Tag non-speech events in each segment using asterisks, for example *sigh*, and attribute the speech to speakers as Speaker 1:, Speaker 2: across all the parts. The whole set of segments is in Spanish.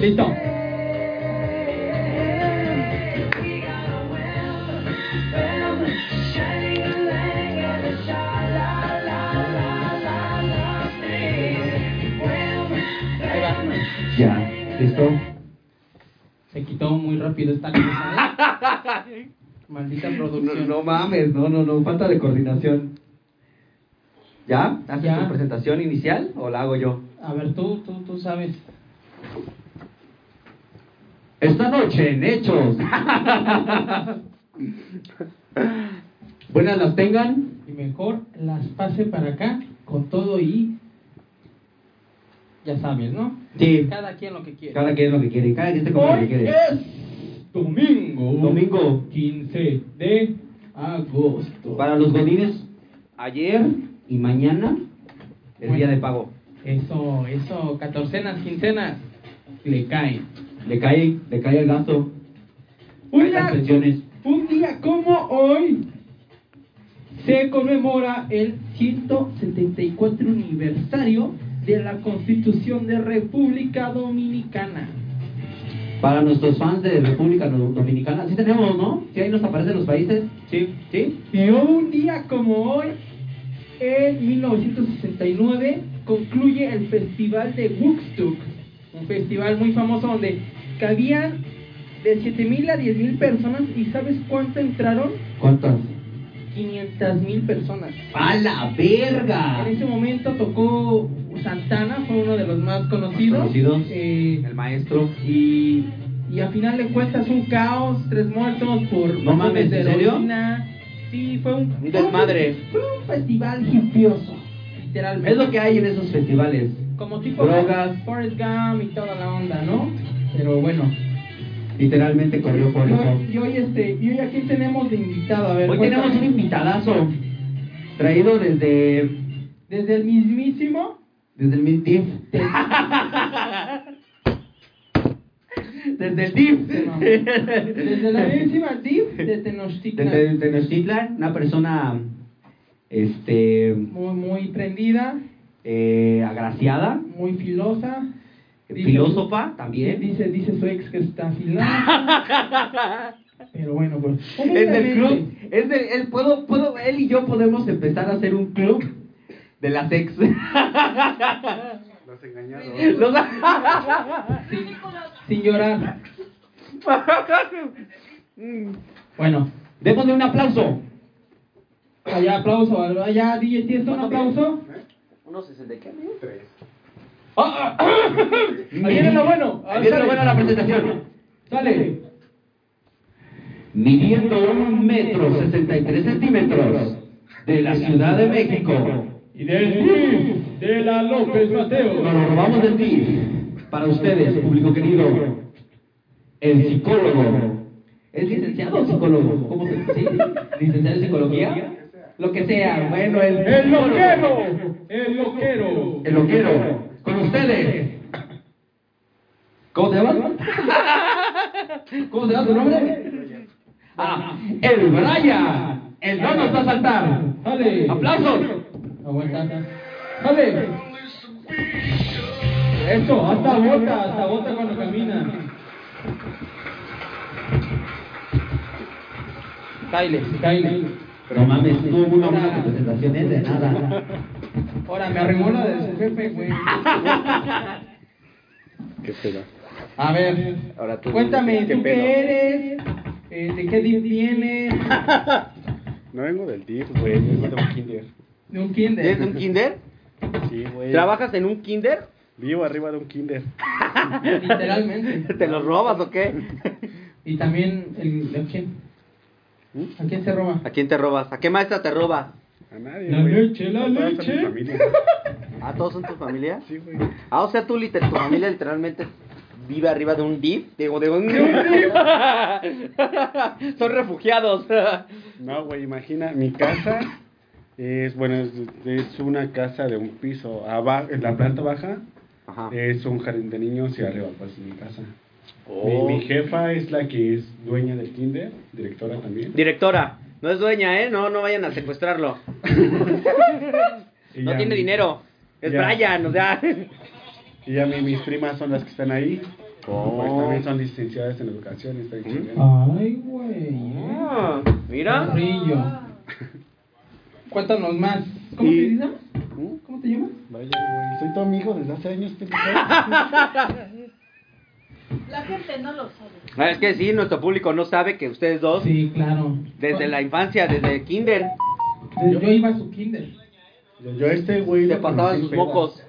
Speaker 1: Listo. Ahí va.
Speaker 2: Ya, listo.
Speaker 1: Se quitó muy rápido esta cosa. ¿eh? Maldita
Speaker 2: No,
Speaker 1: producción.
Speaker 2: no mames, no, no, no, falta de coordinación. ¿Ya? ¿Haces
Speaker 1: Ya.
Speaker 2: tu presentación inicial o la hago yo?
Speaker 1: A ver, tú, tú, tú sabes.
Speaker 2: Esta noche en Hechos. *laughs* Buenas las tengan.
Speaker 1: Y mejor las pase para acá con todo y... Ya sabes, ¿no?
Speaker 2: Sí.
Speaker 1: Cada quien lo que quiere.
Speaker 2: Cada quien lo que quiere, cada quien se come lo que quiere.
Speaker 1: es domingo.
Speaker 2: Domingo.
Speaker 1: 15 de agosto.
Speaker 2: Para los godines, ayer y mañana es
Speaker 1: Bueno.
Speaker 2: día de pago.
Speaker 1: Eso, eso, catorcenas, quincenas, le caen.
Speaker 2: Le cae, le cae el gasto.
Speaker 1: Un
Speaker 2: Hay
Speaker 1: día,
Speaker 2: las pensiones.
Speaker 1: un día como hoy se conmemora el 174 aniversario de la Constitución de República Dominicana.
Speaker 2: Para nuestros fans de República Dominicana, sí tenemos, ¿no? Sí, ahí nos aparecen los países.
Speaker 1: Sí.
Speaker 2: Sí.
Speaker 1: Y un día como hoy, en 1969, concluye el Festival de Woodstock, un festival muy famoso donde cabían de 7.000 a 10.000 personas y ¿sabes cuánto entraron?
Speaker 2: ¿Cuántas?
Speaker 1: 500.000 personas.
Speaker 2: ¡A la verga!
Speaker 1: En ese momento tocó Santana, fue uno de los más conocidos.
Speaker 2: Más conocidos.
Speaker 1: Eh,
Speaker 2: El maestro.
Speaker 1: y, y a final de cuentas un caos, tres muertos por
Speaker 2: No mames,
Speaker 1: de
Speaker 2: ¿en serio?
Speaker 1: heroína. Sí, fue un,
Speaker 2: Un desmadre.
Speaker 1: Fue un festival hipioso, literalmente.
Speaker 2: Es lo que hay en esos festivales.
Speaker 1: como tipo
Speaker 2: drogas.
Speaker 1: Forrest Gump y toda la onda, ¿no? Pero bueno.
Speaker 2: Literalmente corrió por
Speaker 1: Y
Speaker 2: eso.
Speaker 1: hoy, y hoy, este, y hoy aquí tenemos de invitado, a ver.
Speaker 2: Hoy
Speaker 1: cuéntame.
Speaker 2: tenemos un invitadazo. Traído desde.
Speaker 1: desde el
Speaker 2: *laughs*
Speaker 1: mismísimo
Speaker 2: Desde el Mid DIF. Desde el DIF. *laughs*
Speaker 1: No. Desde la mismísima DIF de Tenochtitlan.
Speaker 2: Desde Tenochtitlan, una persona este
Speaker 1: Muy, muy prendida,
Speaker 2: eh, agraciada,
Speaker 1: muy filosa. Dice-
Speaker 2: filósofa también.
Speaker 1: Dice, dice su ex que está afilada.
Speaker 2: *laughs*
Speaker 1: Pero bueno, pues.
Speaker 2: Es del
Speaker 1: Obviamente,
Speaker 2: club, es del, él, puedo, puedo, él y yo podemos empezar a hacer un club de las ex. *laughs*
Speaker 3: Los engañados.
Speaker 2: Los-
Speaker 1: Sin
Speaker 2: *laughs*
Speaker 1: llorar. Bueno,
Speaker 2: Démosle un aplauso.
Speaker 1: allá aplauso. Allá, DJ, ¿tienes un aplauso?
Speaker 4: ¿Unos 60 qué, amigo?
Speaker 3: Tres.
Speaker 1: Ah, Ahí viene lo bueno.
Speaker 2: Ahí viene lo bueno de la presentación.
Speaker 1: Sale.
Speaker 2: midiendo un metro 63 centímetros de la Ciudad de México.
Speaker 1: Y del de la López Mateo.
Speaker 2: Nos lo robamos de ti, para ustedes, público querido, el psicólogo. ¿Es licenciado o psicólogo? ¿Cómo se ¿Sí? ¿Licenciado en psicología? Lo que sea, bueno, el...
Speaker 1: El loquero.
Speaker 2: El loquero. Con ustedes. ¿Cómo se llama? ¿Cómo se llama tu nombre? Ah, el Brian. El no nos va a saltar.
Speaker 1: Sale.
Speaker 2: ¡Aplausos!
Speaker 1: Aguanta. acá. Sale. Eso, hasta bota, hasta bota cuando camina.
Speaker 4: Kyle.
Speaker 1: Kyle.
Speaker 2: No mames, tuvo una buena presentación ¿eh? de nada.
Speaker 1: Ahora me arrimó la de su jefe,
Speaker 4: *laughs*
Speaker 1: güey.
Speaker 3: ¿Qué será?
Speaker 1: A ver,
Speaker 4: Ahora tú
Speaker 1: cuéntame,
Speaker 4: dices, ¿qué
Speaker 1: ¿tú
Speaker 4: pedo?
Speaker 1: qué eres? Eh, ¿De qué DIP
Speaker 4: *laughs*
Speaker 1: vienes?
Speaker 3: No vengo del DIF, güey. Vengo de un kinder.
Speaker 1: ¿De un kinder?
Speaker 4: ¿Eres de un kinder?
Speaker 3: Sí, güey.
Speaker 4: ¿Trabajas en un kinder?
Speaker 3: Vivo arriba de un kinder.
Speaker 1: Literalmente.
Speaker 4: ¿Te los robas o qué?
Speaker 1: Y también, el, ¿a quién? ¿A quién se roba?
Speaker 4: ¿A quién te robas? ¿A qué maestra te robas?
Speaker 3: A nadie,
Speaker 1: La
Speaker 3: güey.
Speaker 1: leche, la
Speaker 3: A todos en mi
Speaker 1: leche.
Speaker 3: familia.
Speaker 4: ¿A todos son tu familia?
Speaker 3: Sí, güey.
Speaker 4: Ah, o sea, tú, liter- tu familia literalmente vive arriba de un dip. Digo, de un *laughs* son refugiados.
Speaker 3: No, güey, imagina, mi casa es, bueno, es, es una casa de un piso. Aba- en la planta baja
Speaker 4: Ajá.
Speaker 3: es un jardín de niños y arriba, pues, es mi casa. Mi,
Speaker 4: Oh.
Speaker 3: mi jefa es la que es dueña del kinder, directora también.
Speaker 4: Directora, no es dueña, ¿eh? No, no vayan a secuestrarlo. No
Speaker 3: Ella-
Speaker 4: tiene dinero. Es
Speaker 3: Ya.
Speaker 4: *laughs* Brian, o sea.
Speaker 3: Y a mí mis primas son las que están ahí. Pues también son licenciadas en educación, está bien chingón.
Speaker 5: Ay, güey.
Speaker 4: Ah, mira.
Speaker 5: Brillo.
Speaker 1: Cuéntanos más. ¿Cómo
Speaker 3: Y-
Speaker 1: te llamas?
Speaker 3: ¿Mm?
Speaker 1: ¿Cómo te llamas?
Speaker 3: Vaya, güey. Soy tu amigo desde hace años, pendejo.
Speaker 6: La gente no lo sabe.
Speaker 4: Ah, Es que sí, nuestro público no sabe que ustedes dos,
Speaker 1: Sí, claro.
Speaker 4: desde la infancia, desde kinder,
Speaker 1: Yo, yo iba a su kinder.
Speaker 3: Yo, *laughs* yo a este güey
Speaker 4: se
Speaker 3: lo
Speaker 4: pasaban
Speaker 3: conocí
Speaker 4: sus
Speaker 3: peda.
Speaker 4: mocos.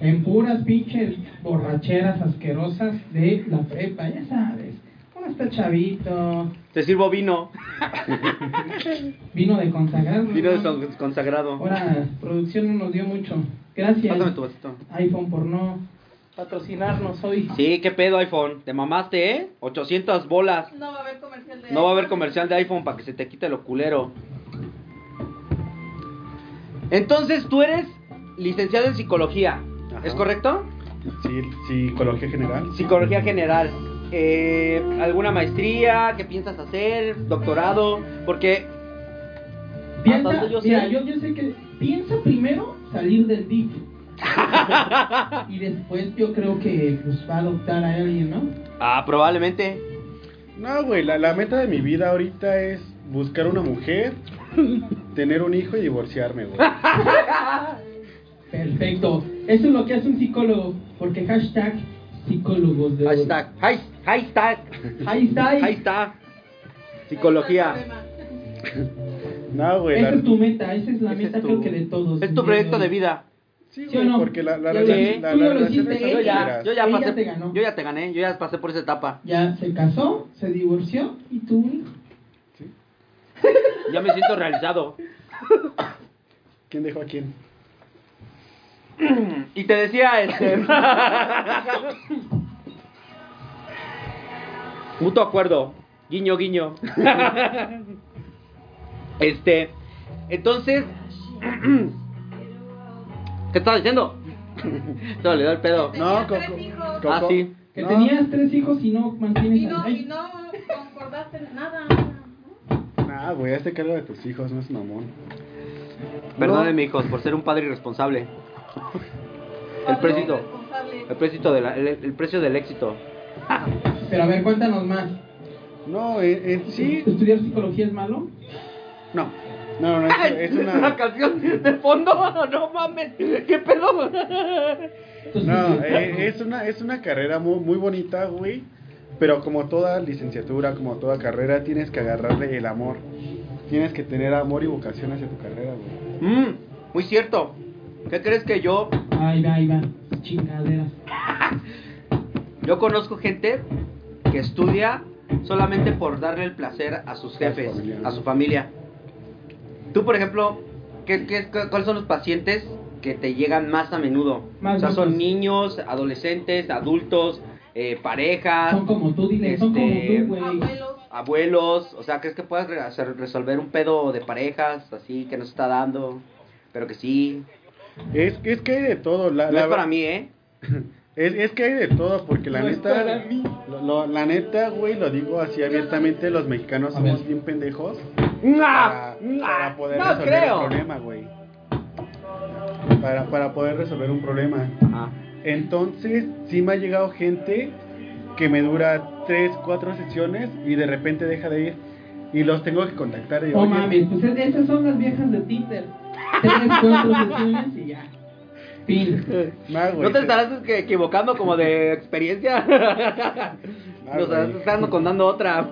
Speaker 1: En puras pinches borracheras asquerosas de la prepa, ya sabes. ¿Cómo está el chavito?
Speaker 4: Te sirvo vino,
Speaker 1: Vino de consagrado.
Speaker 4: vino de son- consagrado.
Speaker 1: Ahora, producción no nos dio mucho. Gracias.
Speaker 4: Pásame tu vasito.
Speaker 1: iPhone por no patrocinarnos hoy.
Speaker 4: Sí, qué pedo iPhone, te mamaste, ¿eh? 800 bolas.
Speaker 6: No va a haber comercial de
Speaker 4: No va a haber comercial de iPhone para que se te quite lo culero. Entonces tú eres licenciado en psicología,
Speaker 3: Ajá.
Speaker 4: ¿es correcto?
Speaker 3: Sí, psicología general.
Speaker 4: Psicología general. Eh, ¿Alguna maestría? ¿Qué piensas hacer? ¿Doctorado? Porque...
Speaker 1: Piensa,
Speaker 4: tanto yo sé.
Speaker 1: mira, yo, yo sé que piensa primero salir del DIF.
Speaker 4: *laughs*
Speaker 1: y después yo creo que pues, va a adoptar a alguien, ¿no?
Speaker 4: Ah, probablemente.
Speaker 3: No, güey, la, la meta de mi vida ahorita es buscar una mujer, tener un hijo y divorciarme, güey.
Speaker 1: Perfecto. Eso es lo que hace un psicólogo. Porque hashtag psicólogos de oro.
Speaker 4: Hashtag. Hi- Hashtag.
Speaker 1: Ahí está. ahí-
Speaker 4: Ahí está. Psicología.
Speaker 6: Ahí
Speaker 3: No, güey.
Speaker 1: Esa
Speaker 3: la-
Speaker 1: es tu meta. Esa es la
Speaker 4: Ese
Speaker 1: meta
Speaker 4: es tu-
Speaker 1: creo que de todos.
Speaker 4: Es tu proyecto de
Speaker 1: vida
Speaker 4: vida.
Speaker 3: Sí,
Speaker 1: ¿Sí o
Speaker 3: güey,
Speaker 1: no?
Speaker 3: porque la, la,
Speaker 1: Ya
Speaker 3: la-
Speaker 1: lo
Speaker 4: hiciste,
Speaker 3: la-
Speaker 1: tú ya
Speaker 3: la
Speaker 1: lo
Speaker 3: relación
Speaker 1: hiciste,
Speaker 3: es
Speaker 1: ella
Speaker 4: Yo ya,
Speaker 3: adulteras.
Speaker 4: yo ya
Speaker 1: Ella
Speaker 4: pasé.
Speaker 1: te ganó.
Speaker 4: Yo ya te gané. Yo ya pasé por esa etapa.
Speaker 1: Ya se casó, se divorció y tuvo un hijo.
Speaker 4: Ya me siento realizado.
Speaker 3: ¿Quién dejó a quién?
Speaker 4: Y te decía, este. *laughs* Mutuo acuerdo. Guiño, guiño. *laughs* Este. Entonces. ¿Qué estaba diciendo? *laughs* Se me olvidó el pedo.
Speaker 6: Tenía
Speaker 3: No,
Speaker 6: tres
Speaker 3: Coco.
Speaker 6: hijos.
Speaker 3: Coco.
Speaker 4: Ah, sí.
Speaker 1: Que
Speaker 3: No.
Speaker 1: tenías tres hijos y no mantienes
Speaker 6: Y no,
Speaker 1: ay,
Speaker 6: y no concordaste en nada.
Speaker 3: Nah, güey, hazte cargo de tus hijos, no es mamón.
Speaker 4: Perdónenme, hijos, por ser un padre irresponsable. El
Speaker 6: preciso
Speaker 4: preciso. El, precito de la- el, el precio del éxito.
Speaker 1: Pero a ver, cuéntanos más.
Speaker 3: No, en, en sí.
Speaker 1: ¿Estudiar psicología es malo?
Speaker 3: No. No,
Speaker 4: *laughs*
Speaker 3: no, es, es una.
Speaker 4: canción de fondo. *laughs* No mames. ¿Qué pedo?
Speaker 1: Entonces,
Speaker 3: No,
Speaker 1: ¿sí?
Speaker 3: eh, es una, es una carrera muy, muy bonita, güey. Pero como toda licenciatura, como toda carrera, tienes que agarrarle el amor. Tienes que tener amor y vocación hacia tu carrera, güey.
Speaker 4: Mm, muy cierto. ¿Qué crees que yo
Speaker 1: Ahí va, ahí va. Chingaderas.
Speaker 4: Yo conozco gente que estudia solamente por darle el placer a sus jefes,
Speaker 3: familia.
Speaker 4: a su familia. Tú, por ejemplo, ¿qué, qué, cu- cuáles son los pacientes que te llegan más a menudo?
Speaker 1: Más
Speaker 4: o sea, son
Speaker 1: grupos.
Speaker 4: niños, adolescentes, adultos, eh, parejas,
Speaker 1: Son como tú, dile, son como
Speaker 4: este,
Speaker 1: tú, güey.
Speaker 6: Abuelos.
Speaker 4: abuelos. O sea, ¿crees que puedas re- hacer- resolver un pedo de parejas así que no se está dando? Pero que sí.
Speaker 3: Es, es que hay de todo. La,
Speaker 4: no
Speaker 3: la-
Speaker 4: es para mí, ¿eh?
Speaker 3: Es, es que hay de todo, porque la
Speaker 1: No es
Speaker 3: neta.
Speaker 1: para mí.
Speaker 3: lo- lo- la neta, güey, lo digo así abiertamente: los mexicanos
Speaker 1: A ver.
Speaker 3: somos bien pendejos.
Speaker 4: ¡Nah!
Speaker 3: para,
Speaker 4: ¡Nah!
Speaker 3: para poder
Speaker 4: Ah, mm, no
Speaker 3: resolver
Speaker 4: creo.
Speaker 3: un problema, güey. Para, para poder resolver un problema.
Speaker 4: Ajá.
Speaker 3: Entonces, sí me ha llegado gente que me dura 3, 4 sesiones y de repente deja de ir. Y los tengo que contactar. Y,
Speaker 1: No
Speaker 3: oye,
Speaker 1: mames, pues es- esas son las viejas de Tinder. Tres, cuatro sesiones y ya. Fin.
Speaker 3: nah, güey,
Speaker 4: ¿No te
Speaker 3: se-
Speaker 4: estarás que- equivocando como
Speaker 3: *laughs*
Speaker 4: de experiencia?
Speaker 3: nah,
Speaker 4: Nos
Speaker 3: güey.
Speaker 4: estarás estando
Speaker 3: *laughs*
Speaker 4: contando otra.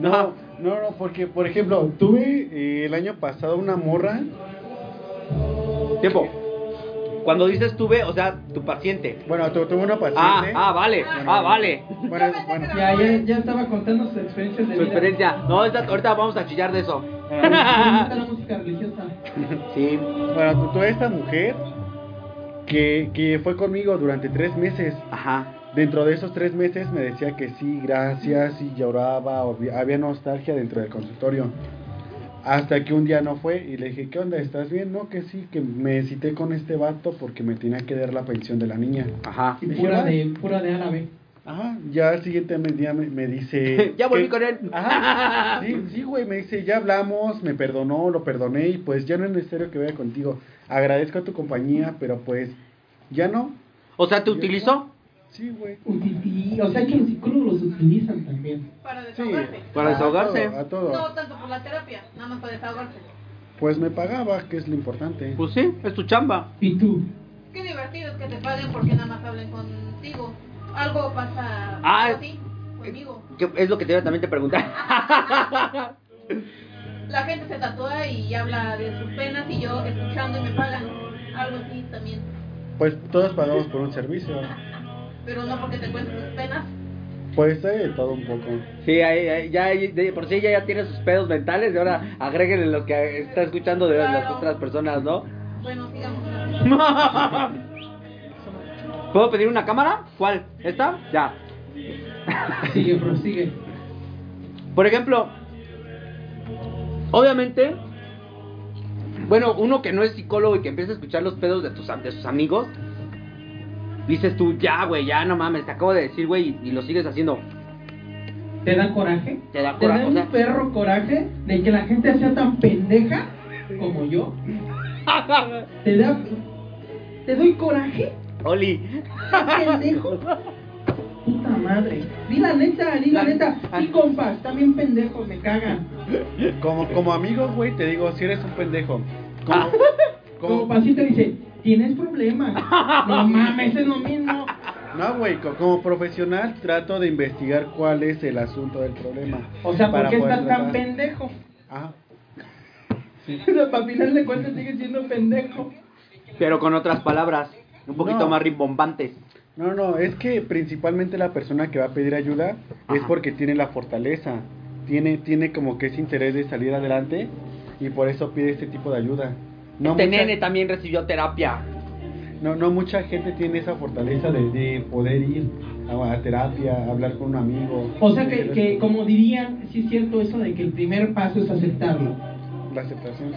Speaker 3: No, no, no, porque, por ejemplo, tuve eh, el año pasado una morra.
Speaker 4: Tiempo. Cuando dices tuve, o sea, tu paciente.
Speaker 3: Bueno, tu- tuve una
Speaker 4: Ah,
Speaker 3: paciente.
Speaker 4: ah, vale, ah, vale.
Speaker 3: Bueno,
Speaker 6: Ya me
Speaker 3: bueno.
Speaker 1: Ya, ya, ya estaba contando sus experiencias de
Speaker 4: Su
Speaker 1: vida.
Speaker 4: experiencia. No, esta- ahorita vamos a chillar de eso.
Speaker 1: *laughs* Me gusta la música religiosa.
Speaker 4: Sí.
Speaker 3: Bueno, tu- tuve esta mujer que, que fue conmigo durante tres meses.
Speaker 4: Ajá.
Speaker 3: Dentro de esos tres meses me decía que sí, gracias, y lloraba, o vi- había nostalgia dentro del consultorio. Hasta que un día no fue y le dije, ¿qué onda? ¿Estás bien? No, que sí, que me cité con este vato porque me tenía que dar la pensión de la niña.
Speaker 4: Ajá.
Speaker 1: Y pura de, pura de árabe.
Speaker 3: Ajá, ya al siguiente me- día me, me dice...
Speaker 4: *laughs* Ya volví
Speaker 3: que-
Speaker 4: con él.
Speaker 3: Ajá, sí, sí, güey, me dice, ya hablamos, me perdonó, lo perdoné y pues ya no es necesario que vaya contigo. Agradezco a tu compañía, pero pues ya no.
Speaker 4: O sea, ¿te utilizó?
Speaker 3: Sí, güey.
Speaker 1: Utiti- o sea que los psicólogos los utilizan también.
Speaker 6: Para
Speaker 3: Sí.
Speaker 6: desahogarse.
Speaker 4: Para
Speaker 3: a
Speaker 4: desahogarse.
Speaker 3: todo, A todo,
Speaker 6: No tanto por la terapia, nada más para desahogarse.
Speaker 3: Pues me pagaba, que es lo importante.
Speaker 4: Pues sí, es tu chamba.
Speaker 1: ¿Y tú?
Speaker 6: Qué divertido es que te paguen porque nada más hablen contigo. Algo pasa
Speaker 4: Ah,
Speaker 6: a ti, conmigo.
Speaker 4: Que es lo que te iba también te preguntar.
Speaker 6: La gente se tatúa y habla de sus penas y yo escuchando y me pagan. Algo así también.
Speaker 3: Pues todos pagamos por un servicio.
Speaker 6: Pero no porque te cuenten tus penas.
Speaker 3: Pues hay de todo un poco.
Speaker 4: Sí, ahí, ahí, ya, ahí, de por sí ella ya tiene sus pedos mentales y ahora agréguenle los que está escuchando de las
Speaker 6: Claro.
Speaker 4: otras personas, ¿no? *laughs*
Speaker 6: Bueno, sigamos.
Speaker 4: ¿Puedo pedir una cámara? ¿Cuál? ¿Esta? Ya.
Speaker 1: Sigue, prosigue.
Speaker 4: Por ejemplo, obviamente, bueno, uno que no es psicólogo y que empieza a escuchar los pedos de, tus, am- de sus amigos, dices tú, ya, güey, ya, no mames, te acabo de decir, güey, y, y lo sigues haciendo. *laughs*
Speaker 1: ¿Te da coraje?
Speaker 4: Te da coraje, o
Speaker 1: un
Speaker 4: sea-
Speaker 1: perro coraje de que la gente sea tan pendeja como yo? ¿Te da... ¿Te doy coraje?
Speaker 4: Oli,
Speaker 1: pendejo. Puta madre. Di la neta, di la
Speaker 4: La-
Speaker 1: neta.
Speaker 4: ah.
Speaker 1: Sí, compas, también pendejos, me cagan.
Speaker 3: Como, como amigo, güey, te digo, si eres un pendejo.
Speaker 1: Ah.
Speaker 3: Como, *laughs* como-
Speaker 1: Como pasita dice, tienes problemas. No mames, es lo mismo.
Speaker 3: no, güey, co- como profesional trato de investigar cuál es el asunto del problema.
Speaker 1: O sea, ¿por
Speaker 3: para
Speaker 1: qué
Speaker 3: poder
Speaker 1: estás tan
Speaker 3: tratar.
Speaker 1: pendejo?
Speaker 3: Ajá.
Speaker 1: *laughs* O sea, para final de cuentas sigues siendo pendejo.
Speaker 4: pero con otras palabras, un poquito
Speaker 3: No.
Speaker 4: más rimbombantes.
Speaker 3: No, no, es que principalmente la persona que va a pedir ayuda es
Speaker 4: Ajá.
Speaker 3: porque tiene la fortaleza, tiene, tiene como que ese interés de salir adelante y por eso pide este tipo de ayuda. No
Speaker 4: este
Speaker 3: mucha-
Speaker 4: nene también recibió terapia.
Speaker 3: No, no mucha gente tiene esa fortaleza de, de poder ir a, a terapia, a hablar con un amigo.
Speaker 1: O sea, que, que como dirían, sí es cierto eso de que el primer paso es aceptarlo.
Speaker 3: La aceptación.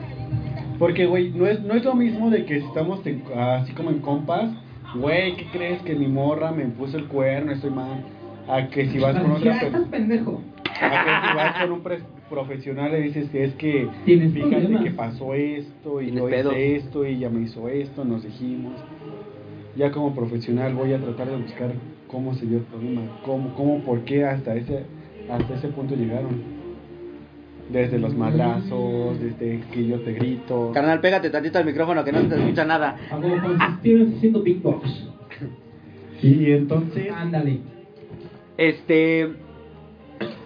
Speaker 3: Porque, güey, no es, no es lo mismo de que si estamos en- así como en compas, güey, ¿qué crees que mi morra me puso el cuerno? Estoy mal. A que si vas con
Speaker 1: Así,
Speaker 3: otra pues.
Speaker 1: "Ah,
Speaker 3: persona.
Speaker 1: estás pendejo.
Speaker 3: A que si vas con un pre- profesional le dices que es que
Speaker 1: Tienes
Speaker 3: fíjate
Speaker 1: problemas.
Speaker 3: que pasó esto y
Speaker 4: Tienes
Speaker 3: yo
Speaker 4: pedos.
Speaker 3: hice esto y ya me hizo esto, nos dijimos. Ya como profesional voy a tratar de buscar cómo se dio el problema, cómo, cómo, por qué hasta ese, hasta ese punto llegaron. Desde los madrazos, desde que yo te grito.
Speaker 4: Carnal, pégate tantito al micrófono que no se te escucha nada.
Speaker 1: A como consistieron haciendo big box.
Speaker 3: Y entonces...
Speaker 1: Ándale.
Speaker 4: Este.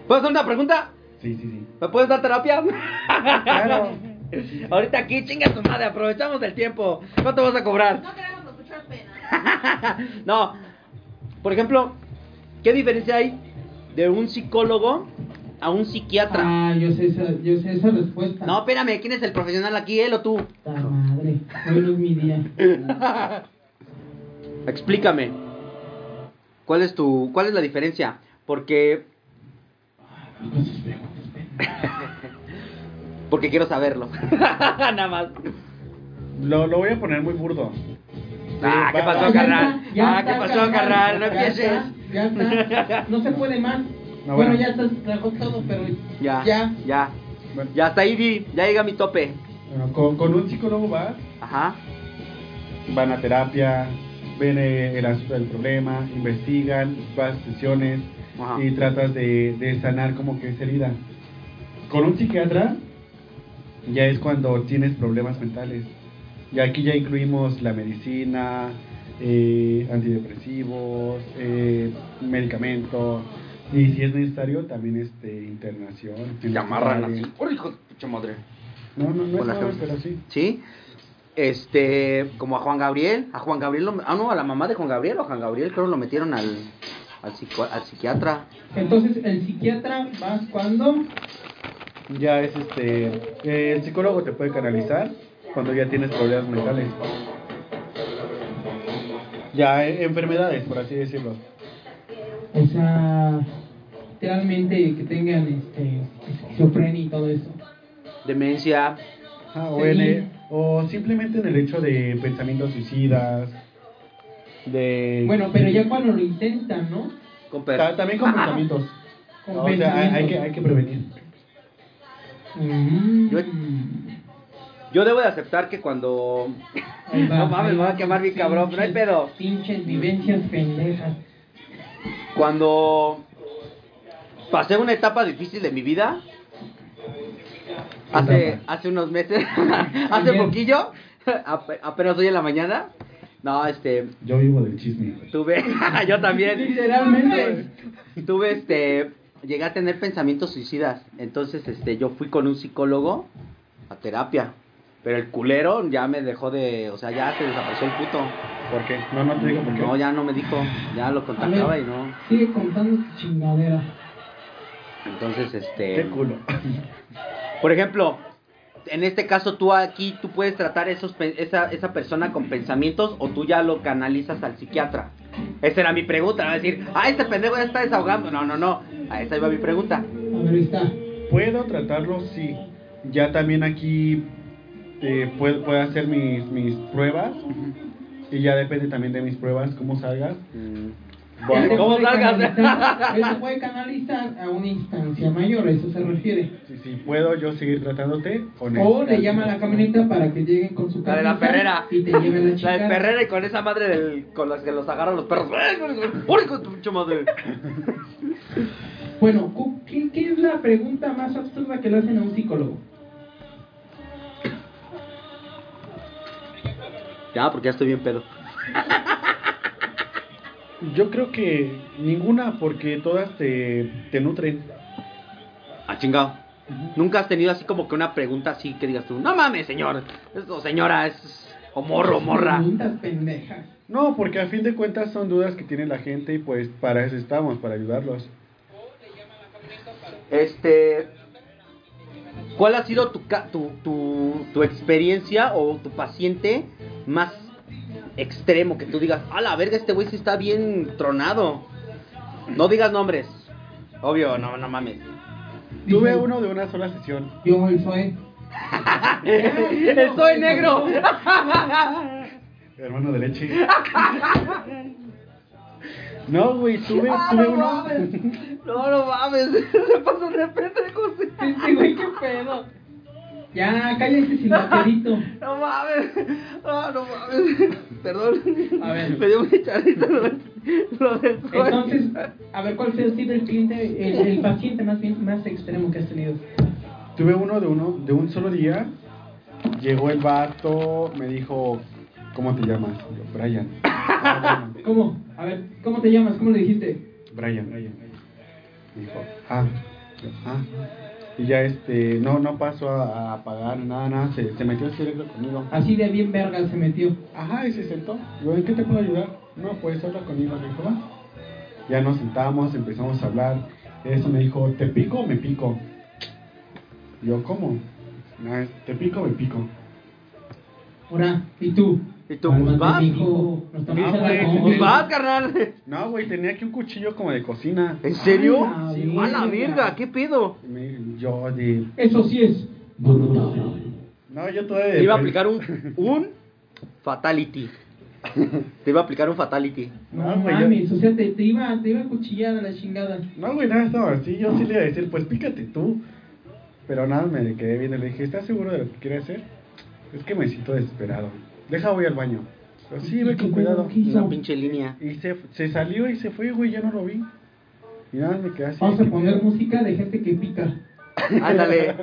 Speaker 4: ¿Puedo hacer una pregunta?
Speaker 3: Sí, sí, sí.
Speaker 4: ¿Me puedes dar terapia? *laughs*
Speaker 3: Claro.
Speaker 4: Ahorita aquí, chinga tu madre, aprovechamos el tiempo. ¿Cuánto vas a cobrar?
Speaker 6: No queremos escuchar penas.
Speaker 3: *laughs*
Speaker 4: No. Por ejemplo, ¿qué diferencia hay de un psicólogo a un psiquiatra?
Speaker 1: Ah, yo sé esa, yo sé esa respuesta.
Speaker 4: No, espérame, ¿quién es el profesional aquí, él o tú?
Speaker 1: La madre, hoy no es mi día.
Speaker 4: Explícame. ¿Cuál es tu cuál es la diferencia? Porque porque quiero saberlo. *laughs* Nada más.
Speaker 3: Lo, lo voy a poner muy burdo.
Speaker 4: Ah, ¿qué
Speaker 3: va-
Speaker 4: pasó,
Speaker 1: Ya
Speaker 4: carnal?
Speaker 1: está, ya
Speaker 4: Ah,
Speaker 1: está,
Speaker 4: ¿qué pasó, carnal?
Speaker 1: Ya
Speaker 4: No
Speaker 1: está,
Speaker 4: empieces.
Speaker 1: Ya está, no se puede más.
Speaker 3: No,
Speaker 1: bueno,
Speaker 3: bueno.
Speaker 1: ya está, trajo todo, pero
Speaker 4: Ya.
Speaker 1: ya.
Speaker 4: Ya.
Speaker 3: Bueno,
Speaker 4: Ya hasta ahí di, ya llega mi tope.
Speaker 3: bueno, con, con un psicólogo vas
Speaker 4: Ajá.
Speaker 3: van a terapia, ven eh, el asunto del problema, investigan, vas a sesiones
Speaker 4: Ajá.
Speaker 3: y tratas de, de sanar como que esa herida. Con un psiquiatra ya es cuando tienes problemas mentales. Y aquí ya incluimos la medicina, eh, antidepresivos, eh, medicamentos. Y si es necesario, también este, internación.
Speaker 4: Te amarran así. ¡Oh, hijo de pucha madre!
Speaker 3: No, no, no es
Speaker 4: Con la
Speaker 3: todo,
Speaker 4: cama.
Speaker 3: pero sí.
Speaker 4: ¿Sí? Este, como a Juan Gabriel, a Juan Gabriel, lo- ah no, a la mamá de Juan Gabriel, o a Juan Gabriel creo lo metieron al, al, psico- al psiquiatra.
Speaker 1: Entonces, el psiquiatra, ¿vas cuando?
Speaker 3: ya es este eh, el psicólogo te puede canalizar cuando ya tienes problemas mentales ya eh, enfermedades por así decirlo
Speaker 1: O sea, literalmente que tengan este, esquizofrenia y todo eso.
Speaker 4: Demencia,
Speaker 3: Ah, o, en,
Speaker 1: Sí.
Speaker 3: eh, o simplemente en el hecho de pensamientos suicidas de
Speaker 1: Bueno, pero ya cuando lo intentan, ¿no?
Speaker 4: con per-
Speaker 3: Ta- también
Speaker 4: *laughs*
Speaker 3: con pensamientos
Speaker 1: Con
Speaker 3: o sea hay, hay que hay
Speaker 1: pensamientos.
Speaker 3: que prevenir
Speaker 1: Mm.
Speaker 4: Yo- Yo debo de aceptar que cuando...
Speaker 1: Ahí va,
Speaker 4: No mames,
Speaker 1: ahí
Speaker 4: me va a quemar bien
Speaker 1: Pinches-
Speaker 4: cabrón, pero no hay pedo.
Speaker 1: Pinches vivencias pendejas.
Speaker 4: Cuando pasé una etapa difícil de mi vida, hace, hace unos meses, *laughs* hace
Speaker 1: Bien.
Speaker 4: poquillo, *laughs* ape- apenas hoy en la mañana, no, este,
Speaker 3: Yo vivo del chisme.
Speaker 4: tuve, *laughs* yo también, Pues,
Speaker 7: Literalmente.
Speaker 4: tuve este llegué a tener pensamientos suicidas entonces este yo fui con un psicólogo a terapia pero el culero ya me dejó de o sea ya se desapareció el puto
Speaker 3: ¿Por qué? No, no te digo por qué.
Speaker 4: no ya no me dijo ya lo contactaba pues, y no
Speaker 1: Sigue contando tu chingadera.
Speaker 4: entonces este
Speaker 3: Qué culo.
Speaker 4: por ejemplo en este caso tú aquí tú puedes tratar esos pe- esa, esa persona con pensamientos o tú ya lo canalizas al psiquiatra esa era mi pregunta va a decir ah este pendejo ya está desahogando no no no a esa iba mi pregunta
Speaker 1: A ver, ahí está.
Speaker 3: ¿Puedo tratarlo? Sí. Ya también aquí eh, puedo, puedo hacer mis, mis pruebas. Y ya depende también de mis pruebas, cómo salgas.
Speaker 4: Mm.
Speaker 3: Bueno,
Speaker 1: Él se
Speaker 4: ¿cómo
Speaker 1: Este puede
Speaker 4: salgas?
Speaker 1: canalizar- Él se
Speaker 4: *laughs*
Speaker 1: puede canalizar a una instancia mayor, a eso se refiere.
Speaker 3: si, si puedo yo seguir tratándote con
Speaker 1: O le llama a la camioneta para que lleguen con su
Speaker 4: La de la
Speaker 1: camioneta
Speaker 4: perrera.
Speaker 1: *laughs* Y te lleven la
Speaker 4: *laughs* La
Speaker 1: chica.
Speaker 4: de Ferrera y con esa madre del, con las que los agarran los perros. *laughs* ¡Uy, con tu pinche madre!
Speaker 7: Bueno, cu- ¿qué, ¿qué es la pregunta más absurda que le hacen a un psicólogo?
Speaker 4: Ya, porque ya estoy bien pedo.
Speaker 3: Yo creo que ninguna, porque todas te, te nutren.
Speaker 4: Ah, chingado. ¿Nunca has tenido así como que una pregunta así que digas tú, no mames, señor? es- O señora, es. O morro, morra.
Speaker 1: Preguntas pendejas.
Speaker 3: No, porque a fin de cuentas son dudas que tiene la gente y pues para eso estamos, para ayudarlos.
Speaker 4: Este. ¿Cuál ha sido tu, ca- tu, tu, tu experiencia o tu paciente más extremo que tú digas, a la verga, este güey sí está bien tronado? No digas nombres. Obvio, no, no mames.
Speaker 3: Tuve
Speaker 1: Dicen,
Speaker 3: uno de una sola sesión.
Speaker 1: Yo, el soy.
Speaker 4: ¡El soy negro!
Speaker 3: Hermano de *laughs* leche. No, güey, tuve, tuve uno.
Speaker 4: No, no mames. Se pasó de pendejo.
Speaker 7: Este güey, qué pedo.
Speaker 1: Ya, cállate sin papelito.
Speaker 4: No mames. No, no mames. *laughs* Perdón. *laughs*
Speaker 7: A *laughs* ver.
Speaker 4: Me dio un echadito lo, lo del Zoe.
Speaker 7: Entonces, a ver cuál ha sido el cliente, el, el paciente más bien más extremo que has tenido.
Speaker 3: Tuve uno de uno de un solo día. Llegó el vato, me dijo, ¿cómo te llamas? Yo, Brian. "Ah, bueno,
Speaker 7: ¿Cómo? A ver, ¿cómo te llamas? ¿Cómo le dijiste?
Speaker 3: Brian, Brian. Me dijo, ah, Yo, ah. Y ya este, no, no pasó a, a pagar nada, nada, se, se metió el cerebro conmigo.
Speaker 7: Así de bien verga se metió.
Speaker 3: Ajá, y se sentó. Yo, ¿en qué te puedo ayudar? No, pues habla conmigo, me dijo, va. Ya nos sentamos, empezamos a hablar. Eso me dijo, ¿te pico o me pico? Yo, ¿cómo? "No, es, ¿Te pico o me pico?
Speaker 1: Ahora, ¿y tú?
Speaker 4: ¿Y tú, pues, vas?
Speaker 1: Dijo, nos
Speaker 3: Ah,
Speaker 1: tomamos a
Speaker 3: güey.
Speaker 1: la
Speaker 4: Pues
Speaker 1: combi.
Speaker 4: vas, carnal.
Speaker 3: No, güey, tenía aquí un cuchillo como de cocina.
Speaker 4: ¿En serio?
Speaker 1: Ah, sí.
Speaker 4: A la verga, ¿qué pedo?
Speaker 3: Y me- yo de...
Speaker 7: Eso sí es.
Speaker 3: No, yo todavía...
Speaker 4: Te iba a aplicar un, un fatality. Te iba a aplicar un fatality.
Speaker 7: No,
Speaker 3: No, Ah, güey, yo-
Speaker 7: mames, o sea, te, te iba, te iba a cuchillar a la chingada.
Speaker 3: No, güey, nada, estaba así. Yo sí le iba a decir, pues pícate tú. Pero nada, me quedé viendo y le dije, ¿estás seguro de lo que quieres hacer? Es que me siento desesperado. Deja, voy al baño. Pero sí, ve con cuidado.
Speaker 4: Una pinche línea.
Speaker 3: Y se, se salió y se fue, güey, ya no lo vi. Y nada, me quedé así.
Speaker 1: Vamos a poner música de gente que pica.
Speaker 4: Ándale.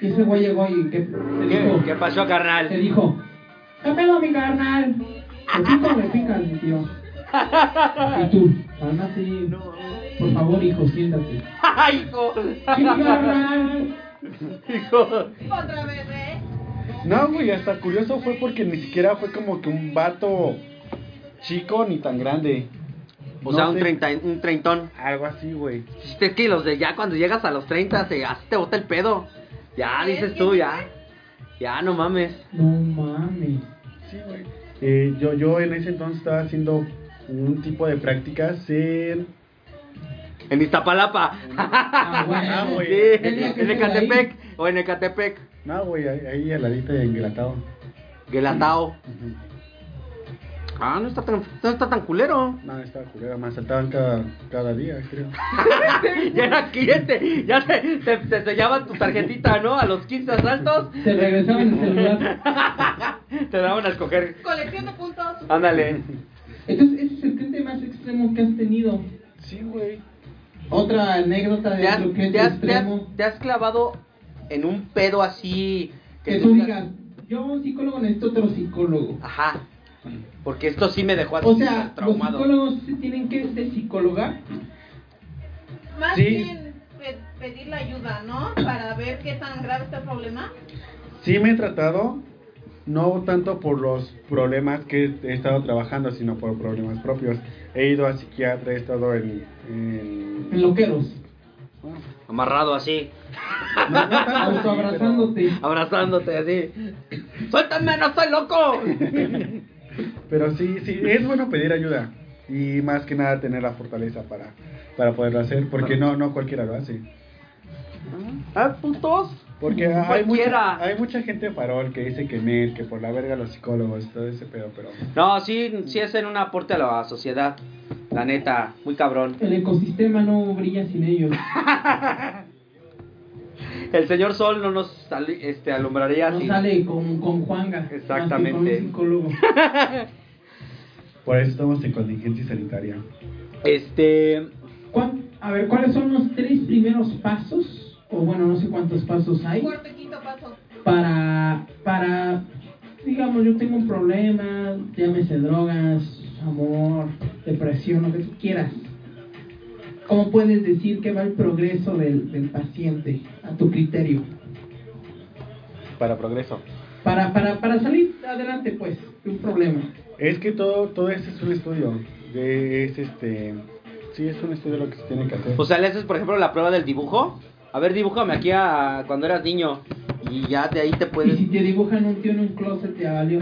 Speaker 1: Y ese güey llegó y que te
Speaker 4: ¿Qué,
Speaker 1: dijo,
Speaker 4: qué pasó,
Speaker 1: te
Speaker 4: carnal? *laughs*
Speaker 1: dijo, ¿qué pedo mi carnal? ¿Te pico o me pica, mi tío? Y tú, además sí, por favor hijo, siéntate.
Speaker 4: ¡Ay, hijo!
Speaker 1: "Sí, carnal".
Speaker 4: Hijo.
Speaker 6: Otra vez, ¿eh?
Speaker 3: No, güey, hasta curioso fue porque ni siquiera fue como que un vato chico ni tan grande.
Speaker 4: O
Speaker 3: No
Speaker 4: sea, un,
Speaker 3: sé,
Speaker 4: treinta, un treintón.
Speaker 3: Algo así, güey.
Speaker 4: Es que los de ya cuando llegas a los 30 se, así te bota el pedo. Ya, dices tú, ya. Ya, no mames.
Speaker 1: No mames.
Speaker 3: Sí, güey. Eh, yo, yo en ese entonces estaba haciendo un tipo de prácticas en...
Speaker 4: En Iztapalapa.
Speaker 1: Ah,
Speaker 3: Ah,
Speaker 1: bueno.
Speaker 3: güey.
Speaker 4: Sí,
Speaker 1: Tenía que
Speaker 4: en
Speaker 1: ser
Speaker 4: Ecatepec. O en Ecatepec.
Speaker 3: No, güey, ahí, ahí al ladito de engratado.
Speaker 4: Guelatao.
Speaker 3: Ujú.
Speaker 4: Ah, no está tan, no está tan culero.
Speaker 3: No, estaba culera, me asaltaban cada, cada día, creo.
Speaker 4: Ya era cliente. Ya te, te, te sellaban tu tarjetita, ¿no? A los 15 asaltos.
Speaker 1: Te regresaban el celular.
Speaker 4: Te daban a escoger.
Speaker 6: Colección de puntos.
Speaker 4: Ándale.
Speaker 7: Entonces, ese es el cliente más extremo que has tenido.
Speaker 3: Sí, güey.
Speaker 1: Otra anécdota de
Speaker 4: ¿Te has,
Speaker 1: Truquete
Speaker 4: te has- te has-
Speaker 1: extremo.
Speaker 4: te has clavado en un pedo así
Speaker 1: Que tú digas, Ah, yo un psicólogo necesito otro psicólogo.
Speaker 4: Ajá. Porque esto sí me dejó así
Speaker 1: O sea, los
Speaker 4: traumado.
Speaker 1: psicólogos se tienen que de psicóloga.
Speaker 6: Más
Speaker 3: Sí.
Speaker 6: bien pe- pedir la ayuda, ¿no? Para ver qué tan grave está el problema.
Speaker 3: Sí me he tratado, no tanto por los problemas que he estado trabajando, sino por problemas propios. He ido a psiquiatra, he estado en... en-
Speaker 1: En loqueros.
Speaker 4: Amarrado así,
Speaker 3: No, no
Speaker 1: Ah,
Speaker 3: tanto, sí,
Speaker 1: Autoabrazándote.
Speaker 4: abrazándote así. ¡Suéltame, no
Speaker 1: *laughs*
Speaker 4: estoy loco!
Speaker 3: Pero sí, sí, es bueno pedir ayuda. Y más que nada tener la fortaleza para, para poderlo hacer, porque no, no cualquiera lo hace.
Speaker 4: ¿Ah, putos?
Speaker 3: Porque hay
Speaker 4: Cualquiera.
Speaker 3: mucha, hay mucha gente farol que dice que nel, que por la verga los psicólogos, todo ese pedo, pero...
Speaker 4: No, sí, sí hacen un aporte a la sociedad. La neta, muy cabrón.
Speaker 1: El ecosistema no brilla sin ellos.
Speaker 4: El señor Sol no nos sal- este, alumbraría
Speaker 1: No
Speaker 4: así.
Speaker 1: sale con, con Juanga. más que Con
Speaker 4: Exactamente.
Speaker 1: un psicólogo.
Speaker 3: Por eso estamos en contingencia sanitaria.
Speaker 4: Este.
Speaker 1: ¿Cuán- a ver, ¿cuáles son los tres primeros pasos? O bueno, no sé cuántos pasos hay.
Speaker 6: Cuarto y quinto paso.
Speaker 1: para, para, digamos, yo tengo un problema, llámese drogas, amor, depresión, lo que tú quieras. ¿Cómo puedes decir que va el progreso del, del paciente a tu criterio?
Speaker 3: Para progreso.
Speaker 1: Para, para, para salir adelante, pues, de un problema.
Speaker 3: Es que todo, todo esto es un estudio. de- es este... Sí, es un estudio lo que se tiene que hacer.
Speaker 4: O sea, le pues, haces, por ejemplo, la prueba del dibujo. A ver, dibújame aquí a cuando eras niño. Y ya de ahí te
Speaker 1: Y *laughs*
Speaker 4: puedes.
Speaker 1: si te dibujan un tío en un closet, te valió.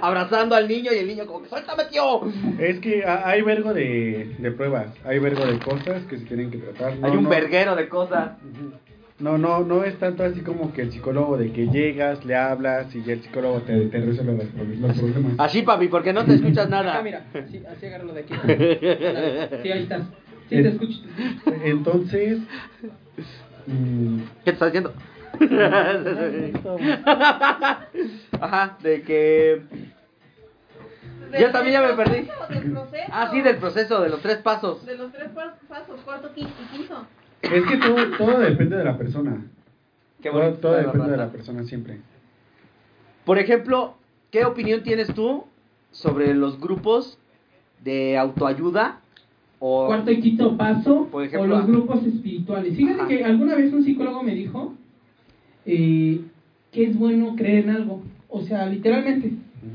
Speaker 4: Abrazando al niño y el niño, como que suéltame, tío.
Speaker 3: Es que ha- hay vergo de, de pruebas, hay vergo de cosas que se tienen que tratar. No,
Speaker 4: Hay un
Speaker 3: no-
Speaker 4: verguero de cosas.
Speaker 3: No, no, no es tanto así como que el psicólogo de que llegas, le hablas y ya el psicólogo te, te resuelve los, proble- los problemas.
Speaker 4: Así, papi, porque no te escuchas
Speaker 1: Ah,
Speaker 4: nada.
Speaker 1: mira, así, así agárralo de aquí. Sí, ahí estás. Sí, te escucho.
Speaker 3: Entonces... mm,
Speaker 4: ¿Qué te
Speaker 1: *laughs*
Speaker 4: estás haciendo? *laughs* Ajá, de que.
Speaker 6: ¿Del-
Speaker 4: Yo también ya me
Speaker 6: del
Speaker 4: perdí.
Speaker 6: proceso o del proceso?
Speaker 4: Ah, sí, del proceso, de los tres pasos.
Speaker 6: De los tres pas- pasos, cuarto, quinto y quinto.
Speaker 3: es que todo, todo depende de la persona.
Speaker 4: Qué
Speaker 3: todo
Speaker 4: bonito
Speaker 3: todo
Speaker 4: está la
Speaker 3: depende de
Speaker 4: raza.
Speaker 3: la persona siempre.
Speaker 4: Por ejemplo, ¿qué opinión tienes tú sobre los grupos de autoayuda? O...
Speaker 1: cuarto y quinto paso
Speaker 4: Por ejemplo,
Speaker 1: o
Speaker 4: ah.
Speaker 1: los grupos espirituales. Fíjate
Speaker 4: Ajá.
Speaker 1: que alguna vez un psicólogo me dijo eh, que es bueno creer en algo, o sea, literalmente.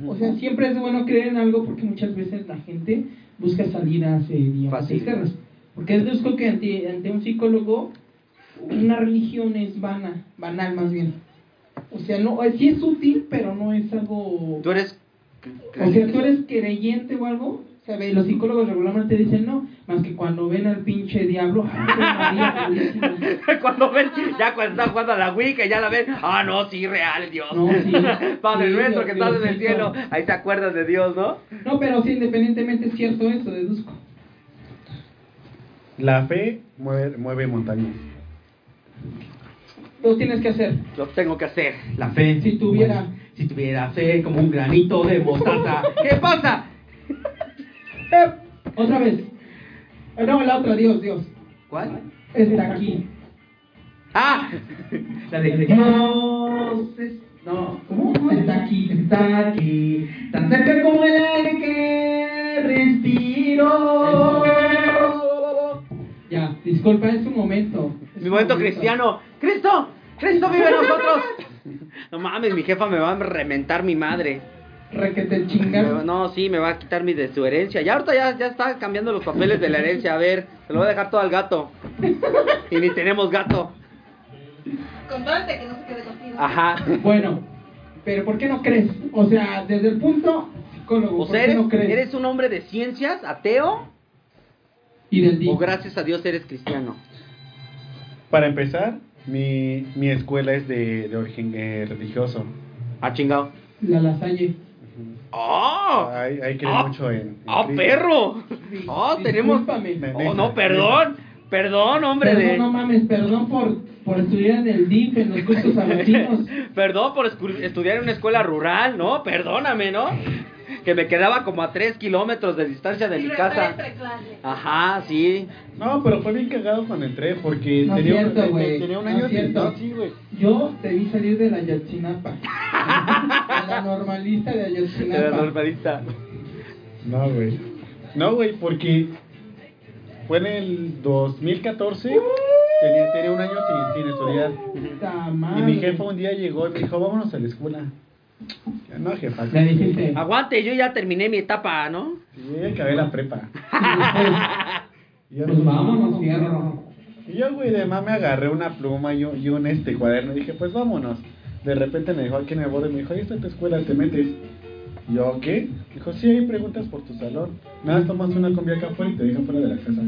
Speaker 1: O sea, siempre es bueno creer en algo porque muchas veces la gente busca salidas, eh, digamos,
Speaker 4: Fácil.
Speaker 1: externas. Porque es busco que ante, ante un psicólogo una religión es vana, banal más bien. O sea, no, eh, sí es útil, pero no es algo...
Speaker 4: ¿Tú eres...
Speaker 1: O sea, tú eres creyente o algo. O sea, ve, los psicólogos regularmente dicen no, más que cuando ven al pinche diablo. *laughs* ¡Ay, María Purísima!
Speaker 4: *laughs* cuando ves, ya cuando estás jugando a la Wii, que ya la ves, ah, no, sí, real, Dios.
Speaker 1: No, sí.
Speaker 4: *laughs* Padre
Speaker 1: Sí,
Speaker 4: nuestro
Speaker 1: Dios,
Speaker 4: que estás en el
Speaker 1: Diosito.
Speaker 4: cielo, ahí te acuerdas de Dios, ¿no?
Speaker 1: No, pero sí, independientemente es cierto eso, deduzco.
Speaker 3: La fe mueve, mueve montañas.
Speaker 1: Lo tienes que hacer.
Speaker 4: Lo tengo que hacer.
Speaker 2: La fe.
Speaker 1: Si tuviera-
Speaker 2: Si tuviera fe como un granito de mostaza.
Speaker 4: *laughs* ¿Qué pasa?
Speaker 1: ¡Eh! Otra vez. Ah, No, la otra, Dios, Dios.
Speaker 2: ¿Cuál?
Speaker 1: Está aquí.
Speaker 4: Ah,
Speaker 2: La de Dios es- No, ¿cómo? Está aquí, está aquí, tan cerca como el aire que respiro.
Speaker 1: Ya, disculpa, es un momento. Es
Speaker 4: mi
Speaker 1: un
Speaker 4: momento cristiano. ¡Cristo! ¡Cristo vive en
Speaker 1: *laughs*
Speaker 4: nosotros! No mames, mi jefa me va a reventar mi madre.
Speaker 1: Requete
Speaker 4: Me va-
Speaker 1: chingas.
Speaker 4: No, sí, me va a quitar mi de su herencia. Ya ahorita ya, ya está cambiando los papeles de la herencia. A ver, se lo voy a dejar todo al gato. Y ni tenemos gato.
Speaker 6: Contrólate que no se quede contigo.
Speaker 4: Ajá.
Speaker 1: Bueno, pero ¿por qué no crees? O sea, desde el punto psicólogo,
Speaker 4: O
Speaker 1: ¿por
Speaker 4: sea,
Speaker 1: qué
Speaker 4: eres,
Speaker 1: no crees?
Speaker 4: eres un hombre de ciencias, ateo,
Speaker 1: Y del día.
Speaker 4: o gracias a Dios eres cristiano.
Speaker 3: Para empezar, mi, mi escuela es de, de origen eh, religioso.
Speaker 4: Ah, chingado.
Speaker 1: La lasalle.
Speaker 4: ¡Oh!
Speaker 3: Hay, hay que
Speaker 4: Ah.
Speaker 3: mucho en... en
Speaker 4: ¡Oh,
Speaker 3: Cristo.
Speaker 4: perro! ¡Oh, tenemos!
Speaker 1: Discúlpame.
Speaker 4: ¡Oh, no, perdón! Perdón, hombre
Speaker 1: Perdón, no
Speaker 4: de...
Speaker 1: mames, perdón por, por estudiar en el DIP, en los
Speaker 4: *laughs*
Speaker 1: cursos sabatinos.
Speaker 4: Perdón por escu- estudiar en una escuela rural, ¿no? Perdóname, ¿no? que me quedaba como a 3 kilómetros de distancia de mi casa. Ah. Ajá, sí.
Speaker 3: No, pero fue bien cagado cuando entré porque
Speaker 1: No es
Speaker 3: tenía,
Speaker 1: cierto,
Speaker 3: un,
Speaker 1: güey.
Speaker 3: tenía un
Speaker 1: No
Speaker 3: año
Speaker 1: es cierto.
Speaker 3: de- sí, güey.
Speaker 1: Yo te vi salir de la
Speaker 3: *laughs*
Speaker 1: Yotzinapa. A la normalista de
Speaker 4: Era
Speaker 1: Yotzinapa.
Speaker 4: normalista.
Speaker 3: No, Ah, güey. No, güey, porque fue en el 2014.
Speaker 4: Uh.
Speaker 3: Tenía, tenía un año sin, sin estudiar.
Speaker 1: Puta
Speaker 3: Y
Speaker 1: madre.
Speaker 3: mi jefa un día llegó y me dijo, vámonos a la escuela. Ya, No, jefa.
Speaker 1: Le dijiste.
Speaker 3: Ah,
Speaker 4: Aguante, yo ya terminé mi etapa, ¿no?
Speaker 3: Y ya acabé
Speaker 1: *laughs*
Speaker 3: la prepa. Y yo,
Speaker 1: Pues vámonos, fierro.
Speaker 3: y yo, güey, de más me agarré una pluma y, un- y un este cuaderno. Y dije, pues vámonos. De repente me dijo aquí en el borde, me dijo, ahí está tu escuela, te metes. Y yo, ¿qué? Dijo, sí, ahí preguntas por tu salón. Nada, más tomas una combi acá afuera y te dejan fuera de la casa.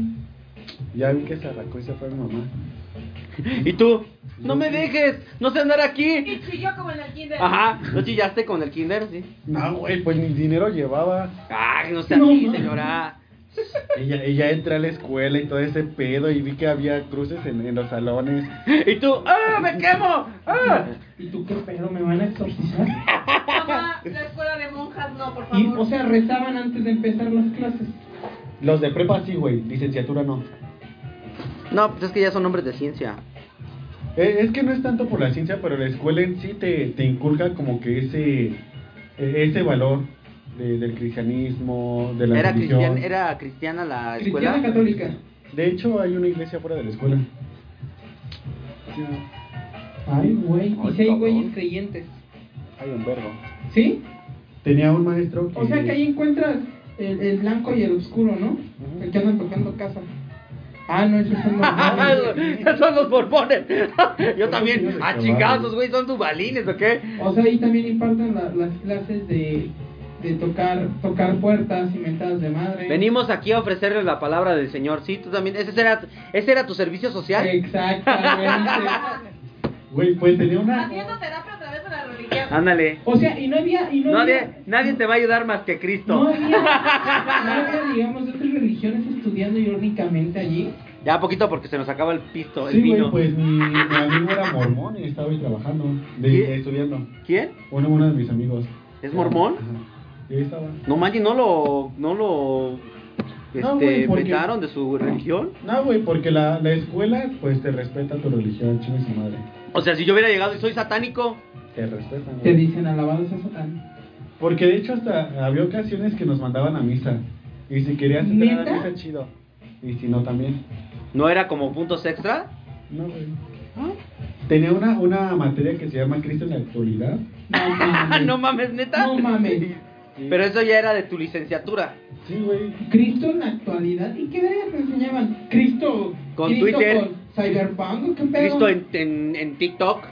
Speaker 3: Y ya vi que se arrancó y se fue mi mamá.
Speaker 4: Y tú, no me dejes, no sé andar aquí.
Speaker 6: Y chilló como en el kinder.
Speaker 4: Ajá, ¿no chillaste con el kinder? Sí.
Speaker 3: No, güey, pues ni dinero llevaba.
Speaker 4: Ay, no sé así, señora.
Speaker 3: Ella, ella entré a la escuela y todo ese pedo y vi que había cruces en, en los salones.
Speaker 4: Y tú, ¡ah, me quemo! ¡Ah!
Speaker 1: ¿Y tú qué pedo? ¿Me van a exorcizar?
Speaker 6: Mamá, la escuela de monjas no, por
Speaker 1: Y,
Speaker 6: favor. *laughs*
Speaker 1: o sea, rezaban antes de empezar las clases.
Speaker 3: Los de prepa sí, güey, licenciatura no.
Speaker 4: No, pues es que ya son hombres de ciencia.
Speaker 3: Eh, Es que no es tanto por la ciencia, pero la escuela en sí te, te inculca como que ese, eh, ese valor de- del cristianismo, de la
Speaker 4: Era,
Speaker 3: religión.
Speaker 4: cristian, era cristiana la escuela.
Speaker 1: Cristiana católica.
Speaker 3: De hecho, hay una iglesia fuera de la escuela.
Speaker 1: Ay, güey.
Speaker 4: Ay,
Speaker 1: Y si hay
Speaker 4: cabrón.
Speaker 1: güeyes creyentes.
Speaker 3: Hay un verbo.
Speaker 1: ¿Sí?
Speaker 3: Tenía un maestro que...
Speaker 1: O sea que ahí encuentras el, el blanco y el oscuro, ¿no?
Speaker 3: Ujú.
Speaker 1: El que andan tocando casa. Ah, no, esos
Speaker 3: *laughs*
Speaker 1: son los
Speaker 4: *laughs* son los borbones. Yo también.
Speaker 3: señores
Speaker 4: A
Speaker 3: que
Speaker 4: chingazos,
Speaker 3: van.
Speaker 4: güey, son tubalines, ¿o qué?
Speaker 1: O sea, ahí también imparten la- las clases de, de tocar tocar puertas inventadas de madre.
Speaker 4: Venimos aquí a ofrecerles la palabra del Señor. Sí, tú también. Ese era, ese era tu servicio social.
Speaker 1: Exactamente.
Speaker 3: Güey, pues tenía una...
Speaker 6: Haciendo terapia a través de la religión.
Speaker 4: Ándale.
Speaker 1: O sea, y no había... Y no
Speaker 4: Nadie,
Speaker 1: había,
Speaker 4: nadie te va a ayudar más que Cristo.
Speaker 1: no había, no había, digamos, de otras religiones estudiando irónicamente allí.
Speaker 4: Ya poquito porque se nos acaba el pisto, el
Speaker 3: Sí,
Speaker 4: vino.
Speaker 3: güey, pues mi, mi amigo era mormón y estaba ahí trabajando, de-
Speaker 4: ¿Qué?
Speaker 3: estudiando.
Speaker 4: ¿Quién?
Speaker 3: Uno, uno de mis amigos.
Speaker 4: ¿Es mormón?
Speaker 3: Ajá. Y ahí estaba.
Speaker 4: No manches, no lo, no lo, este,
Speaker 3: No, güey, porque-
Speaker 4: vetaron de su religión.
Speaker 3: No, güey, porque la, la escuela, pues te respeta tu religión, chingue su madre.
Speaker 4: O sea, si yo hubiera llegado y soy satánico,
Speaker 3: Te respetan,
Speaker 1: Te
Speaker 3: güey.
Speaker 1: dicen alabados a Satán.
Speaker 3: Porque de hecho hasta había ocasiones que nos mandaban a misa. Y si querías entrar
Speaker 1: ¿Neta?
Speaker 3: a misa, chido. Y si no, también.
Speaker 4: ¿no era como puntos extra? *laughs*
Speaker 3: No, güey. ¿Ah? Tenía una, una materia que se llama Cristo en la actualidad.
Speaker 1: No
Speaker 4: *laughs*
Speaker 1: mames.
Speaker 4: Ah, no mames, neta.
Speaker 1: No mames.
Speaker 4: Pero eso ya era de tu licenciatura.
Speaker 3: Sí, güey.
Speaker 1: Cristo en la actualidad. ¿Y qué verga te enseñaban? Cristo.
Speaker 4: Con
Speaker 1: Cristo
Speaker 4: Twitter.
Speaker 1: Con Cyberpunk. ¿o ¿Qué pedo?
Speaker 4: Cristo en, en, en TikTok,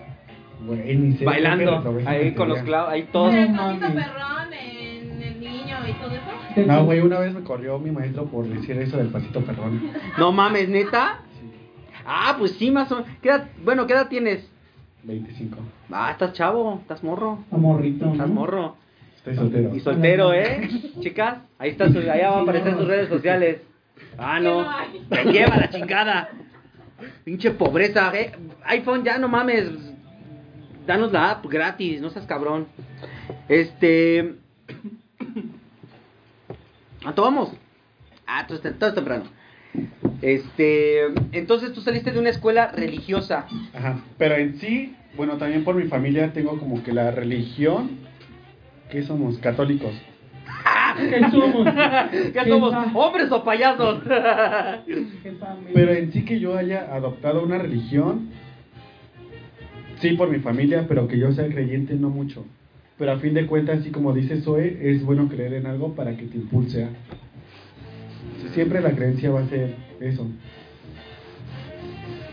Speaker 3: Güey, ni sé.
Speaker 4: bailando,
Speaker 3: Pero, güey,
Speaker 4: ahí con los
Speaker 3: materia.
Speaker 4: clavos, ahí todo.
Speaker 1: No
Speaker 6: El
Speaker 1: mames.
Speaker 6: perrón en el niño y todo eso.
Speaker 1: Te-
Speaker 3: No, güey, una vez me corrió mi maestro por decir eso del pasito perrón.
Speaker 4: No mames, neta. Ah, pues sí, más o menos. ¿Qué edad- Bueno, ¿qué edad tienes?
Speaker 3: 25.
Speaker 4: Ah, estás chavo, estás morro,
Speaker 1: Está morrito. ¿no?
Speaker 4: estás morro.
Speaker 3: Estoy soltero.
Speaker 4: Y soltero,
Speaker 3: *laughs*
Speaker 4: ¿eh? Chicas, ahí está su- allá va a aparecer sus redes sociales. Ah, no. Me lleva la chingada. Pinche pobreza, ¿eh? iPhone, ya no mames. Danos la app gratis, no seas cabrón. Este. ¿A todo vamos? Ah, todo es tem- todo es temprano. Este. Entonces tú saliste de una escuela religiosa.
Speaker 3: Ajá, pero en sí, bueno, también por mi familia tengo como que la religión, que somos católicos.
Speaker 1: ¿Qué
Speaker 4: *laughs*
Speaker 1: somos?
Speaker 4: ¿Qué somos?
Speaker 1: fa-
Speaker 4: ¿Hombres o
Speaker 3: *laughs*
Speaker 4: payasos?
Speaker 1: qué familia.
Speaker 3: Pero en sí que yo haya adoptado una religión, sí por mi familia, pero que yo sea creyente no mucho. Pero a fin de cuentas, así como dice Zoe, es bueno creer en algo para que te impulse a... Siempre la creencia va a ser eso.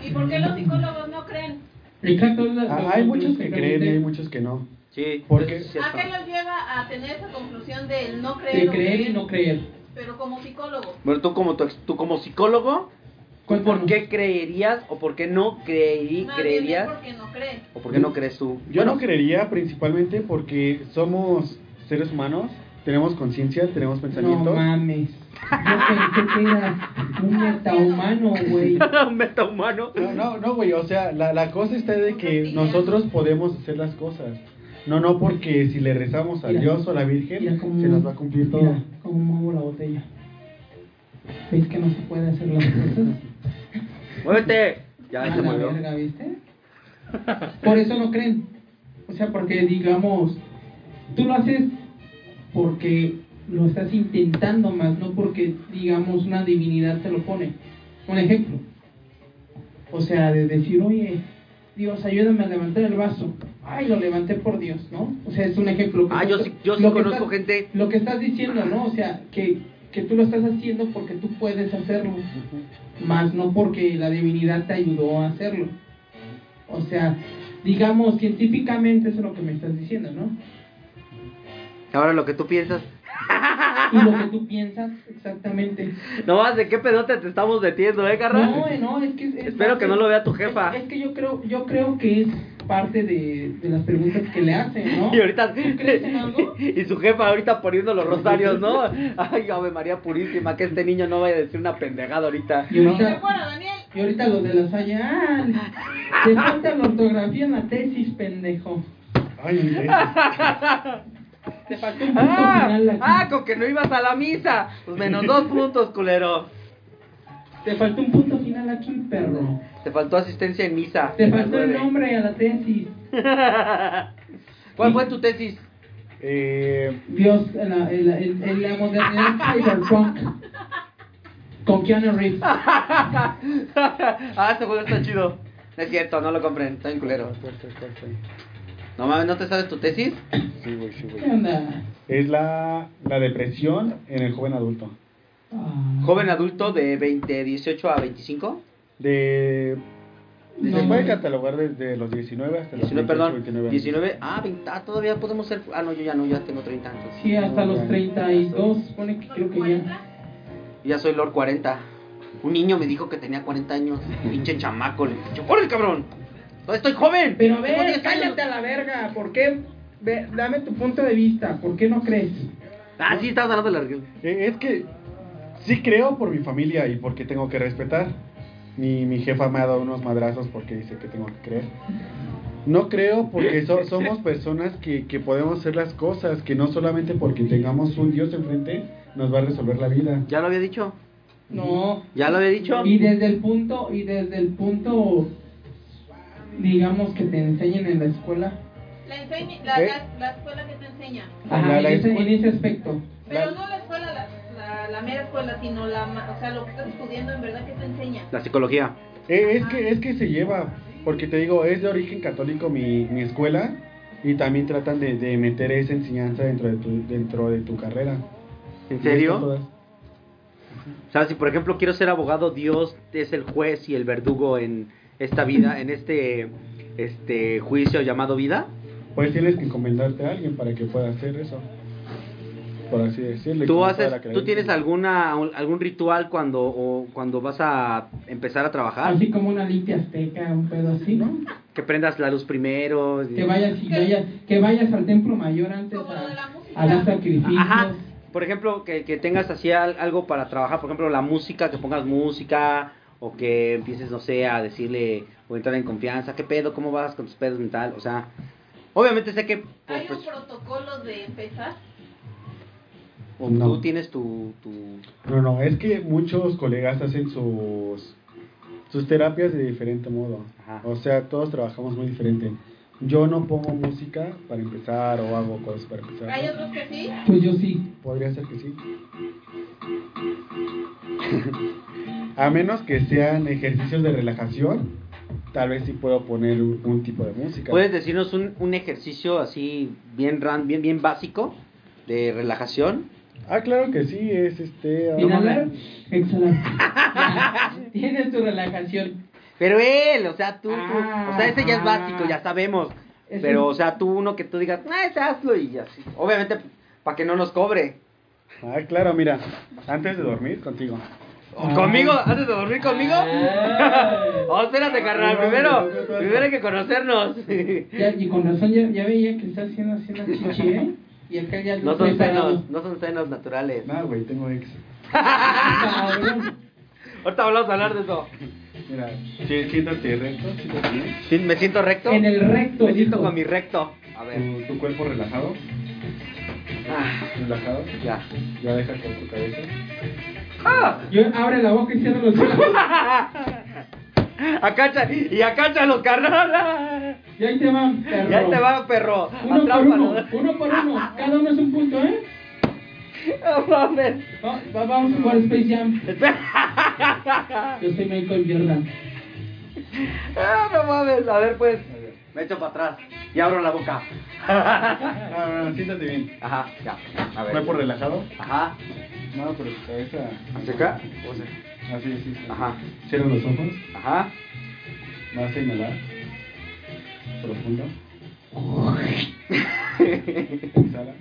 Speaker 6: ¿Y por qué los psicólogos no creen?
Speaker 1: Exacto. es la-
Speaker 3: Ah,
Speaker 1: la-
Speaker 3: hay muchos que
Speaker 1: la-
Speaker 3: creen y hay muchos que no.
Speaker 4: Sí,
Speaker 3: ¿Por
Speaker 4: eso
Speaker 3: qué?
Speaker 4: es
Speaker 6: ¿A
Speaker 4: cierto.
Speaker 6: qué los lleva a tener esa conclusión de no creer?
Speaker 1: De
Speaker 6: o
Speaker 1: creer y no creer.
Speaker 6: Pero como psicólogo.
Speaker 4: Bueno, tú como, tu ex- tú como psicólogo, ¿tú ¿por
Speaker 1: Cuéntanos.
Speaker 4: qué creerías o por qué no creí,
Speaker 6: Más bien es
Speaker 4: creerías?
Speaker 6: porque no cree.
Speaker 4: ¿O por qué no crees tú?
Speaker 1: *laughs*
Speaker 3: Yo no creería principalmente porque somos seres humanos, tenemos conciencia, tenemos
Speaker 1: No
Speaker 3: pensamientos.
Speaker 1: mames. Yo pensé que era un metahumano, güey.
Speaker 4: Un metahumano.
Speaker 3: No, no, no, güey, o sea, la, la cosa está de que nosotros podemos hacer las cosas. No, no, porque si le rezamos a
Speaker 1: Mira,
Speaker 3: Dios o a la Virgen,
Speaker 1: mira cómo-
Speaker 3: se nos va a cumplir todo.
Speaker 1: Mira, cómo muevo la botella. ¿Veis que no se puede hacer las
Speaker 3: *laughs*
Speaker 1: cosas?
Speaker 4: ¡Muévete! Ya
Speaker 1: A
Speaker 4: se
Speaker 1: la
Speaker 4: movió.
Speaker 1: verga, ¿viste? Por eso no creen. O sea, porque digamos, tú lo haces porque lo estás intentando más, no porque digamos una divinidad te lo pone. Un ejemplo. O sea, de decir, oye, Dios, ayúdame a levantar el vaso. Ay, lo levanté por Dios, ¿no? O sea, es un ejemplo.
Speaker 4: Ah, yo sí- yo sí
Speaker 1: Lo que
Speaker 4: conozco gente-
Speaker 1: Lo que estás diciendo, ¿no? O sea, que, que tú lo estás haciendo porque tú puedes hacerlo más no porque la divinidad te ayudó a hacerlo. O sea, digamos, científicamente eso es lo que me estás diciendo, ¿no?
Speaker 4: Ahora lo que tú piensas.
Speaker 1: Y lo que tú piensas exactamente.
Speaker 4: No más, ¿de qué pedote te estamos metiendo, eh, garra?
Speaker 1: No, eh, no, es que... es- es
Speaker 4: Espero que no lo vea tu jefa.
Speaker 1: Es, es que yo creo, yo creo que es parte de, de las preguntas que le hacen, ¿no?
Speaker 4: *laughs* *laughs* Y ahorita.
Speaker 1: ¿Tú crees en algo?
Speaker 4: *laughs* Y su jefa ahorita poniendo los rosarios, ¿no? Ay, Ave María Purísima, que este niño no vaya a decir una pendejada ahorita.
Speaker 1: Y ahorita,
Speaker 6: Bueno, Daniel,
Speaker 1: y ahorita lo de las haya... Ah, te falta la ortografía en la tesis, pendejo.
Speaker 3: Ay, eh,
Speaker 1: Te faltó un punto
Speaker 4: Ah,
Speaker 1: final aquí.
Speaker 4: ah, con que no ibas a la misa. Pues menos dos puntos, culero.
Speaker 1: Te faltó un punto final aquí, perro.
Speaker 4: Te faltó asistencia en misa.
Speaker 1: Te faltó el
Speaker 4: Nueve.
Speaker 1: nombre a la tesis. Mm.
Speaker 4: ¿Cuál fue tu tesis? *laughs*
Speaker 3: eh,
Speaker 1: Dios en la, en la, en- en la modernidad cyberpunk con Keanu Reeves.
Speaker 4: Ah, este juego está chido. No Es cierto, no lo compren, está en culero. No mames, ¿no te sabes tu tesis?
Speaker 3: sí, güey, sí, güey.
Speaker 1: ¿Qué onda?
Speaker 3: Es la, la depresión en el joven adulto.
Speaker 1: Ah,
Speaker 4: Joven adulto de 20, 18 a 25.
Speaker 3: De,
Speaker 1: No,
Speaker 3: se puede
Speaker 1: no.
Speaker 3: catalogar desde los 19 hasta
Speaker 4: 19,
Speaker 3: los 28,
Speaker 4: perdón.
Speaker 3: 29 años.
Speaker 4: 19, ah, 20, ah, todavía podemos ser. Ah, no, yo ya no, ya tengo 30 antes.
Speaker 1: Sí, hasta los 32, pone que creo que ya.
Speaker 4: Ya soy Lord 40. Un niño me dijo que tenía 40 años. Pinche chamaco, le dije, ¡corre, cabrón! ¡Todavía estoy joven!
Speaker 1: Pero a
Speaker 4: Tengo
Speaker 1: ver,
Speaker 4: 10 años.
Speaker 1: cállate a la verga, ¿por qué? Ve- dame tu punto de vista, ¿por qué no crees?
Speaker 4: Ah, sí, estabas hablando de la
Speaker 3: Eh, es que sí creo por mi familia y porque tengo que respetar. Mi, mi jefa me ha dado unos madrazos porque dice que tengo que creer. No creo porque so- somos personas que, que podemos hacer las cosas, que no solamente porque tengamos un Dios enfrente nos va a resolver la vida.
Speaker 4: Ya lo había dicho.
Speaker 1: No.
Speaker 4: Ya lo había dicho.
Speaker 1: Y desde el punto, y desde el punto, digamos que te enseñen en la escuela.
Speaker 6: la, enseñe- la,
Speaker 3: ¿Eh?
Speaker 6: la- la escuela que te enseña.
Speaker 1: Ajá,
Speaker 3: La- la
Speaker 1: en, ese,
Speaker 3: escuela-
Speaker 1: en ese aspecto.
Speaker 6: Pero
Speaker 3: La-
Speaker 6: no la escuela, la, la, la mera escuela, sino la, ma- o sea, lo que estás estudiando en verdad que te enseña.
Speaker 4: La psicología.
Speaker 3: Eh, es, que, es que se lleva, porque te digo, es de origen católico mi, mi escuela y también tratan de, de meter esa enseñanza dentro de tu, dentro de tu carrera.
Speaker 4: ¿En
Speaker 3: Y eso
Speaker 4: serio?
Speaker 3: todas.
Speaker 4: O sea, si por ejemplo quiero ser abogado, Dios es el juez y el verdugo en esta vida, en este este juicio llamado vida.
Speaker 3: Pues tienes que encomendarte a alguien para que pueda hacer eso. Por así decirlo. y que
Speaker 4: ¿Tú,
Speaker 3: no
Speaker 4: haces,
Speaker 3: pueda la creencia.
Speaker 4: ¿tú tienes alguna algún ritual cuando o cuando vas a empezar a trabajar?
Speaker 1: Así como una limpia azteca, un pedo así, ¿no?
Speaker 4: Que prendas la luz primero. y-
Speaker 1: Que vayas, que vayas, que vayas al templo mayor antes
Speaker 6: Como lo de la
Speaker 1: a,
Speaker 6: música.
Speaker 1: a dar sacrificios.
Speaker 4: Ajá. Por ejemplo, que, que tengas así al- algo para trabajar, por ejemplo, la música, que pongas música o que empieces, no sé, a decirle o entrar en confianza, ¿qué pedo? ¿Cómo vas con tus pedos mental? O sea, obviamente sé que pues,
Speaker 6: Hay un
Speaker 4: pues,
Speaker 6: protocolo de empezar.
Speaker 4: o
Speaker 3: No.
Speaker 4: tú tienes tu, tu...
Speaker 3: No, no, es que muchos colegas hacen sus, sus terapias de diferente modo.
Speaker 4: Ajá.
Speaker 3: O sea, todos trabajamos muy diferente. Yo no pongo música para empezar o hago cosas para
Speaker 6: Hay
Speaker 3: empezar.
Speaker 6: otros que sí.
Speaker 1: Pues yo sí.
Speaker 3: Podría ser que sí. *laughs* A menos que sean ejercicios de relajación, tal vez sí puedo poner un, un tipo de música.
Speaker 4: ¿Puedes decirnos un, un ejercicio así bien, ran, bien, bien básico de relajación?
Speaker 3: Ah, claro que sí, es este... ah,
Speaker 1: *laughs* Inhalar, exhalar. Ya, Tienes tu relajación.
Speaker 4: Pero él, o sea, tú, tú-
Speaker 1: Ah.
Speaker 4: o sea, ese ya es básico, ya sabemos.
Speaker 1: Es
Speaker 4: Pero,
Speaker 1: un-
Speaker 4: o sea, tú uno que tú digas, ah, ese hazlo y así. Obviamente, para que no nos cobre.
Speaker 3: Ah, claro, mira, antes de dormir contigo.
Speaker 1: Ah.
Speaker 4: ¿Conmigo? ¿Antes de dormir conmigo?
Speaker 1: Ah.
Speaker 4: *laughs* oh, espérate, carnal,
Speaker 3: Ah,
Speaker 4: primero,
Speaker 3: no, no, no, no.
Speaker 4: primero hay que
Speaker 1: *laughs*
Speaker 4: conocernos.
Speaker 1: Ya, y con razón ya, ya veía que está haciendo así una chichi, ¿eh? Y acá ya
Speaker 4: No son
Speaker 1: preparado.
Speaker 4: senos, no son senos naturales.
Speaker 3: No, güey, tengo ex.
Speaker 1: Cabrón.
Speaker 4: Ahorita vamos a hablar de eso.
Speaker 3: Mira, si- siéntate recto, siéntate bien.
Speaker 4: Sí, ¿Me siento recto?
Speaker 1: En el recto.
Speaker 4: Me siento
Speaker 1: dijo.
Speaker 4: con Pues mi recto. A ver.
Speaker 3: Tu, tu cuerpo relajado,
Speaker 4: Ah,
Speaker 3: relajado,
Speaker 4: ya.
Speaker 3: ya deja que tu cabeza.
Speaker 4: ¡Ah!
Speaker 1: Yo abre la boca y cierra los ojos.
Speaker 4: Acacha, y acáchalo, carnal.
Speaker 1: Y ahí te van, perro.
Speaker 4: Y ahí te va, perro.
Speaker 1: Uno por
Speaker 4: Atrápalo.
Speaker 1: uno, uno por uno. Cada uno es un punto, ¿eh?
Speaker 4: *laughs* No mames.
Speaker 1: Va- va- vamos a jugar Space
Speaker 4: *laughs*
Speaker 1: Jam.
Speaker 4: Espera.
Speaker 1: Yo soy Michael Jordan.
Speaker 4: Ah, no mames. A ver, pues. Me echo para atrás y abro la boca.
Speaker 3: Ah, no, no, siéntate bien.
Speaker 4: Ajá, ya. A ver.
Speaker 3: Cuerpo relajado,
Speaker 4: Ajá.
Speaker 3: no, pero tu cabeza.
Speaker 4: ¿Hacia acá? ¿O hacia-
Speaker 3: Así, sí, sí.
Speaker 4: Ajá.
Speaker 3: Cierra los ojos,
Speaker 4: Ajá.
Speaker 3: vas a inhalar. *laughs* Profundo. Exhala.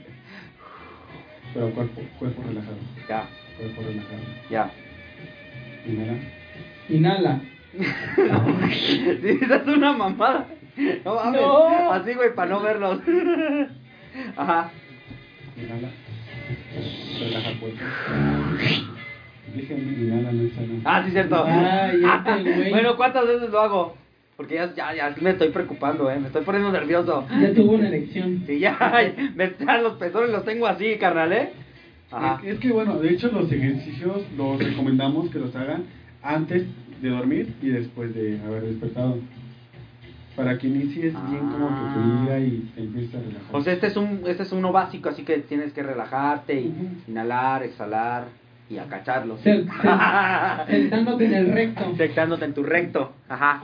Speaker 3: Pero cuerpo, cuerpo relajado,
Speaker 4: Ya,
Speaker 3: cuerpo relajado.
Speaker 4: ya. *laughs*
Speaker 3: Inhala.
Speaker 1: Inhala.
Speaker 4: Sí, esa es una mamada. No mames.
Speaker 1: No.
Speaker 4: Así, güey, para no verlos. *laughs* Ajá.
Speaker 3: Inhala. Relaja el cuerpo. Déjenme inhala, no exhala.
Speaker 4: Ah, sí, cierto.
Speaker 1: Ay, este güey.
Speaker 4: bueno, ¿cuántas veces lo hago? Porque ya, ya, ya me estoy preocupando, eh. Me estoy poniendo nervioso.
Speaker 1: Ya tuvo una erección.
Speaker 4: Sí, ya. *laughs* Me están los pezones, los tengo así, carnal, eh. Ajá.
Speaker 3: Es que bueno, de hecho los ejercicios los recomendamos que los hagan antes de dormir y después de haber despertado. Para que inicies bien como que tu día y te empieces a relajar.
Speaker 4: Ah. O sea, este es, un, este es uno básico, así que tienes que relajarte y
Speaker 3: Ujú.
Speaker 4: inhalar, exhalar y acacharlos.
Speaker 1: Se-
Speaker 4: *laughs*
Speaker 1: se- Sentándote en el recto.
Speaker 4: Detectándote en tu recto. Ajá.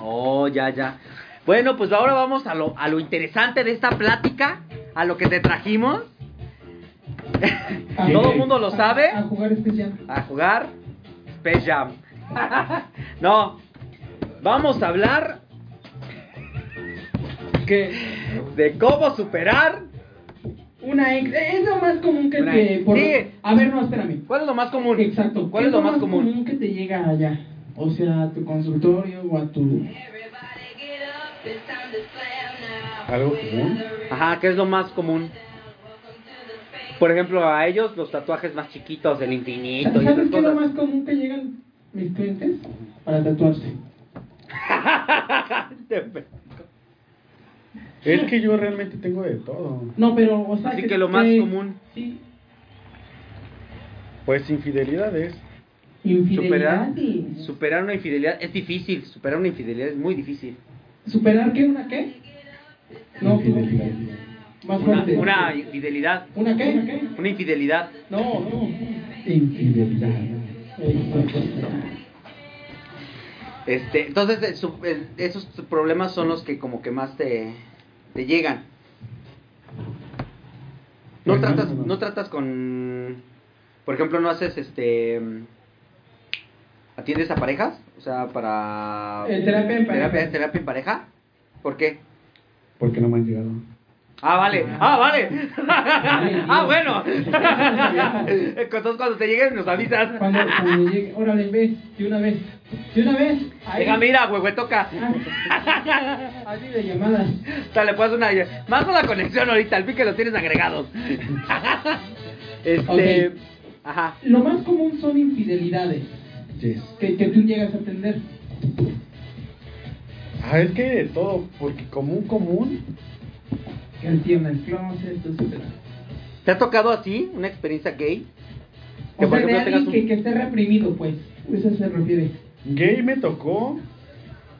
Speaker 4: Oh, ya, ya. Bueno, pues ahora vamos a lo, a lo interesante de esta plática, a lo que te trajimos.
Speaker 1: A-
Speaker 4: Todo el mundo lo
Speaker 1: a-
Speaker 4: sabe.
Speaker 1: A, jugar Space Jam.
Speaker 4: A jugar Space Jam. *laughs* no. Vamos a hablar
Speaker 1: Que
Speaker 4: de cómo superar.
Speaker 1: una ex. Es lo más común que
Speaker 4: Una
Speaker 1: te.
Speaker 4: ex.
Speaker 1: por-
Speaker 4: Sí.
Speaker 1: A ver, no, espérame.
Speaker 4: ¿Cuál es lo más común?
Speaker 1: Exacto.
Speaker 4: ¿Cuál
Speaker 1: ¿Qué
Speaker 4: es lo más común?
Speaker 1: que te llega allá? O sea, a tu consultorio o a tu.
Speaker 3: ¿Algo común?
Speaker 4: Ajá, ¿qué es lo más común? Por ejemplo, a ellos los tatuajes más chiquitos, el infinito y
Speaker 1: ¿Sabes
Speaker 4: esas
Speaker 1: qué es lo más
Speaker 4: cosas.
Speaker 1: común que llegan mis clientes? Para tatuarse.
Speaker 3: Es que yo realmente tengo de todo.
Speaker 1: No, pero, o sea.
Speaker 4: Así que lo más común.
Speaker 1: Sí.
Speaker 3: Pues infidelidades.
Speaker 1: Infidelidad
Speaker 4: Superar,
Speaker 1: y.
Speaker 4: superar una infidelidad es difícil, superar una infidelidad es muy difícil.
Speaker 1: ¿Superar qué? ¿Una qué? No, tú.
Speaker 3: Infidelidades.
Speaker 1: Más
Speaker 4: Una,
Speaker 1: fuerte.
Speaker 4: una infidelidad,
Speaker 1: ¿Una qué? ¿Una qué?
Speaker 4: una infidelidad.
Speaker 1: No,
Speaker 4: *laughs*
Speaker 1: no.
Speaker 3: Infidelidad.
Speaker 1: Exacto.
Speaker 4: Este, entonces eh, su- eh, esos problemas son los que como que más te, te llegan. No
Speaker 3: Ajá.
Speaker 4: tratas, no tratas con, por ejemplo, no haces, este, mm, atiendes a parejas, o sea, para
Speaker 1: Eh, terapia en pareja.
Speaker 4: terapia, terapia en pareja. ¿Por qué?
Speaker 3: Porque no me han llegado.
Speaker 4: Ah, vale, ah, *laughs* vale. ah,
Speaker 1: Dios.
Speaker 4: bueno.
Speaker 1: pues,
Speaker 4: Entonces cuando te lleguen nos avisas.
Speaker 1: Cuando, cuando llegue, órale, ve, de una vez, de una vez, ahí,
Speaker 4: Venga, mira, güey, toca.
Speaker 1: Ah, así de llamadas.
Speaker 4: Dale, pues una. Más con la conexión ahorita, al fin que los tienes *laughs* agregados. este.
Speaker 1: Ok.
Speaker 4: Ajá.
Speaker 1: Lo más común son infidelidades
Speaker 3: Yes.
Speaker 1: que, que tú llegas a atender.
Speaker 3: Ah, es que de todo. Porque común, común.
Speaker 1: Que el tío en el closet, etc.
Speaker 4: ¿Te ha tocado así una experiencia gay? Que,
Speaker 1: O
Speaker 4: por
Speaker 1: sea, de
Speaker 4: ejemplo,
Speaker 1: alguien
Speaker 4: tengas
Speaker 1: que,
Speaker 4: un-
Speaker 1: que esté reprimido, pues, eso se refiere.
Speaker 3: Gay me tocó.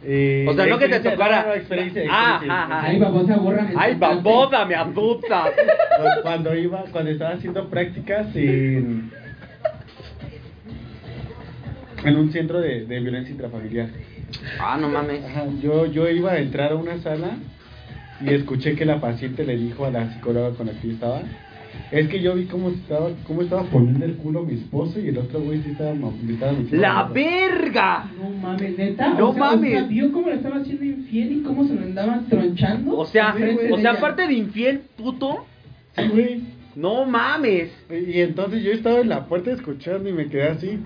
Speaker 3: eh,
Speaker 4: O sea, no que te
Speaker 3: experiencia-
Speaker 4: tocara.
Speaker 3: no, no, experiencia,
Speaker 4: Ah,
Speaker 3: experiencia.
Speaker 4: ajá, ajá.
Speaker 1: Ay, babosa, bórrame.
Speaker 4: ¡Ay, baboda, me adopta!
Speaker 3: Cu- cuando iba cuando estaba haciendo prácticas en en un centro de, de violencia intrafamiliar
Speaker 4: *laughs* ah, no mames.
Speaker 3: Ajá, yo yo iba a entrar a una sala y escuché que la paciente le dijo a la psicóloga con la que yo estaba es que yo vi cómo estaba cómo estaba poniendo el culo mi esposo y el otro güey sí estaba ma- me estaba metiendo
Speaker 4: ¡La
Speaker 3: mano.
Speaker 4: verga!
Speaker 1: No mames, neta.
Speaker 4: No
Speaker 1: o sea, o
Speaker 4: mames.
Speaker 1: sea, vio cómo le estaba haciendo infiel y cómo se lo andaban tronchando.
Speaker 4: O sea,
Speaker 1: enfrente
Speaker 4: o
Speaker 1: de
Speaker 4: sea,
Speaker 1: ella.
Speaker 4: aparte de infiel, puto,
Speaker 3: sí güey
Speaker 4: no mames.
Speaker 3: y entonces yo estaba en la puerta escuchando y me quedé así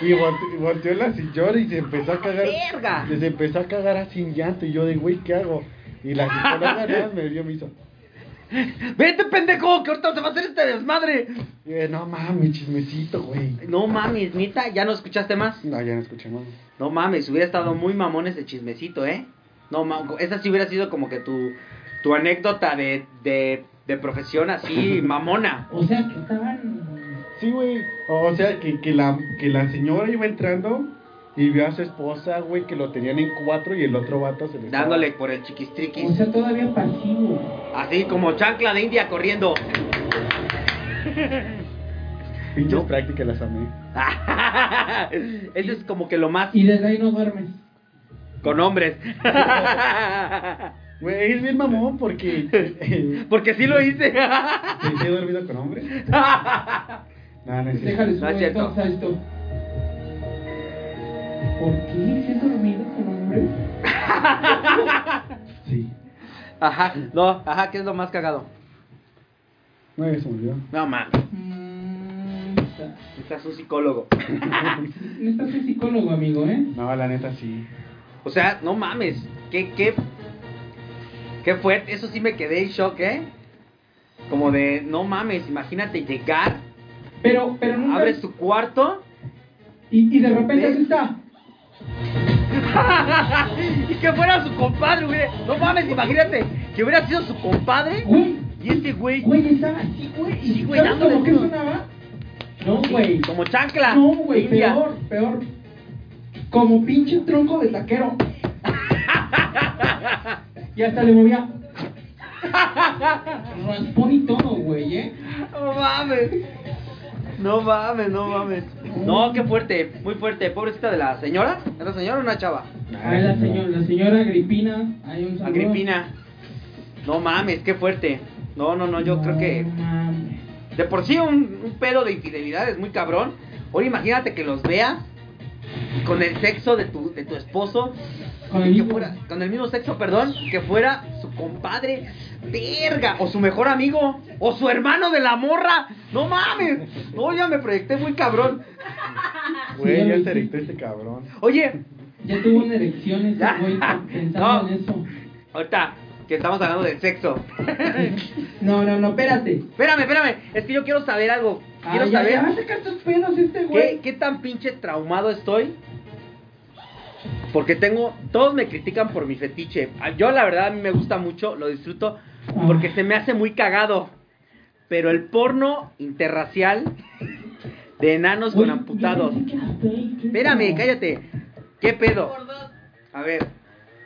Speaker 3: y volte- y volteó la señora y se empezó a cagar
Speaker 4: ¡Verga!
Speaker 3: Les empezó a cagar así en llanto y yo de, güey, ¿qué hago? Y la psicóloga nada más me vio y me hizo,
Speaker 4: ¡Vete, pendejo! Que ahorita se va a hacer este desmadre.
Speaker 3: y yo, no mames, chismecito, güey.
Speaker 4: No mames, neta, ya no escuchaste más.
Speaker 3: No, ya no escuché más.
Speaker 4: No mames, hubiera estado muy mamón ese chismecito, ¿eh? No mames, esa sí hubiera sido como que tu, tu anécdota de, de, de profesión así mamona.
Speaker 1: O sea, que estaban.
Speaker 3: Sí, güey. O sea, que, que, la, que la señora iba entrando y vio a su esposa, güey, que lo tenían en cuatro y el otro vato se le estaba-
Speaker 4: Dándole por el
Speaker 1: O
Speaker 4: chiquistriquis.
Speaker 1: sea, todavía pasivo.
Speaker 4: Así como chancla de India corriendo. *laughs*
Speaker 3: Pinches
Speaker 4: ¿No?
Speaker 3: prácticas las amé.
Speaker 4: Ese es como que lo más
Speaker 1: Y desde ahí no duermes.
Speaker 4: con hombres. *laughs*
Speaker 3: Güey, es bien mamón porque.
Speaker 4: Porque sí lo hice.
Speaker 3: ¿Te he dormido con hombres? No, no es cierto.
Speaker 1: Déjale
Speaker 4: No es
Speaker 1: subir
Speaker 4: cierto.
Speaker 1: entonces a esto. ¿Por qué se ha dormido con hombres?
Speaker 3: Sí.
Speaker 4: Ajá, no, ajá, ¿qué es lo más cagado?
Speaker 3: No, ya se me olvidó.
Speaker 4: No, man,
Speaker 1: Mm, está-
Speaker 4: estás un psicólogo.
Speaker 1: Necesitas un psicólogo, amigo, ¿eh?
Speaker 3: No, la neta sí.
Speaker 4: O sea, no mames, qué, qué, qué fuerte, eso sí me quedé en shock, ¿eh? Como de, no mames, imagínate llegar,
Speaker 1: Pero, pero nunca.
Speaker 4: abres tu cuarto
Speaker 1: Y, y de repente así está.
Speaker 4: y que fuera su compadre, güey. No mames, imagínate que hubiera sido su compadre
Speaker 1: Güey,
Speaker 4: y este güey,
Speaker 1: güey, estaba así, güey.
Speaker 4: Sí,
Speaker 1: Y
Speaker 4: güey,
Speaker 1: ¿sabes
Speaker 4: dándole
Speaker 1: como que
Speaker 4: duro.
Speaker 1: sonaba? No, güey.
Speaker 4: como chancla.
Speaker 1: No, güey,
Speaker 4: india.
Speaker 1: peor, peor. Como pinche tronco de
Speaker 4: *laughs*
Speaker 1: taquero. y hasta le movía. Raspón y todo, güey, ¿eh?
Speaker 4: No mames. No mames, no mames. No, qué fuerte, muy fuerte. Pobrecita de la señora. ¿Es la señora o una chava?
Speaker 1: Ahí la señora, la señora Agripina. Ahí un saludo.
Speaker 4: Agripina. No mames, qué fuerte. No, no, no, yo creo que
Speaker 1: No mames.
Speaker 4: de por sí un, un pedo de infidelidad es muy cabrón. Ahora imagínate que los veas con el sexo de tu, de tu esposo,
Speaker 1: Con
Speaker 4: y
Speaker 1: el
Speaker 4: que
Speaker 1: mismo.
Speaker 4: fuera- con el mismo sexo, perdón, que fuera su compadre, verga, o su mejor amigo, o su hermano de la morra. No mames, no, ya me proyecté muy cabrón.
Speaker 1: Sí,
Speaker 3: Güey, ya
Speaker 1: lo
Speaker 3: se
Speaker 1: hice.
Speaker 3: erectó este cabrón.
Speaker 4: Oye,
Speaker 1: Ya tuvo una
Speaker 4: *laughs*
Speaker 1: erección ese
Speaker 4: Ya.
Speaker 1: güey pensando
Speaker 4: Ah, No.
Speaker 1: en eso.
Speaker 4: ahorita que estamos hablando del sexo. *laughs*
Speaker 1: No, no, no, espérate.
Speaker 4: Espérame, espérame, es que yo quiero saber algo. Quiero
Speaker 1: Ay, Ah, ya,
Speaker 4: saber.
Speaker 1: ya va a sacar tus pedos este
Speaker 4: ¿Qué,
Speaker 1: güey.
Speaker 4: ¿Qué tan pinche traumado estoy? Porque tengo. Todos me critican por mi fetiche. Ah, Yo, la verdad, a mí me gusta mucho, lo disfruto. Porque se me hace muy cagado. Pero el porno interracial de enanos
Speaker 1: Güey,
Speaker 4: con amputados.
Speaker 1: ya pensé que era fake,
Speaker 4: Espérame,
Speaker 1: no.
Speaker 4: cállate. ¿Qué pedo?
Speaker 6: Por dos.
Speaker 4: A ver,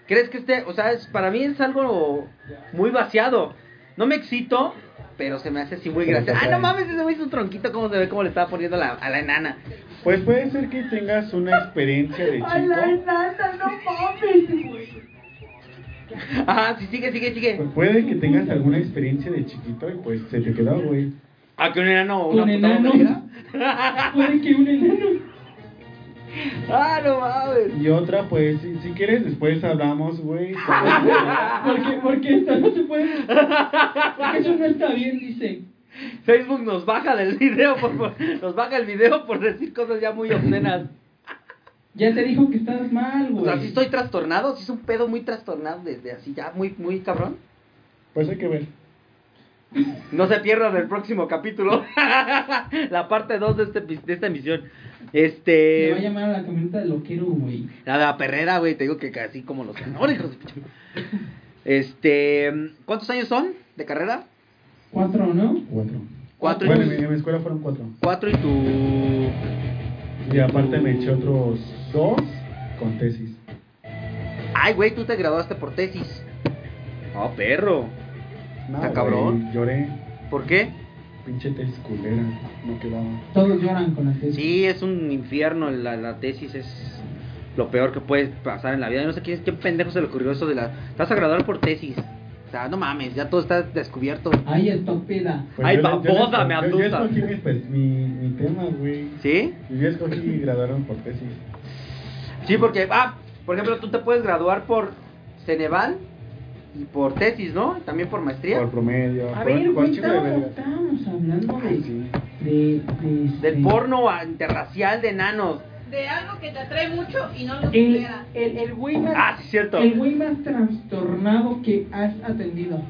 Speaker 4: ¿crees que este, o sea, es- para mí es algo muy vaciado? No me excito, pero se me hace así muy
Speaker 3: Pero
Speaker 4: gracioso.
Speaker 3: te
Speaker 4: Ah,
Speaker 3: atrae.
Speaker 4: no mames, ese güey es un tronquito, cómo se ve, cómo le estaba poniendo la- a la enana.
Speaker 3: Pues puede ser que tengas una experiencia de
Speaker 1: Ay, la
Speaker 3: chico.
Speaker 1: enana, no mames, güey.
Speaker 4: Ajá, sí, sigue, sigue, sigue.
Speaker 3: Pues puede que tengas alguna experiencia de chiquito y pues se te quedó, güey.
Speaker 4: Ah, que un enano,
Speaker 1: ¿Un
Speaker 4: una puta
Speaker 1: enano?
Speaker 4: bombonera.
Speaker 1: Puede que un enano.
Speaker 4: Ah, no mames.
Speaker 3: Y otra, pues, si, si quieres, después hablamos, güey.
Speaker 1: Porque, porque esto no se puede. Porque eso no está bien, dice.
Speaker 4: Facebook nos baja del video, por, por- nos baja el video por decir cosas ya muy obscenas.
Speaker 1: Ya te dijo que estás mal,
Speaker 4: O
Speaker 1: güey.
Speaker 4: sea, sí estoy trastornado, sí es un pedo muy trastornado desde así ya, muy, muy cabrón.
Speaker 3: Pues hay que ver.
Speaker 4: No se pierdan el próximo capítulo. *laughs* la parte 2 de, este, epi- de esta emisión.
Speaker 1: Me va a
Speaker 4: Este.
Speaker 1: llamar a la camioneta de loquero, güey.
Speaker 4: La de la perrera, güey. Te digo que casi como los canores. hijos de pinche- Este. ¿Cuántos años son de carrera?
Speaker 1: Cuatro, ¿no?
Speaker 3: Cuatro.
Speaker 4: Cuatro
Speaker 3: Bueno,
Speaker 4: y
Speaker 3: en mi, en mi escuela fueron cuatro.
Speaker 4: Cuatro y tu.
Speaker 3: Y aparte me eché otros dos con tesis.
Speaker 4: Ay, güey, tú te graduaste por tesis. Oh, perro.
Speaker 3: No,
Speaker 4: Está Ah, cabrón.
Speaker 3: güey, Lloré.
Speaker 4: ¿Por qué?
Speaker 3: Pinche tesis culera. No quedaba.
Speaker 1: Todos lloran con la tesis.
Speaker 4: Sí, es un infierno. La, la tesis es lo peor que puede pasar en la vida. Yo no sé quién, qué pendejo se le ocurrió eso de la. Te vas a graduar por tesis. O sea, no mames, ya todo está descubierto.
Speaker 1: Ay, estúpida.
Speaker 4: Ay,
Speaker 3: Pues yo le- yo le-
Speaker 4: babosa, me
Speaker 3: yo- Yo
Speaker 4: asusta.
Speaker 3: escogí mi, pues, mi, mi tema, güey.
Speaker 4: ¿Sí?
Speaker 3: Y yo escogí y graduaron por tesis.
Speaker 4: Sí, porque, ah, por ejemplo, tú te puedes graduar por Ceneval y por tesis, ¿no? También por maestría.
Speaker 3: Por promedio.
Speaker 1: A
Speaker 3: por-
Speaker 1: ver,
Speaker 3: por
Speaker 1: güey,
Speaker 3: chingo de
Speaker 1: estábamos,
Speaker 3: verga.
Speaker 1: estábamos hablando de.
Speaker 3: Ay, sí.
Speaker 1: de, de
Speaker 4: Del
Speaker 1: este-
Speaker 4: porno a- interracial de enanos.
Speaker 6: De algo que te atrae mucho y no lo
Speaker 1: El,
Speaker 6: supera.
Speaker 1: el, el güey más.
Speaker 4: Ah, sí, cierto.
Speaker 1: El güey más trastornado que has atendido.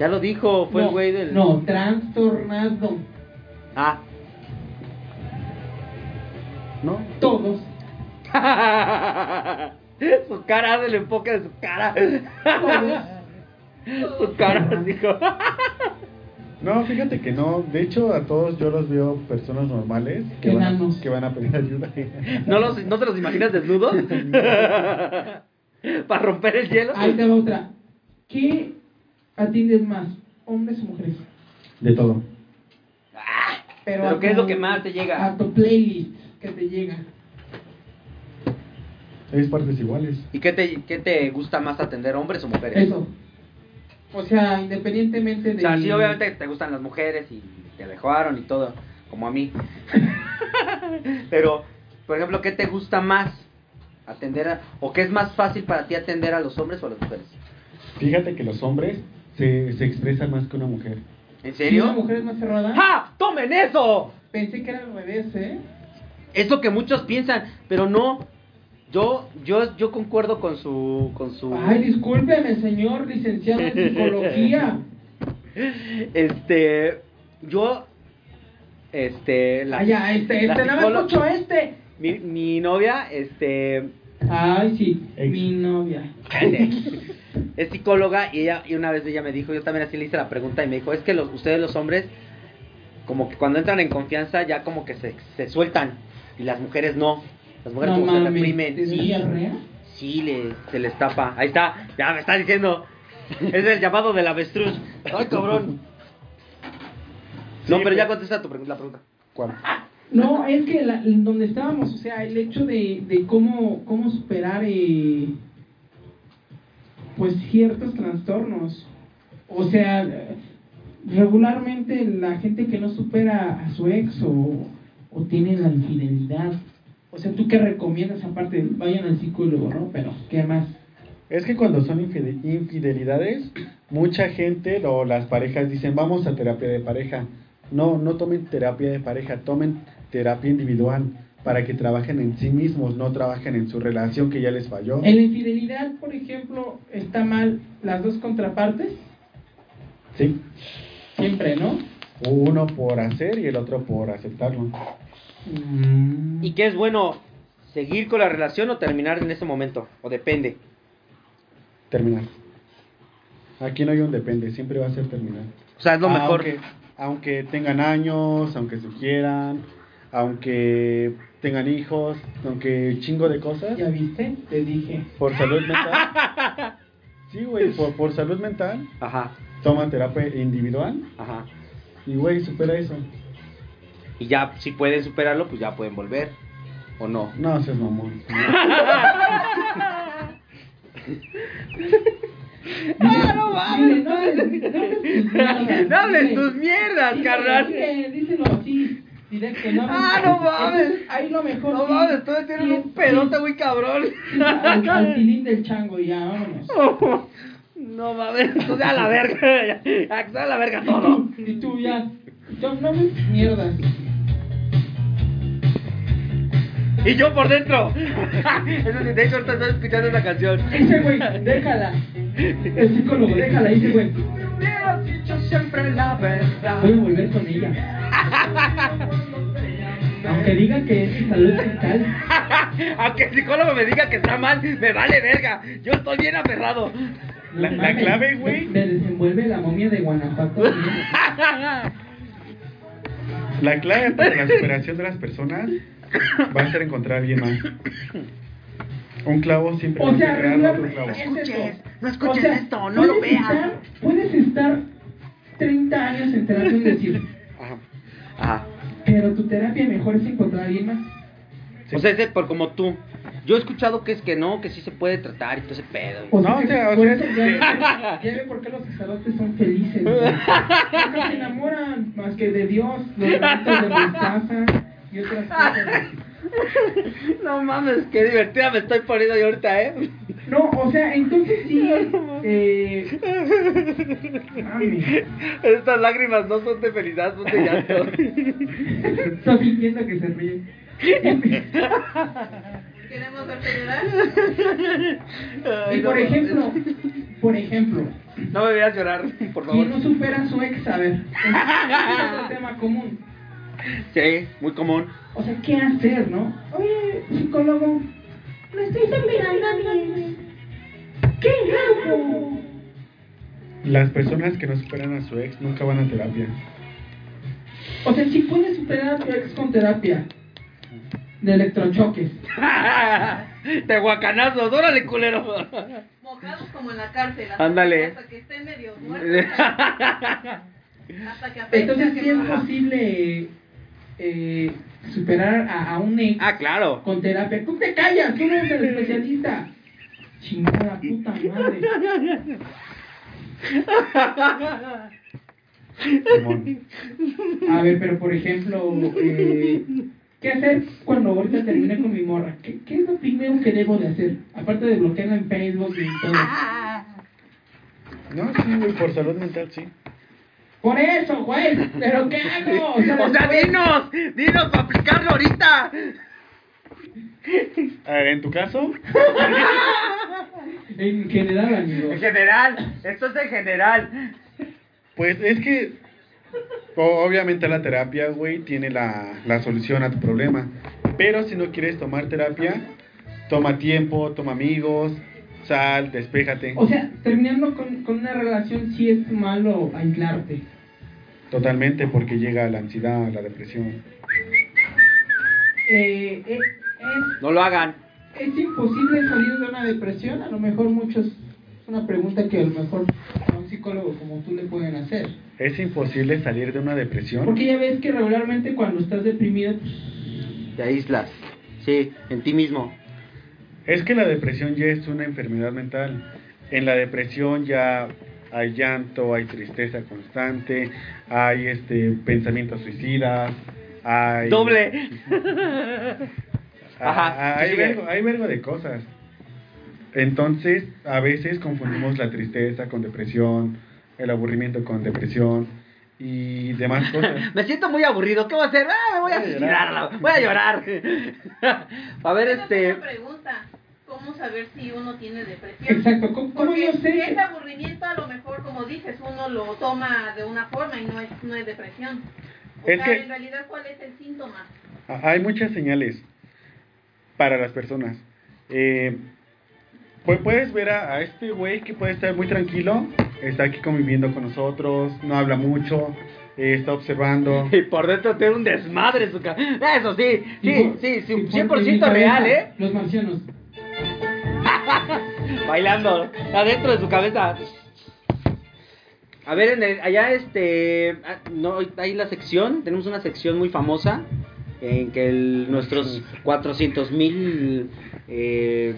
Speaker 4: Ya lo dijo, fue
Speaker 1: no,
Speaker 4: el güey del.
Speaker 1: No, trastornado.
Speaker 4: Ah.
Speaker 3: ¿No?
Speaker 4: *laughs*
Speaker 1: Todos.
Speaker 4: su cara, *laughs* del enfoque de su cara.
Speaker 1: Todos.
Speaker 4: Su cara, dijo.
Speaker 3: No, fíjate que no. De hecho, a todos yo los veo personas normales que, van
Speaker 1: Enanos.
Speaker 3: a, que van a pedir ayuda.
Speaker 4: ¿No, los, ¿No te los imaginas desnudos? *laughs* Para romper el hielo.
Speaker 1: Ahí te va otra. ¿Qué atiendes más, hombres o mujeres?
Speaker 3: De todo.
Speaker 1: Pero,
Speaker 4: ¿Pero
Speaker 1: a
Speaker 4: qué es
Speaker 1: tu-
Speaker 4: lo que más te llega?
Speaker 1: A tu playlist que te llega.
Speaker 3: Es partes iguales.
Speaker 4: ¿Y qué te, qué te gusta más atender, hombres o mujeres?
Speaker 1: Eso. O sea, independientemente
Speaker 4: O
Speaker 1: de.
Speaker 4: sea, sí, obviamente te gustan las mujeres y te dejaron y todo, como a mí. *laughs* Pero, por ejemplo, ¿qué te gusta más? Atender a- ¿O qué es más fácil para ti atender a los hombres o a las mujeres?
Speaker 3: Fíjate que los hombres se, se expresan más que una mujer.
Speaker 4: ¿En
Speaker 1: Si una
Speaker 4: serio?
Speaker 1: mujer es más cerrada.
Speaker 4: ¡Ja! ¡Tomen eso!
Speaker 1: Pensé que era al revés, ¿eh?
Speaker 4: Es lo que muchos piensan, pero no. Yo, yo, yo concuerdo con su, con su,
Speaker 1: Ay, discúlpeme, señor licenciado en psicología.
Speaker 4: este, yo, este, *laughs* la,
Speaker 1: Ay, ya, este,
Speaker 4: la
Speaker 1: este, no me
Speaker 4: psicóloga-
Speaker 1: escucho este.
Speaker 4: mi, mi novia, este,
Speaker 1: Ay, sí,
Speaker 3: Ex.
Speaker 1: mi novia. *laughs*
Speaker 4: Cállate. es psicóloga y ella y una vez ella me dijo, yo también así le hice la pregunta y me dijo, es que los ustedes los hombres como que cuando entran en confianza ya como que se, se sueltan y las mujeres no. Las mujeres como se reprimen.
Speaker 1: ¿Te
Speaker 4: Sí,
Speaker 1: diarrea?
Speaker 4: sí le- se les tapa. Ahí está, ya me está diciendo. es el llamado del avestruz. Ay, cabrón. no,
Speaker 3: Sí,
Speaker 4: pero
Speaker 3: pero-
Speaker 4: ya contesta tu pregunta, la pregunta.
Speaker 3: ¿Cuál?
Speaker 1: No, es que la- donde estábamos, o sea, el hecho de, de cómo, cómo superar eh, pues ciertos trastornos. O sea, regularmente la gente que no supera a su ex o, o tiene la infidelidad. O sea, ¿tú qué recomiendas? Aparte, de vayan al psicólogo, ¿no? Pero, ¿qué más?
Speaker 3: Es que cuando son infide- infidelidades, mucha gente o las parejas dicen, vamos a terapia de pareja. No, no tomen terapia de pareja, tomen terapia individual para que trabajen en sí mismos, no trabajen en su relación que ya les falló.
Speaker 1: En la infidelidad, por ejemplo, está mal las dos contrapartes,
Speaker 3: Sí,
Speaker 1: siempre, ¿no?
Speaker 3: uno por hacer y el otro por aceptarlo.
Speaker 4: ¿Y qué es bueno? ¿Seguir con la relación o terminar en ese momento? O depende.
Speaker 3: Terminar. Aquí no hay un depende, siempre va a ser terminar.
Speaker 4: O sea, es lo mejor.
Speaker 3: Aunque, aunque tengan años, aunque se quieran, aunque tengan hijos, aunque chingo de cosas.
Speaker 1: ¿Ya viste? Te dije.
Speaker 3: Por salud mental.
Speaker 4: *laughs*
Speaker 3: Sí, güey, por, por salud mental.
Speaker 4: Ajá,
Speaker 3: Toma terapia individual
Speaker 4: ajá.
Speaker 3: y, güey, supera eso.
Speaker 4: Y ya, si pueden superarlo, pues ya pueden volver.
Speaker 1: *laughs*
Speaker 4: ¿O no?
Speaker 3: No seas mamón.
Speaker 4: ¡Ah, no
Speaker 1: Dile, no hables- no hables tus mierdas,
Speaker 4: ¡No hables
Speaker 1: dile.
Speaker 4: tus mierdas,
Speaker 1: Dile,
Speaker 4: carnal!
Speaker 1: dile, Díselo así, directo, no hables
Speaker 4: Ah,
Speaker 1: tus
Speaker 4: no
Speaker 1: mierdas.
Speaker 4: mames.
Speaker 1: Entonces, Ahí lo mejor.
Speaker 4: No
Speaker 1: sí,
Speaker 4: mames, todos tienen
Speaker 1: sí,
Speaker 4: un pedote
Speaker 1: sí,
Speaker 4: muy cabrón.
Speaker 1: sí, Al, al tilín del chango, ya, vámonos.
Speaker 4: *laughs* No mames, tú a la verga. Ya, que sea a la verga todo.
Speaker 1: Y tú ya. No, no hables tus mierdas.
Speaker 4: Y yo por dentro. *laughs* Eso sí, de hecho, ahorita estoy escuchando una canción. *laughs*
Speaker 1: Ese güey, déjala. El psicólogo, déjala, dice güey.
Speaker 4: Hubieras dicho siempre la verdad.
Speaker 1: Voy a volver con ella. Aunque diga que es salud mental.
Speaker 4: Aunque el psicólogo me diga que está mal, me vale verga. Yo estoy bien aferrado. *laughs*
Speaker 1: no
Speaker 3: La- la
Speaker 1: mames,
Speaker 3: clave, güey.
Speaker 1: Me desenvuelve la momia de Guanajuato.
Speaker 3: La clave para la superación de las personas va a ser encontrar a alguien más. Un clavo siempre
Speaker 1: O
Speaker 3: va a
Speaker 1: sea,
Speaker 3: encontrar otro
Speaker 1: regularmente
Speaker 3: clavo.
Speaker 1: es eso.
Speaker 4: escuches, no escuches
Speaker 1: O sea,
Speaker 4: esto, no lo
Speaker 1: puedes
Speaker 4: veas.
Speaker 1: estar- puedes estar 30 años en terapia y decir,
Speaker 4: Ajá. Ajá.
Speaker 1: pero tu terapia mejor es encontrar a alguien más.
Speaker 4: O sea, ese por como tú. Yo he escuchado que es que no, que sí se puede tratar y todo ese pedo.
Speaker 1: O
Speaker 3: No,
Speaker 1: sea,
Speaker 3: o sea, o
Speaker 1: por
Speaker 3: sea,
Speaker 1: eso
Speaker 3: es-
Speaker 1: ya, ya ve por qué los sacerdotes son felices. güey. Nunca se enamoran más que de Dios, los
Speaker 3: *laughs*
Speaker 1: ranitos de mostaza y otras cosas.
Speaker 4: No mames, qué divertida me estoy poniendo yo ahorita, ¿eh?
Speaker 1: No, o sea, entonces sí,
Speaker 3: *laughs*
Speaker 1: eh, mami,
Speaker 4: Estas lágrimas no son de felicidad, son de llanto.
Speaker 1: *laughs* estoy fingiendo que se
Speaker 4: *laughs*
Speaker 1: ríe.
Speaker 6: Queremos verte llorar.
Speaker 4: Ay,
Speaker 1: Y
Speaker 4: no
Speaker 1: por
Speaker 4: mames.
Speaker 1: ejemplo, por ejemplo,
Speaker 4: *laughs* No me veas llorar, por favor.
Speaker 1: ¿quién no supera a su ex? A ver, es otro tema común.
Speaker 4: Sí, muy común.
Speaker 1: O sea, ¿qué hacer, no? Oye, psicólogo, no estoy superando a mi ex. ¿Qué hago?
Speaker 3: Las personas que no superan a su ex nunca van a terapia.
Speaker 1: O sea, si puedes superar a tu ex con terapia de electrochoques.
Speaker 4: *laughs* Te guacanazos, órale, culero.
Speaker 6: Mojados como en la cárcel. hasta-
Speaker 4: Ándale.
Speaker 6: Hasta que estén medio muertos. hasta que aprendan
Speaker 1: Entonces,
Speaker 6: que
Speaker 1: sí es
Speaker 6: no-
Speaker 1: posible eh, superar a, a un ex
Speaker 4: Ah, claro.
Speaker 1: con terapia. ¡Tú te callas! ¡Tú no eres el especialista! Chingada puta madre.
Speaker 3: Simón.
Speaker 1: A ver, pero por ejemplo, eh, ¿qué hacer cuando ahorita termine con mi morra? ¿Qué, ¿Qué es lo primero que debo de hacer? Aparte de bloquearla en Facebook y todo.
Speaker 3: No, sí, güey, por salud mental, sí.
Speaker 1: Por eso, güey. ¿Pero qué hago?
Speaker 4: O sea,
Speaker 1: después-
Speaker 4: dinos, dinos para aplicarlo ahorita.
Speaker 3: A ver, en tu caso,
Speaker 1: En general, amigos.
Speaker 4: general, esto es en general.
Speaker 3: pues es que o- obviamente la terapia, güey, tiene la, la solución a tu problema. Pero si no quieres tomar terapia, toma tiempo, toma amigos, sal, despéjate.
Speaker 1: O sea, terminando con, con una relación, sí es malo aislarte.
Speaker 3: Totalmente, porque llega la ansiedad, la depresión.
Speaker 1: Eh, eh, es,
Speaker 4: No lo hagan.
Speaker 1: es imposible salir de una depresión. A lo mejor muchos. Es una pregunta que a lo mejor a un psicólogo como tú le pueden hacer.
Speaker 3: Es imposible salir de una depresión.
Speaker 1: Porque ya ves que regularmente cuando estás deprimido, pues,
Speaker 8: Te aíslas. Sí, en ti mismo.
Speaker 3: Es que la depresión ya es una enfermedad mental. En la depresión ya hay llanto, hay tristeza constante, hay este pensamientos suicidas, hay
Speaker 4: Doble.
Speaker 3: Ah,
Speaker 4: *laughs* Ajá,
Speaker 3: hay,
Speaker 4: sigue.
Speaker 3: vergo, hay vergo de cosas. Entonces, a veces confundimos la tristeza con depresión, el aburrimiento con depresión y demás
Speaker 4: *laughs*
Speaker 3: cosas.
Speaker 4: Me siento muy aburrido. ¿Qué voy a hacer? Ah, me voy a
Speaker 3: Voy a
Speaker 4: suicidar. a la- Voy a llorar. *laughs* A ver,
Speaker 6: Esa es
Speaker 4: este.
Speaker 6: una pregunta. ¿Cómo saber si uno tiene depresión?
Speaker 1: exacto, ¿cómo, cómo
Speaker 6: Porque
Speaker 1: yo
Speaker 6: si
Speaker 1: sé?
Speaker 6: es aburrimiento, a lo mejor, como dices, uno lo toma de una forma y no es, no es depresión. O
Speaker 3: Es
Speaker 6: sea,
Speaker 3: que-
Speaker 6: en realidad, ¿cuál es el síntoma?
Speaker 3: A- Ah, Hay muchas señales para las personas. Eh, pues puedes ver a, a este güey que puede estar muy tranquilo, está aquí conviviendo con nosotros, no habla mucho, eh, está
Speaker 4: *laughs*
Speaker 3: observando.
Speaker 4: Y por dentro tiene un desmadre su ca- Eso sí,
Speaker 1: Y
Speaker 4: sí,
Speaker 1: por-
Speaker 4: sí, sí,
Speaker 1: y por- en mi
Speaker 4: 100%
Speaker 1: cabeza,
Speaker 4: real, ¿eh?
Speaker 1: Los marcianos.
Speaker 4: Bailando adentro de su cabeza. A ver, en el- allá este. ah, No, hay la sección. Tenemos una sección muy famosa. En que el- nuestros 400 mil eh,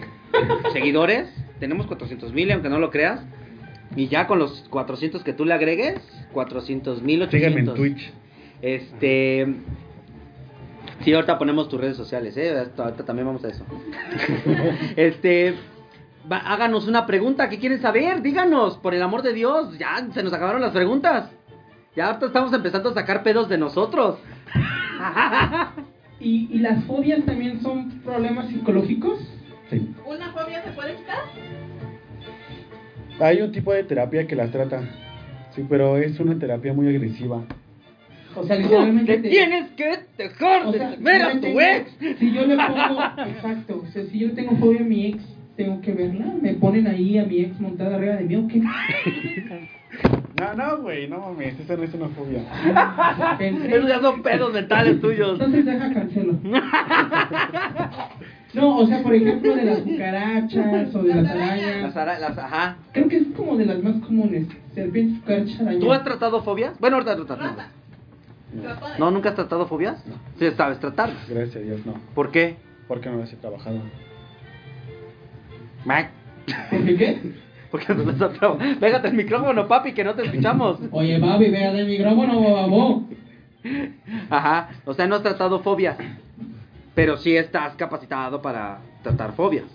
Speaker 4: seguidores. Tenemos 400 mil, aunque no lo creas. Y ya con los 400 que tú le agregues, 400 mil
Speaker 3: Síganme en Twitch.
Speaker 4: Este. Sí, ahorita ponemos tus redes sociales, ¿eh? Hasta- Ahorita también vamos a eso. *laughs* este. va- háganos una pregunta. ¿Qué quieren saber? Díganos, por el amor de Dios. Ya se nos acabaron las preguntas. Ya ahorita estamos empezando a sacar pedos de nosotros.
Speaker 1: ¿Y, ¿Y las fobias también son problemas psicológicos?
Speaker 3: Sí.
Speaker 6: ¿Una fobia se puede quitar?
Speaker 3: Hay un tipo de terapia que las trata. Sí, pero es una terapia muy agresiva.
Speaker 1: O sea, literalmente...
Speaker 4: Te tienes que dejar
Speaker 1: o
Speaker 4: de
Speaker 1: sea,
Speaker 4: temer
Speaker 1: yo
Speaker 4: a
Speaker 1: le
Speaker 4: tu
Speaker 1: tengo-
Speaker 4: ex.
Speaker 1: Si yo le pongo... Exacto. O sea, si yo tengo fobia a mi ex, tengo que verla. Me ponen ahí a mi ex montada arriba de mí, ¿o qué?
Speaker 3: No, no, güey, no mames, esa no es una fobia.
Speaker 1: Pensé.
Speaker 4: Esos ya son pedos mentales tuyos.
Speaker 1: Entonces deja cancelo. No, o sea, por ejemplo, de las cucarachas o de las
Speaker 6: Las arañas.
Speaker 1: arañas.
Speaker 4: Las, ara- las- ajá.
Speaker 1: Creo que es como de las más comunes. Serpientes, cucarachas, arañas.
Speaker 4: ¿Tú has tratado fobias? Bueno, ahorita lo tratamos.
Speaker 6: Rata. Ratones.
Speaker 4: ¿No nunca has tratado fobias? Sí, sabes tratarlas.
Speaker 3: Gracias a Dios, no.
Speaker 4: ¿Por qué?
Speaker 3: Porque no las he trabajado.
Speaker 4: Mac,
Speaker 1: ¿Por qué?
Speaker 4: ¿Por qué no las has trabajado? Pégate el micrófono, papi, que no te *laughs* escuchamos.
Speaker 1: Oye, papi, pégate el micrófono, bababó.
Speaker 4: Ajá, o sea, no has tratado fobias, pero sí estás capacitado para tratar fobias.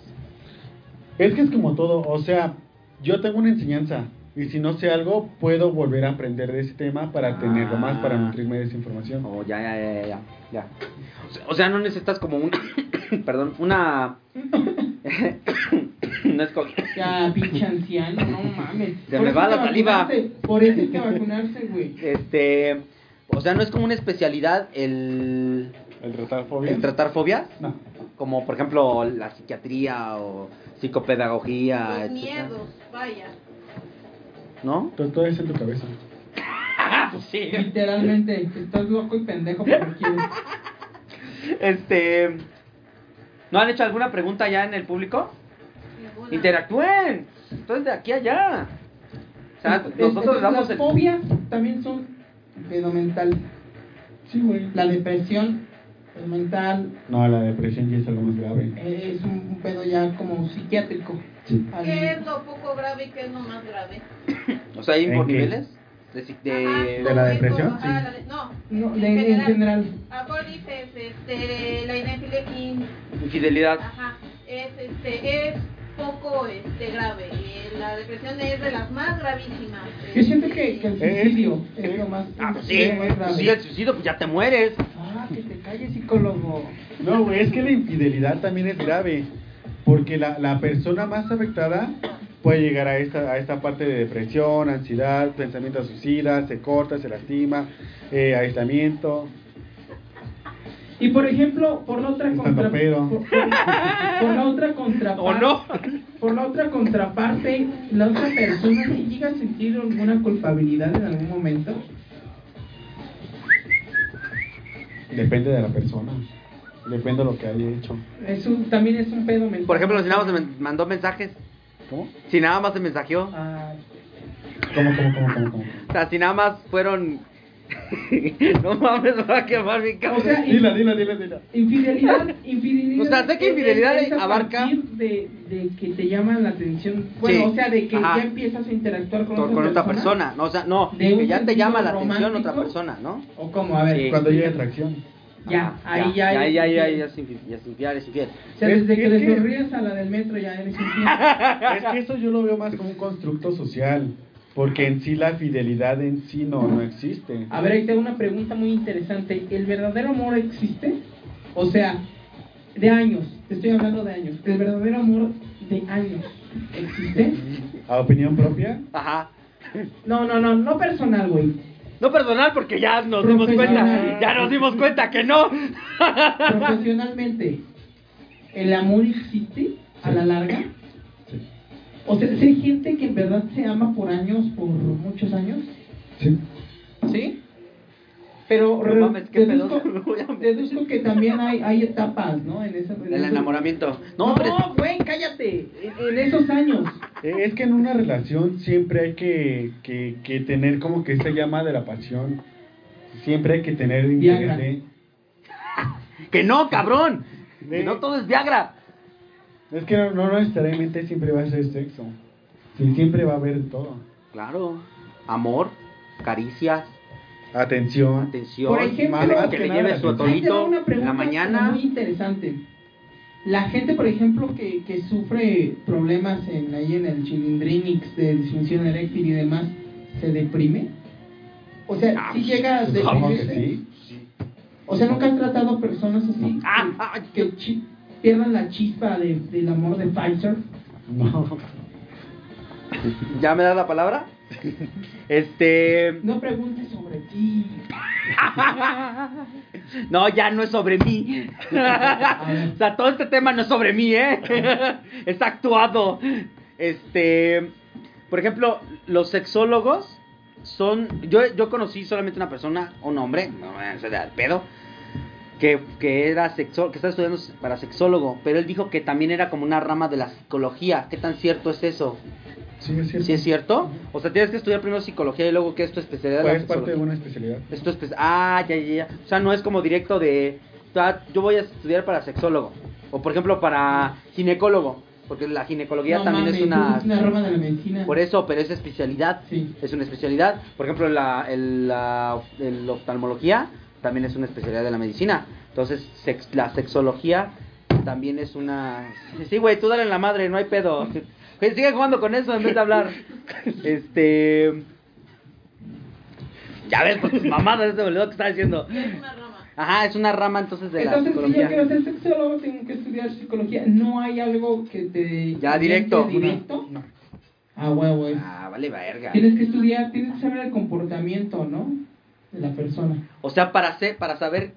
Speaker 3: Es que es como todo, o sea, yo tengo una enseñanza y si no sé algo, puedo volver a aprender de ese tema para
Speaker 4: Ah.
Speaker 3: tenerlo más, para nutrirme de esa información.
Speaker 4: Oh, ya, ya, ya, ya, ya, ya. O sea, o sea, no necesitas como una... *coughs* perdón, una... *coughs* no es co-
Speaker 1: Ya, pinche anciano, no mames.
Speaker 4: Se
Speaker 1: Por
Speaker 4: me
Speaker 1: eso
Speaker 4: va
Speaker 1: hay
Speaker 4: la
Speaker 1: que
Speaker 4: saliva.
Speaker 1: vacunarse, Por eso hay que vacunarse, güey.
Speaker 4: Este... O sea, no es como una especialidad el,
Speaker 3: El tratar fobia.
Speaker 4: el tratar fobias,
Speaker 3: No.
Speaker 4: como por ejemplo la psiquiatría o psicopedagogía.
Speaker 6: Los
Speaker 4: etcétera.
Speaker 6: miedos, vaya.
Speaker 4: ¿no?
Speaker 3: Todo, todo es en tu cabeza.
Speaker 4: Ah, pues Sí.
Speaker 1: Literalmente, estás loco y pendejo porque quieres.
Speaker 4: Este. ¿No han hecho alguna pregunta ya en el público?
Speaker 6: Ninguna.
Speaker 4: Interactúen. Entonces de aquí a allá. O sea, nosotros le
Speaker 1: Entonces,
Speaker 4: damos
Speaker 1: Este, Las
Speaker 4: el.
Speaker 1: fobias también son de lo mental.
Speaker 3: Sí, güey.
Speaker 1: La depresión es mental,
Speaker 3: No, la depresión ya es algo más grave.
Speaker 1: eh, es un pedo ya como psiquiátrico.
Speaker 3: Sí.
Speaker 1: Al-
Speaker 6: ¿Qué es lo poco grave y qué es lo más grave?
Speaker 1: este,
Speaker 4: O sea, hay
Speaker 3: ¿En
Speaker 4: por
Speaker 3: qué?
Speaker 4: niveles. De, si- de-
Speaker 6: Ajá,
Speaker 3: ¿De la
Speaker 6: lo
Speaker 3: depresión?
Speaker 6: mismo, ajá, Ah, la de- no,
Speaker 1: No, de- en general.
Speaker 6: Ahora dices, este, la infidelidad,
Speaker 4: infidelidad.
Speaker 6: ajá, es, este, es poco, este, grave. Eh, La depresión es de las más gravísimas.
Speaker 1: Yo siento que, que el
Speaker 3: Eh,
Speaker 1: suicidio
Speaker 3: eh,
Speaker 1: es lo más,
Speaker 4: Ah, pues sí.
Speaker 1: es lo más grave.
Speaker 4: Sí, el suicidio, pues ya te mueres.
Speaker 1: Ah, que te calles, psicólogo.
Speaker 3: No, güey, es que la infidelidad también es grave. Porque la, la persona más afectada puede llegar a esta, a esta parte de depresión, ansiedad, pensamientos suicidas, se corta, se lastima, eh, aislamiento.
Speaker 1: Y por ejemplo, por la otra
Speaker 3: Está
Speaker 1: contra-
Speaker 3: tapero.
Speaker 1: por, por- por la otra contraparte,
Speaker 4: ¿O no?
Speaker 1: por la otra contraparte, la otra persona si llega a sentir alguna culpabilidad en algún momento.
Speaker 3: Depende de la persona. Depende de lo que haya hecho.
Speaker 1: Es un- también es un pedo mental.
Speaker 4: *laughs* Por ejemplo, si nada más me mandó mensajes.
Speaker 3: ¿Cómo?
Speaker 4: Si nada más se mensajeó.
Speaker 1: Ah,
Speaker 3: ¿Cómo, cómo, cómo, cómo? cómo?
Speaker 4: O sea, si nada más fueron. *laughs* no mames, me va a quemar
Speaker 1: o
Speaker 4: mi
Speaker 1: sea,
Speaker 4: cabeza.
Speaker 3: Dila, dila, dila, dila.
Speaker 1: infidelidad, infidelidad.
Speaker 4: O sea, sé que
Speaker 1: es-
Speaker 4: infidelidad
Speaker 1: es a
Speaker 4: abarca-
Speaker 1: partir De, de que te llaman la atención. Bueno,
Speaker 4: Sí.
Speaker 1: o sea, de que
Speaker 4: Ajá.
Speaker 1: ya empiezas a interactuar con,
Speaker 4: Con, con otra persona. No, o sea, no.
Speaker 1: De un
Speaker 4: Que ya te llama la
Speaker 1: sentido
Speaker 4: atención otra
Speaker 1: romántico.
Speaker 4: persona, ¿no? Eh,
Speaker 1: O como, a ver,
Speaker 4: Sí.
Speaker 3: Cuando llega atracción.
Speaker 1: ya,
Speaker 4: Ajá,
Speaker 1: ahí ya.
Speaker 4: Ya,
Speaker 1: es-
Speaker 4: ya, ya, ya, es infiel, ya es infiel, es infiel.
Speaker 1: O sea,
Speaker 3: Es-
Speaker 1: desde que
Speaker 3: es
Speaker 1: le
Speaker 3: que-
Speaker 1: sonríes a la del metro ya eres infiel.
Speaker 3: *laughs* Es que eso yo lo veo más como un constructo social. Porque en sí la fidelidad en sí no, no existe.
Speaker 1: A ver, ahí tengo una pregunta muy interesante. ¿El verdadero amor existe? O sea, de años. Te estoy hablando de años. ¿El verdadero amor de años existe?
Speaker 3: ¿A opinión propia?
Speaker 4: Ajá.
Speaker 1: No, no, no, no personal, güey.
Speaker 4: No personal porque ya nos dimos cuenta,
Speaker 1: Profesional.
Speaker 4: ya nos dimos cuenta que no.
Speaker 1: Profesionalmente, ¿el amor existe a la larga?
Speaker 3: Sí.
Speaker 1: O sea, ¿sí hay gente que en verdad se ama por años, por muchos años?
Speaker 3: Sí.
Speaker 1: ¿Sí? Pero
Speaker 4: No mames, qué
Speaker 1: deduzco,
Speaker 4: pedoso, *laughs* me voy a meter.
Speaker 1: deduzco que también hay, hay etapas, ¿no? En esa, en
Speaker 4: El
Speaker 1: esa-
Speaker 4: enamoramiento. No,
Speaker 1: No,
Speaker 4: pero
Speaker 1: güey, cállate. En, en esos años.
Speaker 3: Eh, Es que en una relación siempre hay que, que, que tener como que esa llama de la pasión. Siempre hay que tener
Speaker 1: Viagra.
Speaker 3: interés de...
Speaker 4: que no, cabrón.
Speaker 3: De-
Speaker 4: Que no todo es Viagra.
Speaker 3: Es que no, no necesariamente siempre va a ser sexo. Sí, siempre va a haber de todo.
Speaker 4: Claro. Amor, caricias,
Speaker 3: Atención.
Speaker 4: atención.
Speaker 1: Por ejemplo,
Speaker 4: que,
Speaker 1: más
Speaker 3: que
Speaker 4: le
Speaker 3: nada
Speaker 4: lleves su
Speaker 3: la atención.
Speaker 1: Ahí te va
Speaker 4: atolito
Speaker 1: una
Speaker 4: en
Speaker 1: pregunta
Speaker 4: la mañana.
Speaker 1: muy interesante. La gente, por ejemplo, que, que sufre problemas en, ahí en el chilindrinix de disfunción eréctil y demás, ¿se deprime? O sea,
Speaker 4: Ah,
Speaker 1: si llega a
Speaker 3: pues, Supongo que
Speaker 1: deprimirse.
Speaker 3: sí.
Speaker 1: O sea, ¿nunca han tratado personas así?
Speaker 4: Ah,
Speaker 1: que-
Speaker 4: ah,
Speaker 1: que chi- pierdan la chispa de- del amor de Pfizer.
Speaker 3: No.
Speaker 4: ¿Ya me das
Speaker 1: *laughs*
Speaker 4: la palabra? Este.
Speaker 1: No preguntes sobre ti.
Speaker 4: No, ya no es sobre mí. o sea, todo este tema no es sobre mí, ¿eh? *laughs* es actuado. Este. Por ejemplo, los sexólogos son. Yo, yo conocí solamente una persona, un hombre, no me sé de al pedo, que, que era sexo, que estaba estudiando para sexólogo, pero él dijo que también era como una rama de la psicología. ¿Qué tan cierto es eso?
Speaker 3: Sí, es cierto.
Speaker 4: ¿Sí es cierto? O sea, tienes que estudiar primero psicología y luego qué es tu especialidad.
Speaker 3: Pues
Speaker 4: La
Speaker 3: es parte de
Speaker 4: sexología.
Speaker 3: una especialidad.
Speaker 4: Esto es pues, ah, ya, ya, ya. O sea, no es como directo de, ah, yo voy a estudiar para sexólogo. O por ejemplo para ginecólogo. Porque la ginecología
Speaker 1: No
Speaker 4: también es
Speaker 1: mames,
Speaker 4: una...
Speaker 1: Es una rama de la medicina.
Speaker 4: Por eso, pero es especialidad.
Speaker 1: Sí.
Speaker 4: Es una especialidad. Por ejemplo, la, el- la el oftalmología también es una especialidad de la medicina. Entonces, sex- la sexología también es una... Sí, güey, tú dale en la madre, no
Speaker 1: *laughs*
Speaker 4: hay pedo. Güey, sigue jugando con eso en vez de hablar. Este... Ya ves, con tus mamadas, ese boludo que está diciendo.
Speaker 6: Es una rama.
Speaker 4: Ajá, es una rama entonces de la
Speaker 1: Entonces, si yo
Speaker 4: psicología.
Speaker 1: quiero ser sexólogo, tengo que estudiar psicología. No hay algo que te.
Speaker 4: Ya, directo.
Speaker 1: directo. Ah, huevo, eh.
Speaker 4: Ah, vale verga.
Speaker 1: Tienes que estudiar, tienes que saber el comportamiento, ¿no? De la persona.
Speaker 4: O sea, para, se- para saber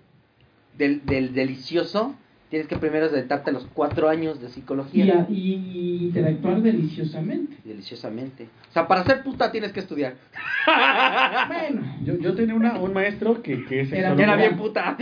Speaker 4: del, del delicioso Tienes que primero sentarte los cuatro años de
Speaker 1: Y,
Speaker 4: psicología.
Speaker 1: a- y interactuar
Speaker 4: *laughs*
Speaker 1: deliciosamente.
Speaker 4: Deliciosamente. O sea, para ser puta tienes que estudiar.
Speaker 1: Bueno.
Speaker 3: Yo, yo tenía una, un maestro que, que es
Speaker 1: Era-
Speaker 3: sexólogo.
Speaker 4: Era
Speaker 1: *laughs*
Speaker 4: bien puta.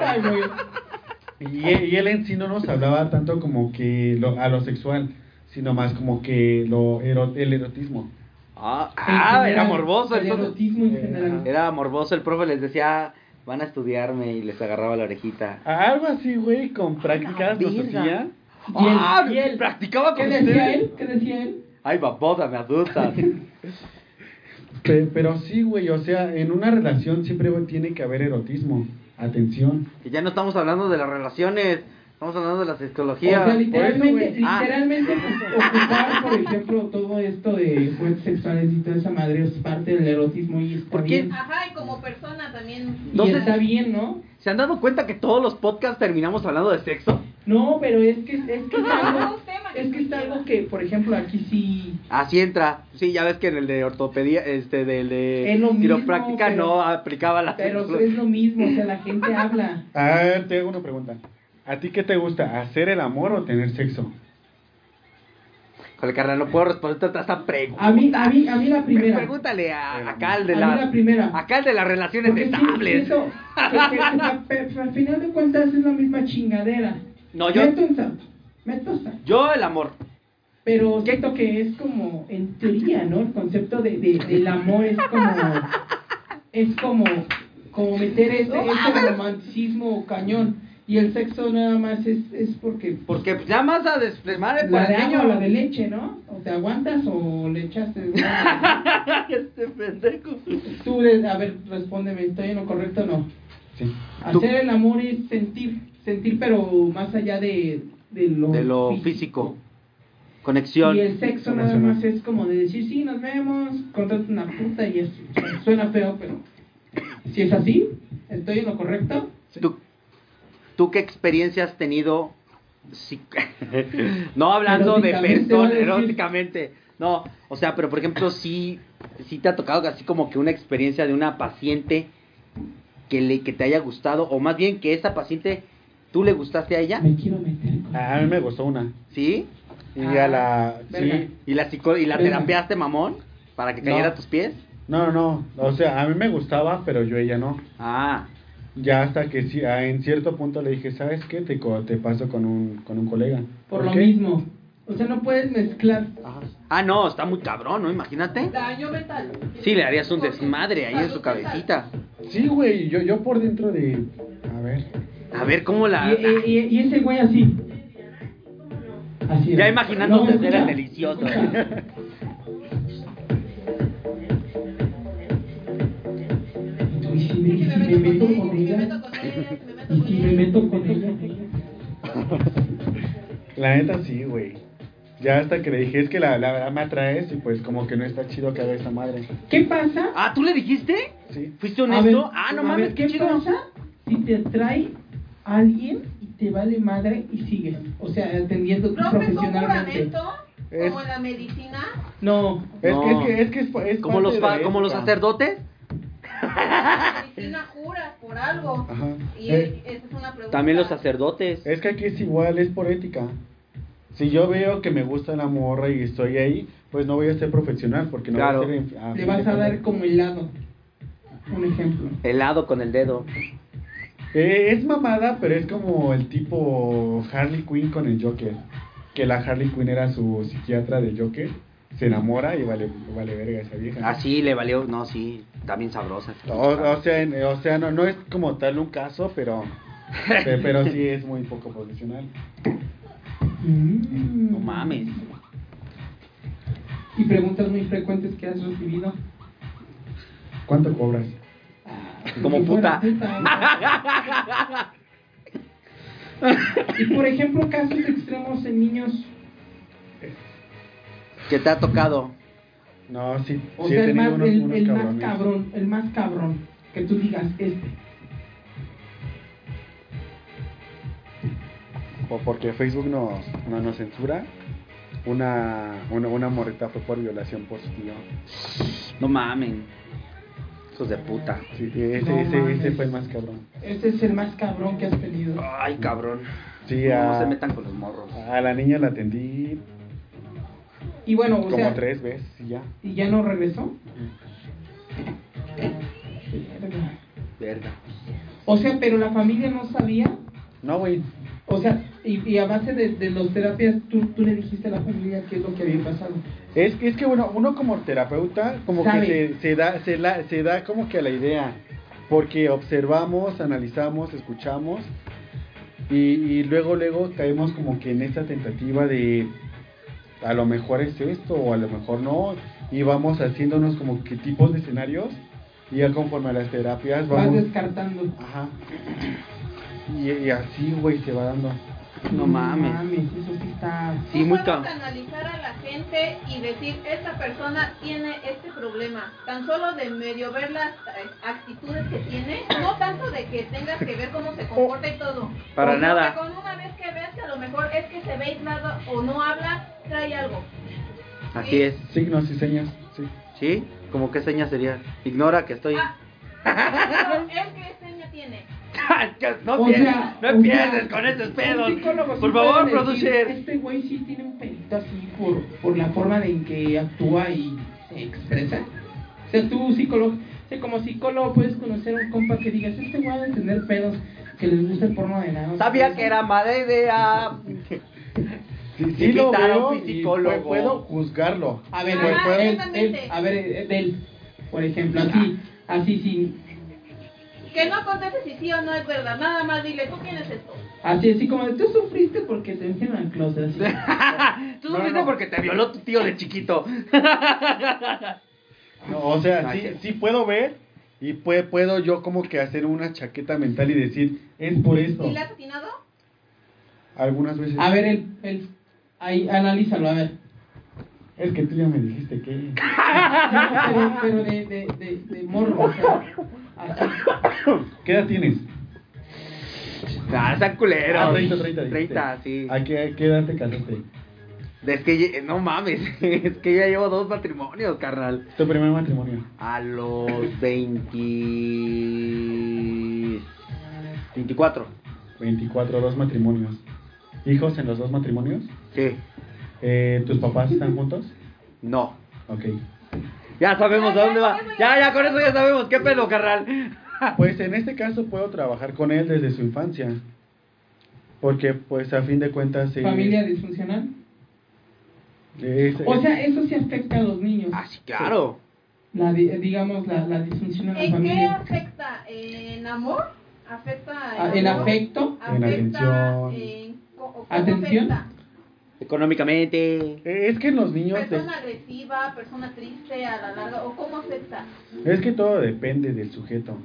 Speaker 1: Ay, güey.
Speaker 3: Y, e- y él en sí no nos hablaba tanto como que lo- a lo sexual, sino más como que lo ero- el erotismo.
Speaker 4: Ah,
Speaker 1: En
Speaker 4: ah, era
Speaker 1: general,
Speaker 4: morboso.
Speaker 1: El
Speaker 4: entonces.
Speaker 1: erotismo en
Speaker 3: Eh,
Speaker 1: general.
Speaker 4: Era morboso. El profe les decía, van a estudiarme y les agarraba la orejita.
Speaker 3: Algo así, güey, con prácticas nos
Speaker 4: verga.
Speaker 3: hacía.
Speaker 1: Y él-
Speaker 4: ah,
Speaker 1: y él-
Speaker 4: practicaba
Speaker 1: ¿Qué
Speaker 4: con
Speaker 1: decía
Speaker 4: ustedes.
Speaker 1: él? ¿Qué decía él?
Speaker 4: Ay, babosa, me adultas.
Speaker 1: *laughs*
Speaker 3: Pe- Pero sí, güey, o sea, en una relación siempre güey, tiene que haber erotismo. Atención.
Speaker 4: que ya no estamos hablando de las relaciones, estamos hablando de la
Speaker 1: O
Speaker 4: psicología.
Speaker 1: sea, literalmente,
Speaker 4: güey. Ah.
Speaker 1: literalmente pues, ocupar, por ejemplo, todo esto de juegos sexuales y toda esa madre es parte del erotismo y está
Speaker 4: ¿Por qué?
Speaker 1: bien.
Speaker 6: Ajá, y como persona también.
Speaker 1: Y
Speaker 4: Entonces-
Speaker 1: está bien, ¿no?
Speaker 4: ¿Se han dado cuenta que todos los podcasts terminamos hablando de sexo?
Speaker 1: No, pero es que, es que es algo,
Speaker 6: Los temas
Speaker 1: es que es algo que, por ejemplo, aquí sí
Speaker 4: Así entra. Sí, ya ves que en el de ortopedia, este, del de
Speaker 1: Es lo mismo,
Speaker 4: quiropráctica
Speaker 1: pero-
Speaker 4: no aplicaba la
Speaker 1: Pero
Speaker 4: sexo-
Speaker 1: es lo mismo, o sea, la gente habla.
Speaker 3: Ah, te hago una pregunta. ¿A ti qué te gusta? ¿Hacer el amor o tener sexo?
Speaker 4: Con el carnal, no puedo responderte a esta pregunta.
Speaker 1: A mí, a mí, a mí la primera.
Speaker 4: Pregúntale a,
Speaker 3: Pero-
Speaker 4: acá el
Speaker 1: a
Speaker 4: de
Speaker 1: mí
Speaker 4: las,
Speaker 1: la primera.
Speaker 4: acá el de las relaciones
Speaker 1: Porque sí,
Speaker 4: estables.
Speaker 1: siento
Speaker 4: *laughs*
Speaker 1: que- que- que- pe- pe- al final de cuentas es la misma chingadera.
Speaker 4: No, yo-
Speaker 1: Meto un zap, meto un zap.
Speaker 4: Yo el amor.
Speaker 1: Pero siento que es como, en teoría, ¿no? El concepto de, de- del amor es como. Es como. Como meter ese, ese romanticismo cañón. Y el sexo nada más es, es porque.
Speaker 4: Porque pues, ya más a desplomar el
Speaker 1: La de agua o la
Speaker 4: cuarteño. *laughs*
Speaker 1: de leche, ¿no? O te aguantas o le echaste.
Speaker 4: Este pendejo.
Speaker 1: Tú, de- a ver, respóndeme, ¿estoy en lo correcto o no?
Speaker 3: Sí.
Speaker 4: Tú-
Speaker 1: Hacer el amor es sentir, sentir pero más allá de, de lo,
Speaker 4: De lo físico. Conexión.
Speaker 1: Y el sexo nada más es como de decir, sí, nos vemos, contrata una puta y eso. Suena feo, pero si es así, estoy en lo correcto.
Speaker 4: ¿Tú, ¿Tú qué experiencia has tenido? si- *laughs* no hablando de
Speaker 1: Eróticamente, va a
Speaker 4: persona
Speaker 1: decir.
Speaker 4: eróticamente. No, o sea, pero por ejemplo, sí, sí te ha tocado así como que una experiencia de una paciente que, le, que te haya gustado, o más bien que esa paciente tú le gustaste a ella,
Speaker 1: Me quiero meter con...
Speaker 2: Ah,
Speaker 3: A mí me gustó una.
Speaker 4: ¿sí?
Speaker 3: Y
Speaker 1: Ah,
Speaker 3: a la...
Speaker 1: verga.
Speaker 3: Sí.
Speaker 4: Y la, psico- y la
Speaker 1: Venga.
Speaker 4: terapeaste, mamón, para que
Speaker 3: No.
Speaker 4: cayera a tus pies.
Speaker 3: No, no, no. O sea, a mí me gustaba, pero yo a ella no.
Speaker 4: Ah,
Speaker 3: Ya hasta que sí, ah, en cierto punto le dije, ¿sabes qué? Te, co- te paso con un, con un colega.
Speaker 1: Por lo
Speaker 3: qué?
Speaker 1: mismo. O sea, no puedes mezclar.
Speaker 4: ajá. ah, no, está muy cabrón, ¿no? Imagínate.
Speaker 6: Daño mental.
Speaker 4: Sí, le harías un desmadre ahí en su cabecita.
Speaker 3: Sí, güey, yo, yo por dentro de... A ver.
Speaker 4: A ver cómo la...
Speaker 1: Y, eh, y- y- y ese güey así. Así
Speaker 4: Ya
Speaker 1: era.
Speaker 4: imaginándote,
Speaker 1: No,
Speaker 4: era
Speaker 1: escucha,
Speaker 4: delicioso.
Speaker 1: escucha. Y si me,
Speaker 6: Y
Speaker 1: y
Speaker 6: si
Speaker 1: si me meto
Speaker 6: él,
Speaker 1: con
Speaker 6: y si me
Speaker 1: ella.
Speaker 6: meto con él, y si me meto
Speaker 1: Y
Speaker 6: con
Speaker 1: si
Speaker 6: él.
Speaker 1: me meto con ella.
Speaker 3: La neta sí, güey. Ya hasta que le dije, es que la, la verdad me atraes y pues como que no está chido que haga esa madre.
Speaker 1: ¿Qué pasa?
Speaker 4: Ah, ¿tú le dijiste?
Speaker 3: Sí.
Speaker 4: ¿Fuiste
Speaker 1: A ver,
Speaker 4: honesto? ah, no
Speaker 1: a
Speaker 4: mames,
Speaker 1: ver,
Speaker 4: qué
Speaker 1: ¿qué
Speaker 4: chido.
Speaker 1: pasa si te atrae alguien y te vale madre y sigues? O sea, atendiendo
Speaker 6: ¿Rompes un
Speaker 1: profesionalmente.
Speaker 6: juramento?
Speaker 3: Es-
Speaker 6: Como en la medicina.
Speaker 1: No,
Speaker 3: Es,
Speaker 4: No.
Speaker 3: que, es que es que es, pa- es
Speaker 4: Como
Speaker 3: parte
Speaker 4: los,
Speaker 3: de
Speaker 4: pa-
Speaker 3: la
Speaker 4: como los
Speaker 1: Ah.
Speaker 3: época.
Speaker 4: sacerdotes.
Speaker 6: La medicina juras por algo.
Speaker 3: Ajá.
Speaker 6: Y
Speaker 3: Eh.
Speaker 6: esa es una pregunta.
Speaker 4: También los sacerdotes.
Speaker 3: Es que aquí es igual, es por ética. Si yo veo que me gusta la morra y estoy ahí, pues no voy a ser profesional porque no
Speaker 4: Claro.
Speaker 3: voy a ser... a-
Speaker 1: le vas a dar como helado. Un ejemplo.
Speaker 4: Helado con el dedo.
Speaker 3: Eh, es mamada, pero es como el tipo Harley Quinn con el Joker. Que la Harley Quinn era su psiquiatra del Joker. Se enamora y vale, vale verga esa vieja.
Speaker 4: Así Ah, le valió. No, sí, también sabrosa.
Speaker 3: O, Ah, o sea, en- o sea no, no es como tal un caso, pero, pe- pero sí es muy poco profesional.
Speaker 1: Mm.
Speaker 4: No mames.
Speaker 1: Y preguntas muy frecuentes que has recibido.
Speaker 3: ¿Cuánto cobras?
Speaker 4: Como
Speaker 1: Y Ah, pues, fuera
Speaker 4: puta.
Speaker 1: puta. y por ejemplo, casos extremos en niños.
Speaker 4: ¿Qué te ha tocado?
Speaker 3: No, sí,
Speaker 1: O
Speaker 3: sí he
Speaker 1: sea, el
Speaker 3: tenido
Speaker 1: más,
Speaker 3: unos,
Speaker 1: el,
Speaker 3: unos
Speaker 1: el más
Speaker 3: cabrones.
Speaker 1: cabrón, el más cabrón. Que tú digas, este.
Speaker 3: O porque Facebook nos, no nos censura. Una, una, una morrita fue por violación por su tío.
Speaker 4: No mamen. Hijos de puta.
Speaker 3: Sí, ese,
Speaker 1: No
Speaker 3: ese, ese
Speaker 1: mames.
Speaker 3: fue el más cabrón.
Speaker 1: Este es el más cabrón que has pedido.
Speaker 4: Ay, cabrón.
Speaker 3: Sí,
Speaker 4: No,
Speaker 3: a,
Speaker 4: se metan con los morros.
Speaker 3: a la niña la atendí
Speaker 1: Y bueno, o
Speaker 3: como
Speaker 1: sea,
Speaker 3: tres veces y ya.
Speaker 1: ¿y ya no regresó? Verga.
Speaker 4: Verga.
Speaker 1: O sea, pero la familia no sabía.
Speaker 3: No, güey.
Speaker 1: O sea, y, y a base de, de los terapias, tú, tú le dijiste a la familia qué es lo que había pasado.
Speaker 3: Es, que- es que bueno, uno como terapeuta como
Speaker 1: Sabe.
Speaker 3: que se, se da se, la, se da como que a la idea porque observamos, analizamos, escuchamos y, y luego luego caemos como que en esta tentativa de a lo mejor es esto o a lo mejor no y vamos haciéndonos como que tipos de escenarios y ya conforme a las terapias
Speaker 1: Vas
Speaker 3: vamos
Speaker 1: descartando.
Speaker 3: ajá y, y así güey se va dando
Speaker 4: No mames.
Speaker 1: eso sí está.
Speaker 4: Sí, muy
Speaker 6: puedes
Speaker 4: cabrón.
Speaker 6: analizar a la gente y decir, esta persona tiene este problema. Tan solo de medio ver las eh, actitudes que tiene, no tanto de que tengas que ver cómo se comporta y todo.
Speaker 4: Para
Speaker 6: Sino
Speaker 4: nada.
Speaker 6: que Con una vez que veas que a lo mejor es que se ve aislado o no habla, trae algo.
Speaker 4: Así es.
Speaker 3: signos y señas sí
Speaker 4: ¿Sí? Como qué seña sería. Ignora que estoy. *laughs*
Speaker 6: Ah, no, él que seña tiene.
Speaker 4: no
Speaker 1: O
Speaker 4: pierdes,
Speaker 1: sea,
Speaker 4: no
Speaker 1: o sea,
Speaker 4: empieces con esos pedos.
Speaker 1: un psicólogo sí
Speaker 4: Por
Speaker 1: puede
Speaker 4: favor,
Speaker 1: decir,
Speaker 4: producer.
Speaker 1: Este güey sí tiene un pedito así por, por la forma de en que actúa y se expresa. O sea, tú psicólogo, o sea, como psicólogo puedes conocer a un compa que digas, este güey debe tener pedos que les gusta el porno de nada.
Speaker 4: Sabía que era mala idea.
Speaker 3: Sí,
Speaker 4: Y
Speaker 3: sí lo
Speaker 4: invitar a un
Speaker 3: veo y
Speaker 4: psicólogo.
Speaker 3: pu- puedo juzgarlo.
Speaker 1: A ver,
Speaker 6: Ajá,
Speaker 1: pues, él-
Speaker 6: exactamente.
Speaker 1: él- a ver, eh, él, por ejemplo, así, así sin,
Speaker 6: Que no conteste si sí o no es verdad. Nada más dile, ¿tú tienes esto?
Speaker 1: así, así como de, tú sufriste porque te metieron al closet. así.
Speaker 4: *laughs* Tú
Speaker 3: No,
Speaker 4: no,
Speaker 3: no.
Speaker 4: porque te violó tu tío de chiquito.
Speaker 3: No, o sea,
Speaker 4: Ah,
Speaker 3: sí,
Speaker 4: cierto.
Speaker 3: sí puedo ver y pue- puedo yo como que hacer una chaqueta mental y decir, es por esto.
Speaker 6: ¿Y le has atinado?
Speaker 3: Algunas veces. "Ah,
Speaker 1: A ver, él, él, ahí, analízalo, a ver.
Speaker 3: Es que tú ya me dijiste que...
Speaker 1: pero, pero de, de, de, de morro, o sea, así.
Speaker 3: ¿Qué edad tienes?
Speaker 4: Ah, esa culero.
Speaker 3: Ah, 30, 30. dijiste.
Speaker 4: 30, sí.
Speaker 3: ¿A qué, a qué edad te casaste?
Speaker 4: Es que ye- no mames, *laughs* es que ya llevo dos matrimonios, carnal.
Speaker 3: Tu primer matrimonio.
Speaker 4: A los 20 24.
Speaker 3: 24, dos matrimonios. ¿Hijos en los dos matrimonios?
Speaker 4: Sí.
Speaker 3: Eh, ¿Tus papás están juntos?
Speaker 4: No.
Speaker 3: Ok.
Speaker 4: Ya sabemos
Speaker 6: Ya,
Speaker 4: a dónde
Speaker 6: ya,
Speaker 4: va.
Speaker 6: con eso
Speaker 4: Ya,
Speaker 6: ya-
Speaker 4: ya con eso ya sabemos qué pedo, carnal.
Speaker 3: Pues en este caso puedo trabajar con él desde su infancia. Porque pues a fin de cuentas... eh,
Speaker 1: familia disfuncional.
Speaker 3: es-
Speaker 1: O sea, eso sí afecta a los niños.
Speaker 4: Ah, sí, claro.
Speaker 1: La, di- eh, digamos, la, la disfunción en la
Speaker 6: ¿En qué
Speaker 1: familia.
Speaker 6: afecta? ¿En amor? ¿Afecta
Speaker 1: Ah,
Speaker 6: en
Speaker 1: El
Speaker 6: amor?
Speaker 1: afecto,
Speaker 3: En atención.
Speaker 6: afecta en co- cómo
Speaker 1: Atención.
Speaker 6: afecta?
Speaker 4: Económicamente.
Speaker 3: Eh, Es que los niños...
Speaker 2: pues.
Speaker 3: de-
Speaker 6: persona agresiva, persona triste a la larga o cómo afecta.
Speaker 3: Es que todo depende del sujeto.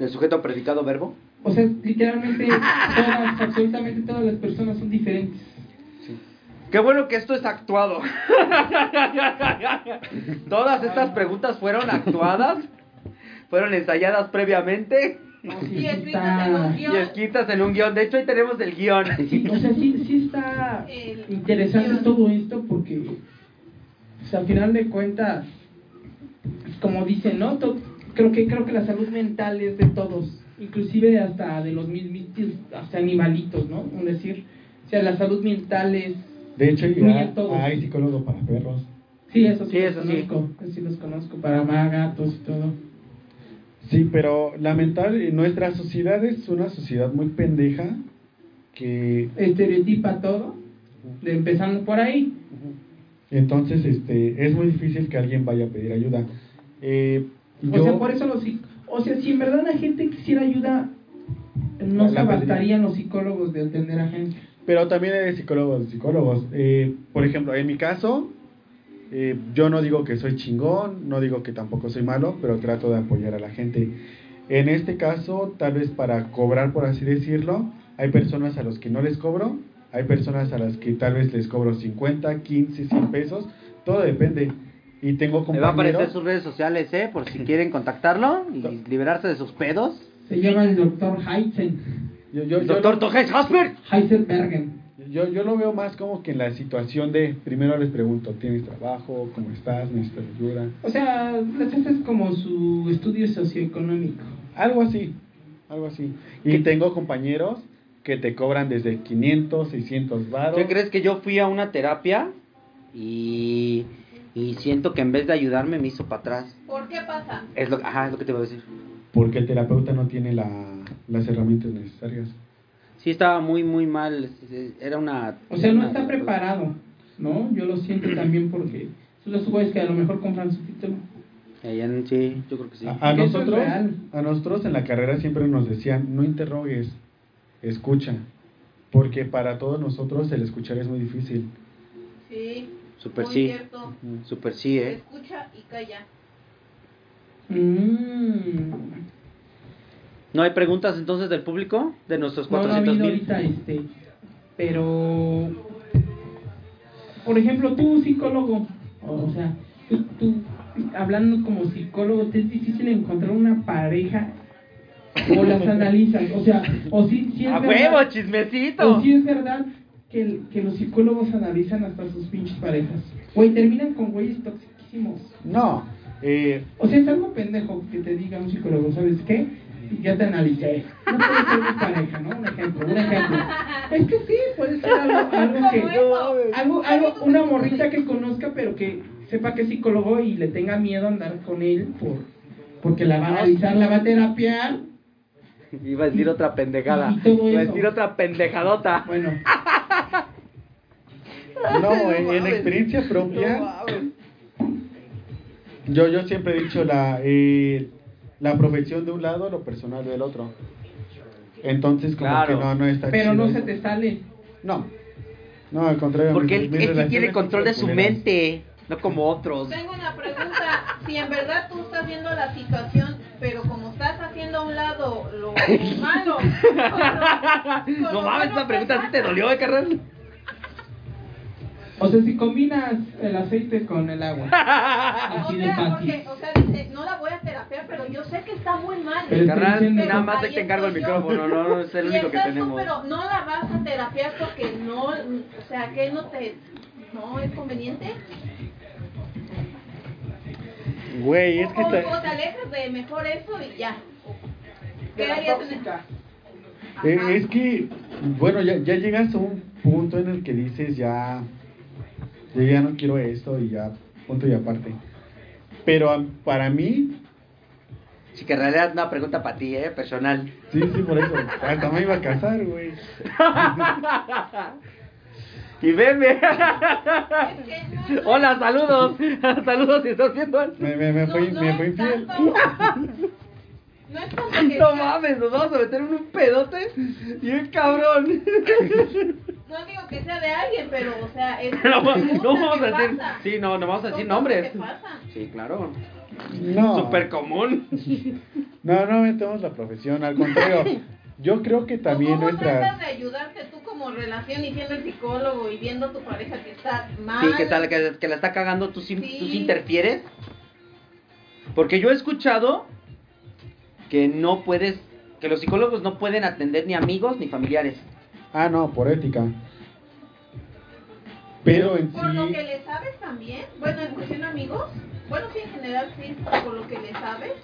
Speaker 4: El sujeto predicado verbo.
Speaker 1: o sea, literalmente todas, absolutamente todas las personas son diferentes.
Speaker 4: Qué bueno que esto es actuado. *laughs* Todas estas preguntas fueron actuadas, fueron ensayadas previamente
Speaker 1: No,
Speaker 6: Y
Speaker 1: sí
Speaker 6: escritas en un
Speaker 1: está,
Speaker 4: y
Speaker 6: guión.
Speaker 4: escritas en un guión. De hecho, ahí tenemos el guión.
Speaker 1: sí, o sea, sí, sí está
Speaker 6: El-
Speaker 1: interesante todo esto porque, o sea, al final de cuentas, pues, como dicen, ¿no? To- creo que creo que la salud mental es de todos, inclusive hasta de los mismos, hasta animalitos, ¿no? Es decir, o sea, la salud mental es
Speaker 3: De hecho,
Speaker 1: Incluye
Speaker 3: ya
Speaker 1: todo.
Speaker 3: hay psicólogo para perros.
Speaker 1: Sí, eso sí,
Speaker 4: Sí,
Speaker 1: los
Speaker 4: eso sí.
Speaker 1: conozco. Eso sí los conozco para más gatos y todo.
Speaker 3: Sí, pero lamentable, nuestra sociedad es una sociedad muy pendeja que
Speaker 1: Estereotipa todo, de empezando por ahí.
Speaker 3: entonces este es muy difícil que alguien vaya a pedir ayuda. Eh,
Speaker 1: O
Speaker 3: yo-
Speaker 1: sea, por eso los psic- O sea, si en verdad la gente quisiera ayuda, no
Speaker 3: La-
Speaker 1: se
Speaker 3: la pediría.
Speaker 1: bastarían los psicólogos de atender a gente.
Speaker 3: Pero también hay psicólogos, psicólogos. Eh, por ejemplo, en mi caso, eh, yo no digo que soy chingón, no digo que tampoco soy malo, pero trato de apoyar a la gente. En este caso, tal vez para cobrar, por así decirlo, hay personas a las que no les cobro, hay personas a las que tal vez les cobro 50, 15, 100 pesos, todo depende. Y tengo
Speaker 4: Me va a aparecer
Speaker 3: compañeros...
Speaker 4: sus redes sociales, ¿eh? Por si quieren contactarlo y liberarse de sus pedos.
Speaker 1: Se llama el doctor Heitzen,
Speaker 3: Yo, yo,
Speaker 4: El
Speaker 3: yo-
Speaker 4: doctor Tojes Hasper.
Speaker 1: Heisenbergen.
Speaker 3: yo yo, yo lo veo más como que en la situación de, primero les pregunto, ¿tienes trabajo? ¿Cómo estás? ¿Necesitas ayuda?
Speaker 1: O sea, les haces como su estudio socioeconómico.
Speaker 3: Algo así, algo así. Y tengo compañeros que te cobran desde 500, 600 baros.
Speaker 4: ¿Tú crees que yo fui a una terapia y, y siento que en vez de ayudarme me hizo para atrás?
Speaker 6: ¿Por qué pasa?
Speaker 4: Es lo, ajá, es lo que te iba a decir.
Speaker 3: Porque el terapeuta no tiene la- las herramientas necesarias.
Speaker 4: Sí, estaba muy, muy mal. Era una.
Speaker 1: O sea, no
Speaker 4: una-
Speaker 1: está preparado, ¿no? Yo lo siento también porque son los güeyes que a lo mejor compran su título.
Speaker 4: Eh, ya no- sí, yo creo que sí.
Speaker 3: A, a
Speaker 1: Eso es
Speaker 3: nosotros,
Speaker 1: real.
Speaker 3: a nosotros en la carrera siempre nos decían, no interrogues, escucha. Porque para todos nosotros el escuchar es muy difícil.
Speaker 6: Sí.
Speaker 4: Super
Speaker 6: muy
Speaker 4: sí.
Speaker 6: cierto.
Speaker 4: Ujú, Super sí, ¿eh?
Speaker 6: Escucha y calla.
Speaker 1: Mm.
Speaker 4: ¿No hay preguntas entonces del público? De nuestros
Speaker 1: No, no ha
Speaker 4: 400
Speaker 1: habido
Speaker 4: mil.
Speaker 1: ahorita, este. Pero. Por ejemplo, tú, psicólogo. O, o sea, tú, tú, hablando como psicólogo, te es difícil encontrar una pareja. O las analizas. O sea, o si, si es
Speaker 4: ¡A
Speaker 1: verdad- Pues
Speaker 4: huevo, chismecito!
Speaker 1: o si es verdad que, el- que los psicólogos analizan hasta sus pinches parejas. Güey, terminan con güeyes toxiquísimos.
Speaker 3: No, eh,
Speaker 1: O sea, es algo pendejo que te diga un psicólogo, ¿sabes qué? Ya te analicé. No puede ser mi pareja, ¿no? Un ejemplo, un ejemplo. Es que sí, puede ser algo, algo
Speaker 6: Como
Speaker 1: que.
Speaker 6: eso.
Speaker 1: Algo, algo, una morrita que conozca, pero que sepa que es psicólogo y le tenga miedo andar con él por, porque la va a analizar, la va a terapiar.
Speaker 4: Iba a decir otra pendejada.
Speaker 1: Y todo
Speaker 4: Iba a
Speaker 1: eso.
Speaker 4: decir otra pendejadota.
Speaker 1: Bueno,
Speaker 3: no, en, en
Speaker 4: mames.
Speaker 3: experiencia propia... Yo, yo siempre he dicho la, eh, la profesión de un lado, lo personal del otro. Entonces, como
Speaker 4: Claro.
Speaker 3: que no, no está
Speaker 1: pero no
Speaker 3: chido
Speaker 1: se
Speaker 3: eso.
Speaker 1: te sale.
Speaker 3: No, no, al contrario.
Speaker 4: Porque
Speaker 3: mis-
Speaker 1: pues,
Speaker 3: mis
Speaker 4: él, él sí
Speaker 3: relaciones
Speaker 4: tiene
Speaker 3: son
Speaker 4: control de su
Speaker 3: culeras.
Speaker 4: mente, no como otros.
Speaker 6: Tengo una pregunta. Si en verdad tú estás viendo la situación, pero como estás haciendo a un lado lo malo. con lo- con
Speaker 4: No
Speaker 6: lo
Speaker 4: mames,
Speaker 6: bueno
Speaker 4: esa pregunta sí
Speaker 6: que
Speaker 4: te dolió, eh, carnal.
Speaker 1: O sea, si combinas el aceite con el agua.
Speaker 6: O
Speaker 1: *laughs* Así de
Speaker 6: sea,
Speaker 1: fácil.
Speaker 6: porque, o sea, dice, no la voy a terapear, pero yo sé que está muy mal.
Speaker 1: Pero está
Speaker 4: Carnal,
Speaker 1: diciendo-
Speaker 4: nada más
Speaker 6: Ahí
Speaker 4: te encargo el
Speaker 6: estoy yo.
Speaker 4: micrófono, no, no, es el
Speaker 6: Y
Speaker 4: único que
Speaker 6: estás tú,
Speaker 4: tenemos.
Speaker 6: Pero no la vas a terapiar porque no, o sea, que no te, no es conveniente.
Speaker 3: Güey, es
Speaker 6: o,
Speaker 3: que
Speaker 6: o-
Speaker 3: está-
Speaker 6: o te alejas de mejor eso y ya.
Speaker 1: De
Speaker 6: ¿Qué
Speaker 1: la
Speaker 6: harías en-
Speaker 1: tóxica.
Speaker 6: Ajá.
Speaker 3: eh, es que, bueno, ya, ya llegas a un punto en el que dices ya, yo ya no quiero esto y ya, punto y aparte. Pero a- para mí,
Speaker 4: Sí, que en realidad es una pregunta para ti, eh, personal.
Speaker 3: sí, sí, por eso, hasta me iba a casar, güey.
Speaker 4: Y veme.
Speaker 6: *laughs* Es que no, no,
Speaker 4: *laughs* Hola, saludos. *laughs* saludos si estás viendo esto.
Speaker 3: Me, me, me
Speaker 6: no,
Speaker 3: fui,
Speaker 6: no
Speaker 3: me
Speaker 6: es
Speaker 3: fui infiel.
Speaker 4: *laughs*
Speaker 6: tanto. No es tanto que
Speaker 4: No
Speaker 6: digas-
Speaker 4: mames, nos vamos a meter en un pedote y un cabrón.
Speaker 6: No digo que sea de alguien, pero, o sea, es
Speaker 4: *laughs* No,
Speaker 6: una pregunta
Speaker 4: no vamos
Speaker 6: que
Speaker 4: a decir.
Speaker 6: pasa.
Speaker 4: Sí, no, no vamos a
Speaker 6: Son
Speaker 4: decir
Speaker 6: cosas
Speaker 4: nombres.
Speaker 6: que pasan.
Speaker 4: Sí, claro.
Speaker 3: No.
Speaker 4: Súper común.
Speaker 3: No, no metemos la profesión, al
Speaker 6: *laughs*
Speaker 3: contrario. Yo creo que también
Speaker 6: ¿Cómo tratas
Speaker 3: nuestras...
Speaker 6: de ayudarte tú como relación y siendo el psicólogo y viendo a tu pareja que está mal?
Speaker 4: Sí, que, tal, que, que la está cagando, ¿tú sí,
Speaker 6: Ah, Sí.
Speaker 4: tú sí interfieres. Porque yo he escuchado que no puedes, que los psicólogos no pueden atender ni amigos ni familiares.
Speaker 3: Ah, no, por ética. Pero en
Speaker 6: Por lo que
Speaker 3: sí...
Speaker 6: le sabes también, bueno, en cuestión de amigos, bueno, sí, en general sí, por lo que le sabes,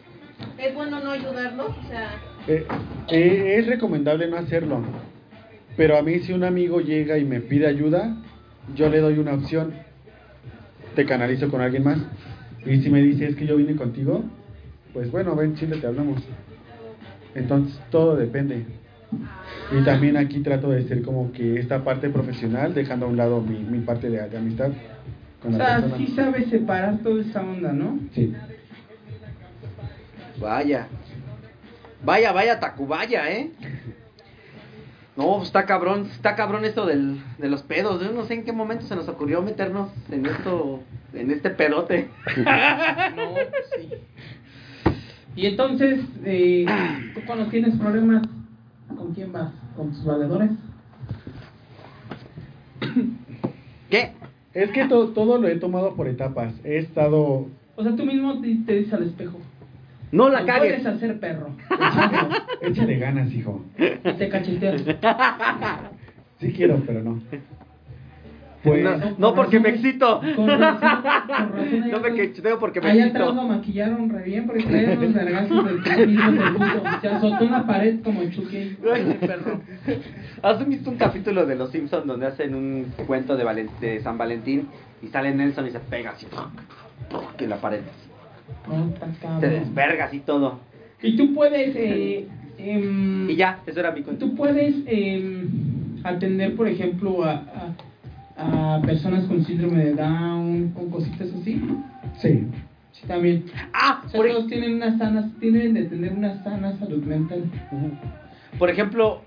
Speaker 6: es bueno no ayudarlos, o sea,
Speaker 3: eh, eh, es recomendable no hacerlo. Pero a mí si un amigo llega y me pide ayuda, yo le doy una opción. Te canalizo con alguien más. Y si me dice es que yo vine contigo, pues bueno, ven, Chile, te hablamos. Entonces todo depende. Y también aquí trato de ser como que esta parte profesional, dejando a un lado mi, mi parte de, de amistad
Speaker 1: O
Speaker 3: con la
Speaker 1: sea,
Speaker 3: persona.
Speaker 1: sí sabes separar toda esa onda, ¿no?
Speaker 3: Sí.
Speaker 4: Vaya. Vaya, vaya, Tacubaya, ¿eh? No, pues está cabrón, está cabrón esto del, de los pedos. Yo no sé en qué momento se nos ocurrió meternos en esto, en este pedote.
Speaker 1: No, pues sí. Y entonces, eh, tú cuando tienes problemas, ¿con quién vas? ¿Con tus valedores?
Speaker 4: ¿Qué?
Speaker 3: Es que to- todo lo he tomado por etapas. He estado...
Speaker 1: O sea, tú mismo te, te dices al espejo.
Speaker 4: Pues No la
Speaker 1: "Me
Speaker 4: cagues.
Speaker 1: Puedes hacer perro.
Speaker 3: Échale, échale ganas, hijo.
Speaker 1: Y te cacheteas.
Speaker 3: Sí quiero, pero no. Pues,
Speaker 4: No, *laughs* no, porque me excito.
Speaker 1: Con razón- con razón allá
Speaker 4: *laughs* No me
Speaker 1: atrás-
Speaker 4: quechuteo porque me
Speaker 1: Allá atrás
Speaker 4: excito.
Speaker 1: lo maquillaron re bien porque traían unos vergazos del capítulo del puto. Se azotó una pared como
Speaker 4: *laughs*
Speaker 1: Chucky.
Speaker 4: Ay, perro. ¿Has visto un capítulo de Los Simpsons donde hacen un cuento de, Valen- de San Valentín y sale Nelson y se pega así que la pared
Speaker 1: Puta,
Speaker 4: se
Speaker 1: cabrón.
Speaker 4: desverga así todo
Speaker 1: Y tú puedes, eh, em,
Speaker 4: y ya eso era mi cuento
Speaker 1: tú puedes em, atender, por ejemplo, a, a, a personas con síndrome de Down, con cositas así.
Speaker 3: sí.
Speaker 1: Sí, también.
Speaker 4: ah
Speaker 1: O sea,
Speaker 4: por,
Speaker 1: todos tienen una sana, tienen de tener una sana salud mental.
Speaker 3: Ujú.
Speaker 4: por ejemplo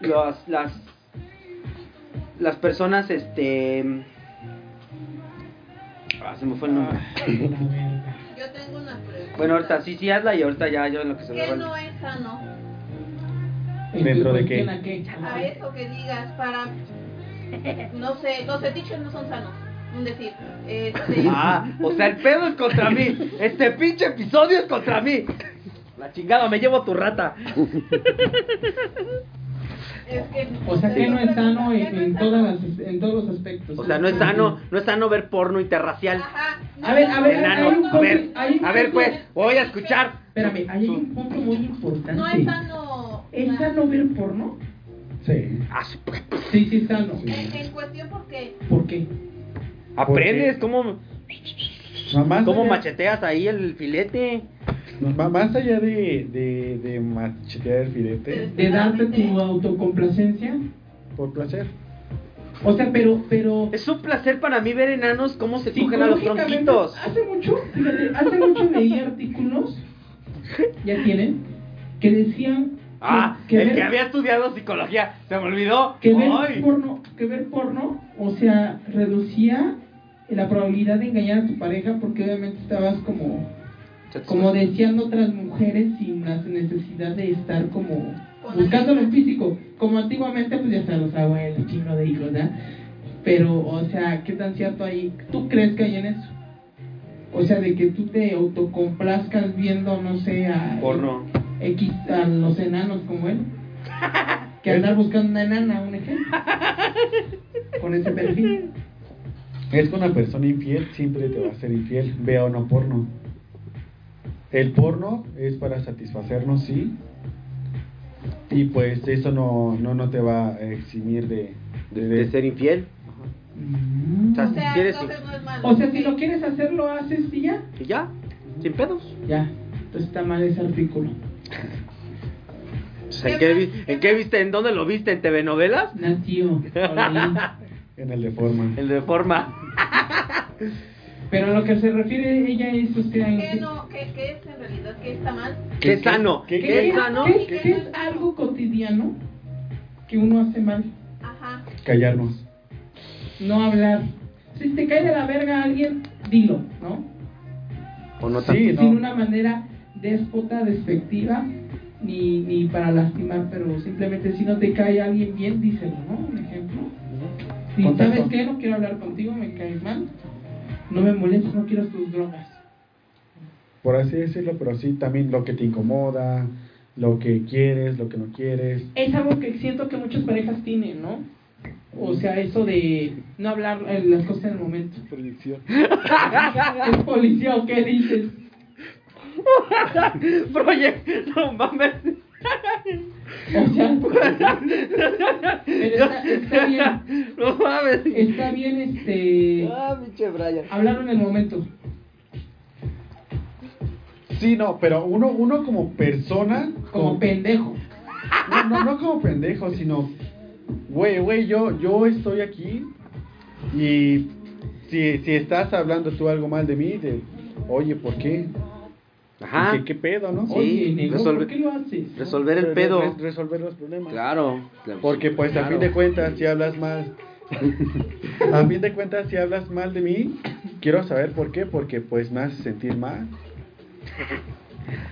Speaker 4: las las las personas este ah, se me fue el nombre
Speaker 6: Yo tengo una pregunta.
Speaker 4: bueno ahorita sí sí hazla y ahorita ya yo en lo que se me
Speaker 6: ¿Qué
Speaker 4: va
Speaker 6: no es sano?
Speaker 3: ¿Dentro de qué?
Speaker 1: ¿Quién a qué?
Speaker 6: A Ah, eso que digas
Speaker 1: *laughs*
Speaker 6: para. No sé, los fetiches no son sanos. Un decir. Este,
Speaker 4: *laughs* Ah, o sea, el pedo es contra mí. Este pinche episodio es contra mí. La chingada, me llevo tu rata.
Speaker 6: es que,
Speaker 1: O sea, que no es sano
Speaker 6: ¿qué no es
Speaker 1: en, en,
Speaker 6: sano?
Speaker 1: todas las, en todos los aspectos.
Speaker 4: O sea, no es sano, no es sano ver porno interracial.
Speaker 6: Ajá.
Speaker 1: A ver, a ver,
Speaker 4: Enano,
Speaker 1: hay un
Speaker 4: a
Speaker 1: punto-
Speaker 4: ver,
Speaker 1: hay un
Speaker 4: a ver,
Speaker 1: punto-
Speaker 4: pues, voy a escuchar.
Speaker 1: Espérame, ahí hay un punto muy importante.
Speaker 6: No es sano.
Speaker 1: ¿Es sano ver porno?
Speaker 3: Sí.
Speaker 4: Ah, su p-
Speaker 1: Sí, sí es sano.
Speaker 6: En, en cuestión porque.
Speaker 1: ¿Por qué?
Speaker 4: Aprendes cómo,
Speaker 1: Ah,
Speaker 3: Más
Speaker 4: cómo
Speaker 3: allá-
Speaker 4: macheteas ahí el filete.
Speaker 3: ma- Más allá de, de, de machetear el filete,
Speaker 1: ¿De darte tu autocomplacencia?
Speaker 3: por placer.
Speaker 1: O sea, pero, pero...
Speaker 4: Es un placer para mí ver enanos cómo se cogen a los
Speaker 1: psicológicamente,
Speaker 4: tronquitos.
Speaker 1: Hace mucho, fíjate, hace mucho leí artículos, ya tienen, que decían... que-
Speaker 4: Ah,
Speaker 1: que
Speaker 4: el
Speaker 1: ver-
Speaker 4: que había estudiado psicología, se me olvidó.
Speaker 1: que ver
Speaker 4: Ay.
Speaker 1: porno, que ver porno, o sea, reducía la probabilidad de engañar a tu pareja porque obviamente estabas como como deseando otras mujeres sin la necesidad de estar como buscándolo en físico, como antiguamente pues ya se los abuelos, chino de hijos, ¿verdad? Pero, o sea, ¿qué tan cierto hay? ¿Tú crees que hay en eso? O sea, de que tú te autocomplazcas viendo, no sé, a...
Speaker 4: Porno.
Speaker 1: X a los enanos
Speaker 6: *laughs*
Speaker 1: como él. Que andar buscando una enana, un ejemplo. Con ese perfil.
Speaker 3: Es que una persona infiel siempre te va a ser infiel, vea o no porno. El porno es para satisfacernos, sí. Y pues eso no, no, no te va a eximir de, de- de-
Speaker 4: De ser infiel. O sea,
Speaker 6: O sea,
Speaker 4: si eres
Speaker 6: entonces no es malo.
Speaker 1: Mm. O sea, si
Speaker 6: ok.
Speaker 1: lo quieres hacer, lo haces y ya.
Speaker 4: Y ya, sin pedos.
Speaker 1: Ya. Entonces está mal ese artículo.
Speaker 4: O sea, ¿En qué, vi- en qué viste? ¿En dónde lo viste? ¿En TV novelas?
Speaker 1: Nació. por ahí.
Speaker 3: *laughs* en el de forma.
Speaker 4: El de forma.
Speaker 1: Pero a lo que se refiere ella es, o sea,
Speaker 6: ¿Qué
Speaker 1: en-
Speaker 6: no? ¿Qué, qué es en realidad? ¿Qué está mal?
Speaker 4: ¿Qué sano?
Speaker 3: qué-
Speaker 1: que-
Speaker 4: ¿Qué
Speaker 6: Ah,
Speaker 1: que-
Speaker 4: sano?
Speaker 1: que- que es algo cotidiano que uno hace mal?
Speaker 6: Ajá.
Speaker 3: Callarnos.
Speaker 1: No hablar. Si te cae de la verga alguien, dilo, ¿no?
Speaker 4: ¿O no tan-
Speaker 3: Sí,
Speaker 1: sin
Speaker 3: no.
Speaker 1: una manera déspota, despectiva, ni, ni para lastimar, pero simplemente si no te cae alguien bien, díselo, ¿no? Un ejemplo. Si
Speaker 3: Contacto.
Speaker 1: sabes que no quiero hablar contigo, me caes mal, no me molestes, no quiero tus drogas.
Speaker 3: Por así decirlo, pero sí también lo que te incomoda, lo que quieres, lo que no quieres.
Speaker 1: Es algo que siento que muchas parejas tienen, ¿no? O sea, eso de no hablar eh, las cosas en el momento. ¿Es policía o qué dices?
Speaker 4: Proyecto, no mames.
Speaker 1: O sea, pero está, está bien,
Speaker 4: No mames.
Speaker 1: está bien este,
Speaker 4: Ah, pinche Brian.
Speaker 1: hablar en el momento.
Speaker 3: Sí, no, pero uno, uno como persona,
Speaker 1: como pendejo.
Speaker 3: No, no, no como pendejo, sino, güey, güey, yo, yo estoy aquí y si, si estás hablando tú algo mal de mí, de, oye, ¿por qué?
Speaker 4: Ajá.
Speaker 3: ¿Qué, qué pedo, no?
Speaker 4: Ah. Sí,
Speaker 1: Oye, nego,
Speaker 4: resolve-
Speaker 1: ¿por qué lo haces?
Speaker 4: Resolver el
Speaker 3: Re-
Speaker 4: pedo.
Speaker 3: re- resolver los problemas.
Speaker 4: Claro.
Speaker 3: Porque pues a
Speaker 4: Claro.
Speaker 3: fin de cuentas, si hablas mal, *laughs* a fin de cuentas, si hablas mal de mí, quiero saber por qué, porque pues me hace sentir mal.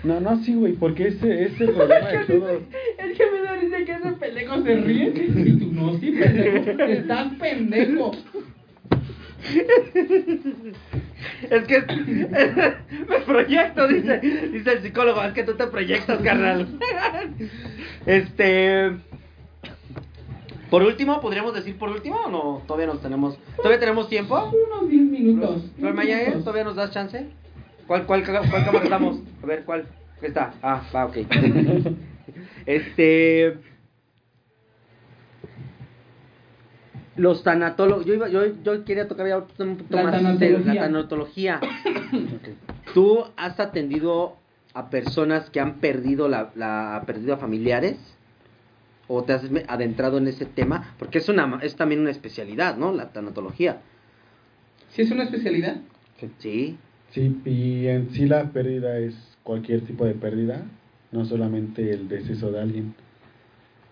Speaker 3: No, no, sí, güey, porque ese ese es el problema de todos.
Speaker 1: Es que me da risa que ese pendejo se ríe y tú no, sí, pendejo. Estás pendejo.
Speaker 4: Es *laughs* que me proyecto, dice, dice el psicólogo, es que *laughs* tú te proyectas, carnal. Este, Por último, podríamos decir por último o no, todavía nos tenemos, todavía tenemos tiempo.
Speaker 9: Unos 10 minutos.
Speaker 4: Flor Mayer, ¿todavía nos das chance? ¿Cuál, cuál, ca- cuál cámara estamos? A ver, ¿cuál? ¿Qué está? Ah, va, ok. Este. Los tanatólogos. Yo, iba- yo, yo quería tocar ya otro tema un poquito
Speaker 9: La
Speaker 4: más
Speaker 9: tanatología.
Speaker 4: serio, La tanatología. ¿Tú has atendido a personas que han perdido, la, la- perdido a familiares? ¿O te has me- adentrado en ese tema? Porque es, una, es también una especialidad, ¿no? La tanatología.
Speaker 1: ¿Sí es una especialidad?
Speaker 4: Sí.
Speaker 3: Sí, y en sí la pérdida es cualquier tipo de pérdida, no solamente el deceso de alguien.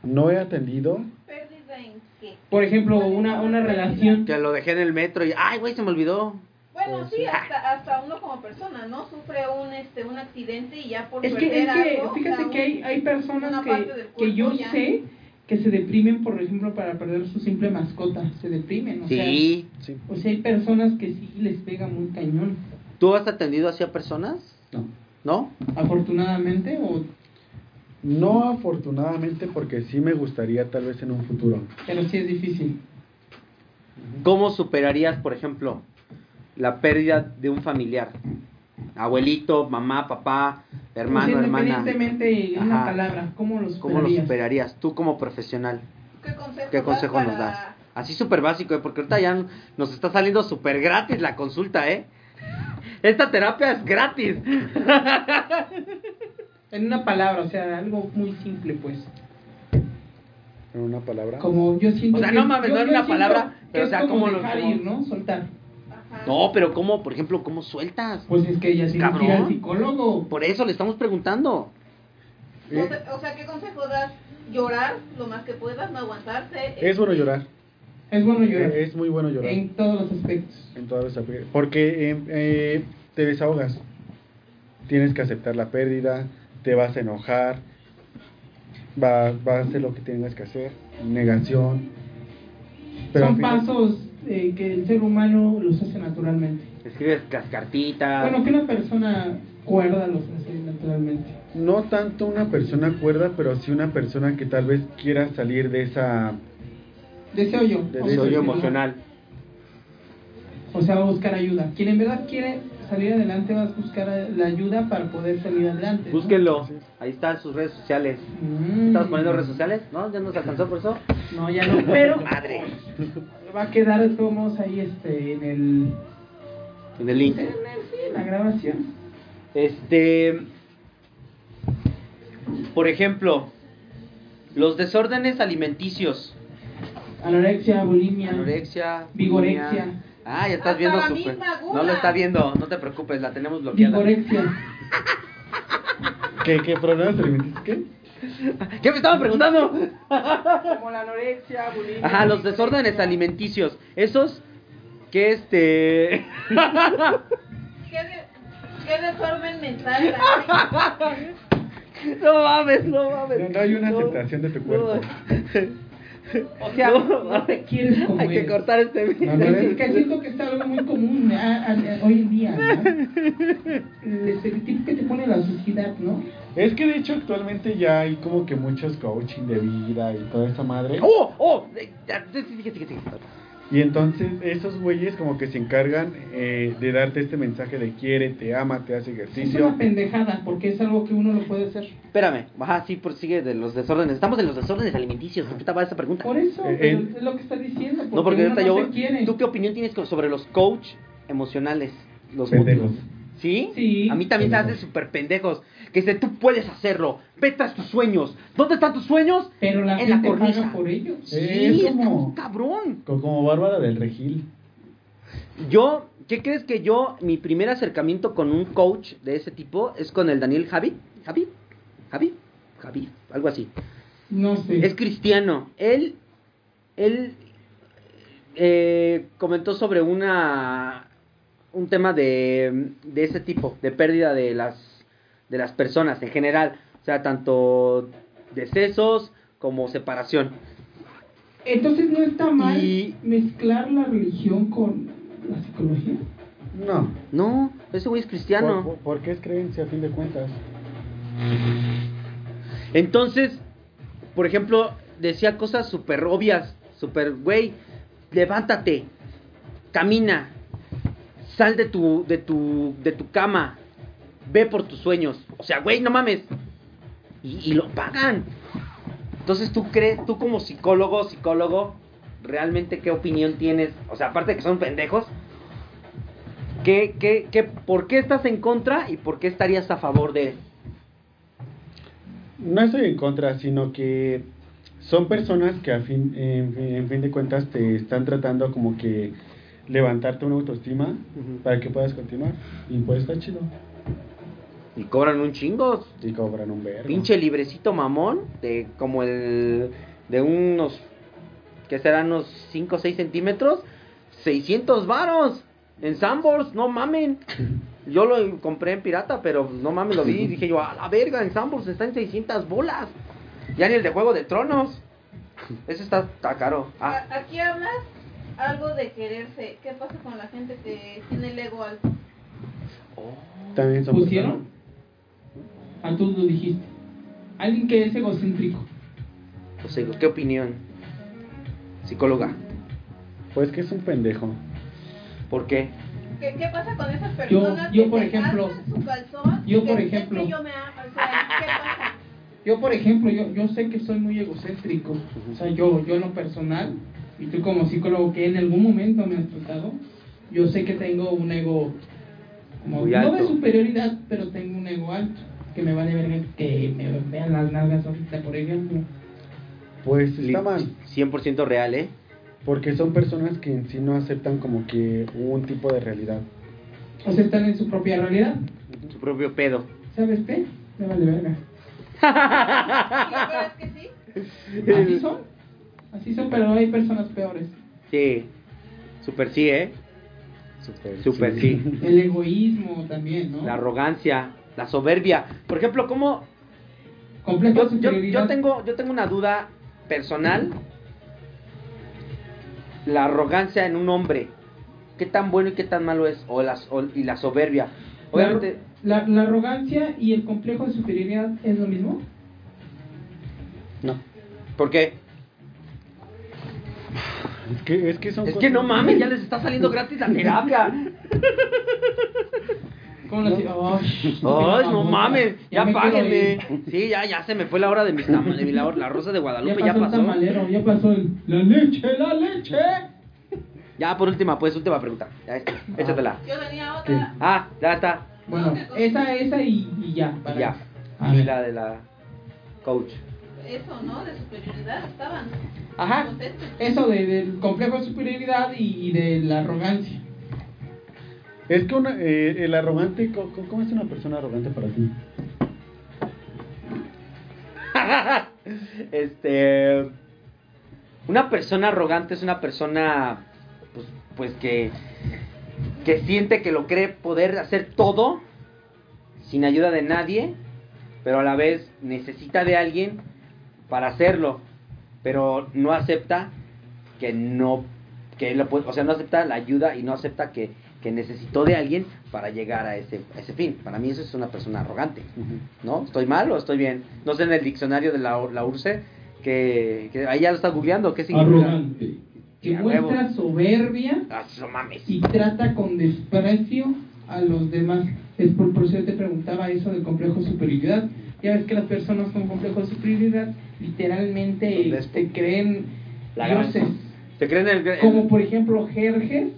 Speaker 3: No he atendido,
Speaker 6: ¿Pérdida en qué?
Speaker 1: Por ejemplo, una, una relación.
Speaker 4: Que lo dejé en el metro y, ay, güey, se me olvidó.
Speaker 6: Bueno,
Speaker 3: Pues,
Speaker 6: sí,
Speaker 1: ah.
Speaker 6: hasta, hasta uno como persona, ¿no? Sufre un este un accidente y ya por
Speaker 1: Es que,
Speaker 6: perder
Speaker 1: es que
Speaker 6: algo, o
Speaker 1: fíjate
Speaker 6: sea,
Speaker 1: que hay, hay
Speaker 6: una
Speaker 1: personas
Speaker 6: parte del
Speaker 1: que,
Speaker 6: cuerpo
Speaker 1: que yo
Speaker 6: ya.
Speaker 1: sé que se deprimen, por ejemplo, para perder su simple mascota. Se deprimen, o sea.
Speaker 4: Sí.
Speaker 3: sí,
Speaker 1: O sea, hay personas que sí les pega muy cañón.
Speaker 4: ¿Tú has atendido así a personas?
Speaker 3: no.
Speaker 4: ¿No?
Speaker 1: Afortunadamente, o,
Speaker 3: No afortunadamente porque sí me gustaría tal vez en un futuro.
Speaker 1: pero sí es difícil.
Speaker 4: ¿Cómo superarías, por ejemplo, la pérdida de un familiar? Abuelito, mamá, papá, hermano,
Speaker 1: O sea,
Speaker 4: hermana.
Speaker 1: Independientemente en una
Speaker 4: Ajá.
Speaker 1: palabra, ¿cómo los
Speaker 4: ¿Cómo lo superarías tú como profesional?
Speaker 6: ¿Qué consejo,
Speaker 4: ¿Qué
Speaker 6: das
Speaker 4: consejo nos
Speaker 6: Pues, para-
Speaker 4: das? Así súper básico, ¿eh? porque ahorita ya nos está saliendo súper gratis la consulta, ¿eh? Esta terapia es gratis.
Speaker 1: En una palabra, o sea, algo muy simple, pues.
Speaker 3: En una palabra.
Speaker 1: Como yo siento
Speaker 4: O sea,
Speaker 1: que-
Speaker 4: no mames,
Speaker 1: yo-
Speaker 4: no en
Speaker 1: yo
Speaker 4: una
Speaker 1: siento
Speaker 4: palabra,
Speaker 1: que
Speaker 4: pero, o
Speaker 1: es
Speaker 4: sea,
Speaker 1: como
Speaker 4: ¿cómo lo-
Speaker 1: dejar
Speaker 4: cómo-
Speaker 1: ir, ¿no? Soltar.
Speaker 6: Ajá.
Speaker 4: No, pero ¿cómo, por ejemplo, cómo sueltas?
Speaker 1: Pues es que ella sí
Speaker 4: Cabrón.
Speaker 1: ir al psicólogo.
Speaker 4: Por eso le estamos preguntando.
Speaker 6: O
Speaker 1: eh.
Speaker 6: sea, o sea, ¿qué consejo das? Llorar lo más que puedas, no aguantarte.
Speaker 3: Es bueno llorar.
Speaker 1: Es bueno llorar.
Speaker 3: Es muy bueno llorar.
Speaker 1: En todos los aspectos.
Speaker 3: En todas las ape- Porque eh, eh, te desahogas. Tienes que aceptar la pérdida, te vas a enojar, vas, vas a hacer lo que tengas que hacer, negación. Pero al
Speaker 1: Son
Speaker 3: final-
Speaker 1: pasos eh, que el ser humano los hace naturalmente.
Speaker 4: Escribes las cartitas.
Speaker 1: Bueno, que una persona cuerda los hace naturalmente.
Speaker 3: no tanto una persona cuerda, pero sí una persona que tal vez quiera salir de esa...
Speaker 1: Deseo yo.
Speaker 3: De
Speaker 1: o
Speaker 3: deseo
Speaker 1: sea,
Speaker 3: yo
Speaker 4: emocional.
Speaker 1: O sea, va a buscar ayuda. Quien en verdad quiere salir adelante va a buscar eh, la ayuda para poder salir adelante. ¿no?
Speaker 4: Búsquenlo. Ahí está en sus redes sociales.
Speaker 1: Mm.
Speaker 4: ¿Estamos poniendo redes sociales? ¿No? ¿Ya nos alcanzó por eso?
Speaker 1: No, ya no, pero
Speaker 4: *laughs* Madre.
Speaker 1: va a quedar de todos modos ahí este, en el...
Speaker 4: En el link.
Speaker 1: En, el- sí, en la grabación.
Speaker 4: Este. Por ejemplo, los desórdenes alimenticios.
Speaker 1: Anorexia, bulimia.
Speaker 4: Anorexia.
Speaker 1: Vigorexia.
Speaker 4: bulimia. Ah,
Speaker 6: Hasta
Speaker 4: ya estás viendo
Speaker 6: la
Speaker 4: súper.
Speaker 6: misma gula.
Speaker 4: No lo está viendo, no te preocupes, la tenemos bloqueada.
Speaker 1: Vigorexia.
Speaker 3: ¿Qué, qué problemas alimenticios? ¿Qué?
Speaker 4: ¿Qué me estaba preguntando?
Speaker 1: Como la anorexia, bulimia.
Speaker 4: Ajá, los desórdenes alimenticios. Esos que este.
Speaker 6: ¿Qué, de- qué desorden mental hay?
Speaker 1: *laughs*
Speaker 4: No mames, no mames.
Speaker 3: No, no hay una aceptación de tu cuerpo.
Speaker 1: O sea,
Speaker 4: No.
Speaker 1: no te quieres como
Speaker 4: Hay que
Speaker 1: eres.
Speaker 4: cortar este
Speaker 3: No,
Speaker 4: video.
Speaker 3: no,
Speaker 1: Es que siento que es algo muy común ah, ah, ah, hoy en día,
Speaker 4: *laughs*
Speaker 1: ¿no? Este, El estereotipo que te pone la sociedad, ¿no?
Speaker 3: Es que de hecho actualmente ya hay como que muchos coaching de vida y toda esa madre.
Speaker 4: ¡Oh! ¡Oh! Eh, ya, sí, sí, sí, sí, sí.
Speaker 3: Y entonces esos güeyes como que se encargan eh, de darte este mensaje de quiere, te ama, te hace
Speaker 1: Es
Speaker 3: ejercicio.
Speaker 1: una pendejada, porque es algo que uno lo puede hacer.
Speaker 4: Espérame, ajá, sí, por- sigue de los desórdenes. Estamos en los desórdenes alimenticios. ¿Por qué te va esa pregunta?
Speaker 1: Por eso,
Speaker 3: Eh,
Speaker 1: pero
Speaker 3: eh.
Speaker 1: es lo que está diciendo. Porque
Speaker 4: no, porque
Speaker 1: uno
Speaker 4: ahorita
Speaker 1: no
Speaker 4: yo.
Speaker 1: se quiere.
Speaker 4: ¿Tú qué opinión tienes co- sobre los coach emocionales? Los
Speaker 3: Pendejos.
Speaker 4: motivos. ¿Sí?
Speaker 1: Sí.
Speaker 4: A mí también se hacen súper pendejos. Que dice, tú puedes hacerlo. Vete a tus sueños. ¿Dónde están tus sueños?
Speaker 1: Pero la
Speaker 4: en la
Speaker 1: gente
Speaker 4: cornisa.
Speaker 1: paga por ellos.
Speaker 4: Sí,
Speaker 3: Es
Speaker 4: es como
Speaker 3: como-
Speaker 4: cabrón.
Speaker 3: Co- Como Bárbara del Regil.
Speaker 4: Yo, ¿qué crees que yo, mi primer acercamiento con un coach de ese tipo es con el Daniel Javi? ¿Javi? ¿Javi? ¿Javi? Algo así.
Speaker 1: No sé.
Speaker 4: Es cristiano. Él, él eh, comentó sobre una un tema de, de ese tipo, de pérdida de las de las personas en general, o sea, tanto decesos como separación.
Speaker 1: Entonces no está mal
Speaker 4: Y-
Speaker 1: mezclar la religión con la psicología.
Speaker 3: No.
Speaker 4: No, ese güey es cristiano.
Speaker 3: Por- por- porque es creencia a fin de cuentas.
Speaker 4: Entonces, por ejemplo, decía cosas súper obvias, súper, güey, levántate, camina, sal de tu, de tu, de tu cama, ve por tus sueños. O sea, güey, no mames. Y, y lo pagan. Entonces, ¿tú crees, tú como psicólogo, psicólogo, realmente qué opinión tienes? O sea, aparte de que son pendejos, ¿qué, qué, qué, ¿por qué estás en contra y por qué estarías a favor de
Speaker 3: No estoy en contra, sino que son personas que a fin, en, fin- en fin de cuentas te están tratando como que levantarte una autoestima
Speaker 4: Ujú.
Speaker 3: para que puedas continuar. Y pues está chido.
Speaker 4: Y cobran un chingo.
Speaker 3: Y cobran un verbo.
Speaker 4: Pinche librecito mamón, de como el. de unos. que serán unos 5 o 6 centímetros. 600 varos en Sambors, no mamen. Yo lo compré en pirata, pero no mames, lo vi y dije yo, a la verga, en Sambors está en 600 bolas. Ya ni el de Juego de Tronos. Eso está, está caro. Ah,
Speaker 6: A- Aquí hablas algo de quererse. ¿Qué pasa con la gente que tiene el ego alto?
Speaker 3: También son
Speaker 1: pusieron, a tú lo dijiste, alguien que es egocéntrico.
Speaker 4: pues digo, ¿qué opinión? Psicóloga,
Speaker 3: personas- Pues que es un pendejo.
Speaker 4: ¿por qué?
Speaker 6: ¿Qué, qué pasa con esas personas
Speaker 1: yo,
Speaker 6: que
Speaker 1: por
Speaker 6: se
Speaker 1: ejemplo,
Speaker 6: gastan su calzón?
Speaker 1: yo,
Speaker 6: y
Speaker 1: por
Speaker 6: que
Speaker 1: ejemplo.
Speaker 6: siempre yo me ha- o sea, ¿qué pasa?
Speaker 1: Yo, por ejemplo, yo, yo sé que soy muy egocéntrico, o sea, yo, yo en lo personal, y tú como psicólogo que en algún momento me has tratado, yo sé que tengo un ego, como,
Speaker 4: Muy
Speaker 1: no
Speaker 4: alto.
Speaker 1: de superioridad, pero tengo un ego alto, que me vale verga que me vean las nalgas ahorita, por ejemplo.
Speaker 3: Pues está mal.
Speaker 4: 100% real, ¿eh?
Speaker 3: Porque son personas que en sí no aceptan como que un tipo de realidad.
Speaker 1: O sea, están en su propia realidad.
Speaker 4: Su propio pedo.
Speaker 1: ¿Sabes qué? Me vale verga.
Speaker 6: Sí, pero es que sí.
Speaker 4: *laughs*
Speaker 1: Así son, así son, pero hay personas peores.
Speaker 4: Sí, super sí, ¿eh?
Speaker 3: Super,
Speaker 4: Super sí.
Speaker 3: *laughs*
Speaker 1: El egoísmo también, ¿no?
Speaker 4: La arrogancia, la soberbia. Por ejemplo, ¿cómo?
Speaker 1: Complejo
Speaker 4: Yo, yo- yo tengo, yo tengo una duda personal. La arrogancia en un hombre. ¿Qué tan bueno y qué tan malo es? O las, o- y la soberbia. Obviamente,
Speaker 1: La, la arrogancia y el complejo de superioridad es lo mismo.
Speaker 3: No.
Speaker 4: ¿por qué?
Speaker 3: Es que, es que son
Speaker 4: Es que
Speaker 3: cosas-
Speaker 4: no mames, ya les está saliendo gratis la terapia.
Speaker 1: ¿Cómo lo hacía? Ay,
Speaker 4: Ay, *laughs* no mames, ya,
Speaker 1: me quiero
Speaker 4: páguenme.
Speaker 1: ir.
Speaker 4: Sí, ya, ya se me fue la hora de mis tam- de mi la, la rosa de
Speaker 1: Ya
Speaker 4: Guadalupe,
Speaker 1: pasó,
Speaker 4: ya
Speaker 1: el
Speaker 4: pasó.
Speaker 1: tamalero, ya pasó el, la leche, la leche.
Speaker 4: Ya por última, pues última pregunta. Ya, échatela.
Speaker 6: Yo tenía otra.
Speaker 4: Ah, ya está.
Speaker 1: Bueno, esa, esa y, y ya. para-
Speaker 4: Ya.
Speaker 1: A
Speaker 4: Y
Speaker 1: ver.
Speaker 4: la de la coach.
Speaker 6: Eso, ¿no? De superioridad estaban.
Speaker 1: Ajá.
Speaker 6: Contesten.
Speaker 1: Eso de- del complejo de superioridad y, y de la arrogancia.
Speaker 3: Es que una- eh, el arrogante, co- co- ¿cómo, es una persona arrogante para ti?
Speaker 4: Este. Una persona arrogante es una persona. Pues, pues que. Que siente que lo cree poder hacer todo. Sin ayuda de nadie. Pero a la vez necesita de alguien. Para hacerlo. Pero no acepta que no. Que lo puede- o sea, no acepta la ayuda y no acepta que, que necesitó de alguien para llegar a ese, a ese fin. Para mí eso es una persona arrogante. ¿No? ¿Estoy mal o estoy bien? No sé en el diccionario de la, la URSE que, que ahí ya lo está googleando. ¿Qué significa?
Speaker 1: Arrogante. Que
Speaker 4: A huevo.
Speaker 1: muestra soberbia
Speaker 4: Ah, no mames.
Speaker 1: y trata con desprecio a los demás. Es por, por eso yo te preguntaba eso del complejo de superioridad. Ya ves que las personas con complejo de superioridad
Speaker 4: Son
Speaker 1: literalmente
Speaker 4: déspotas.
Speaker 1: te creen
Speaker 4: La
Speaker 1: dioses.
Speaker 4: gran- ¿Se creen el, el-
Speaker 1: Como por ejemplo Jerjes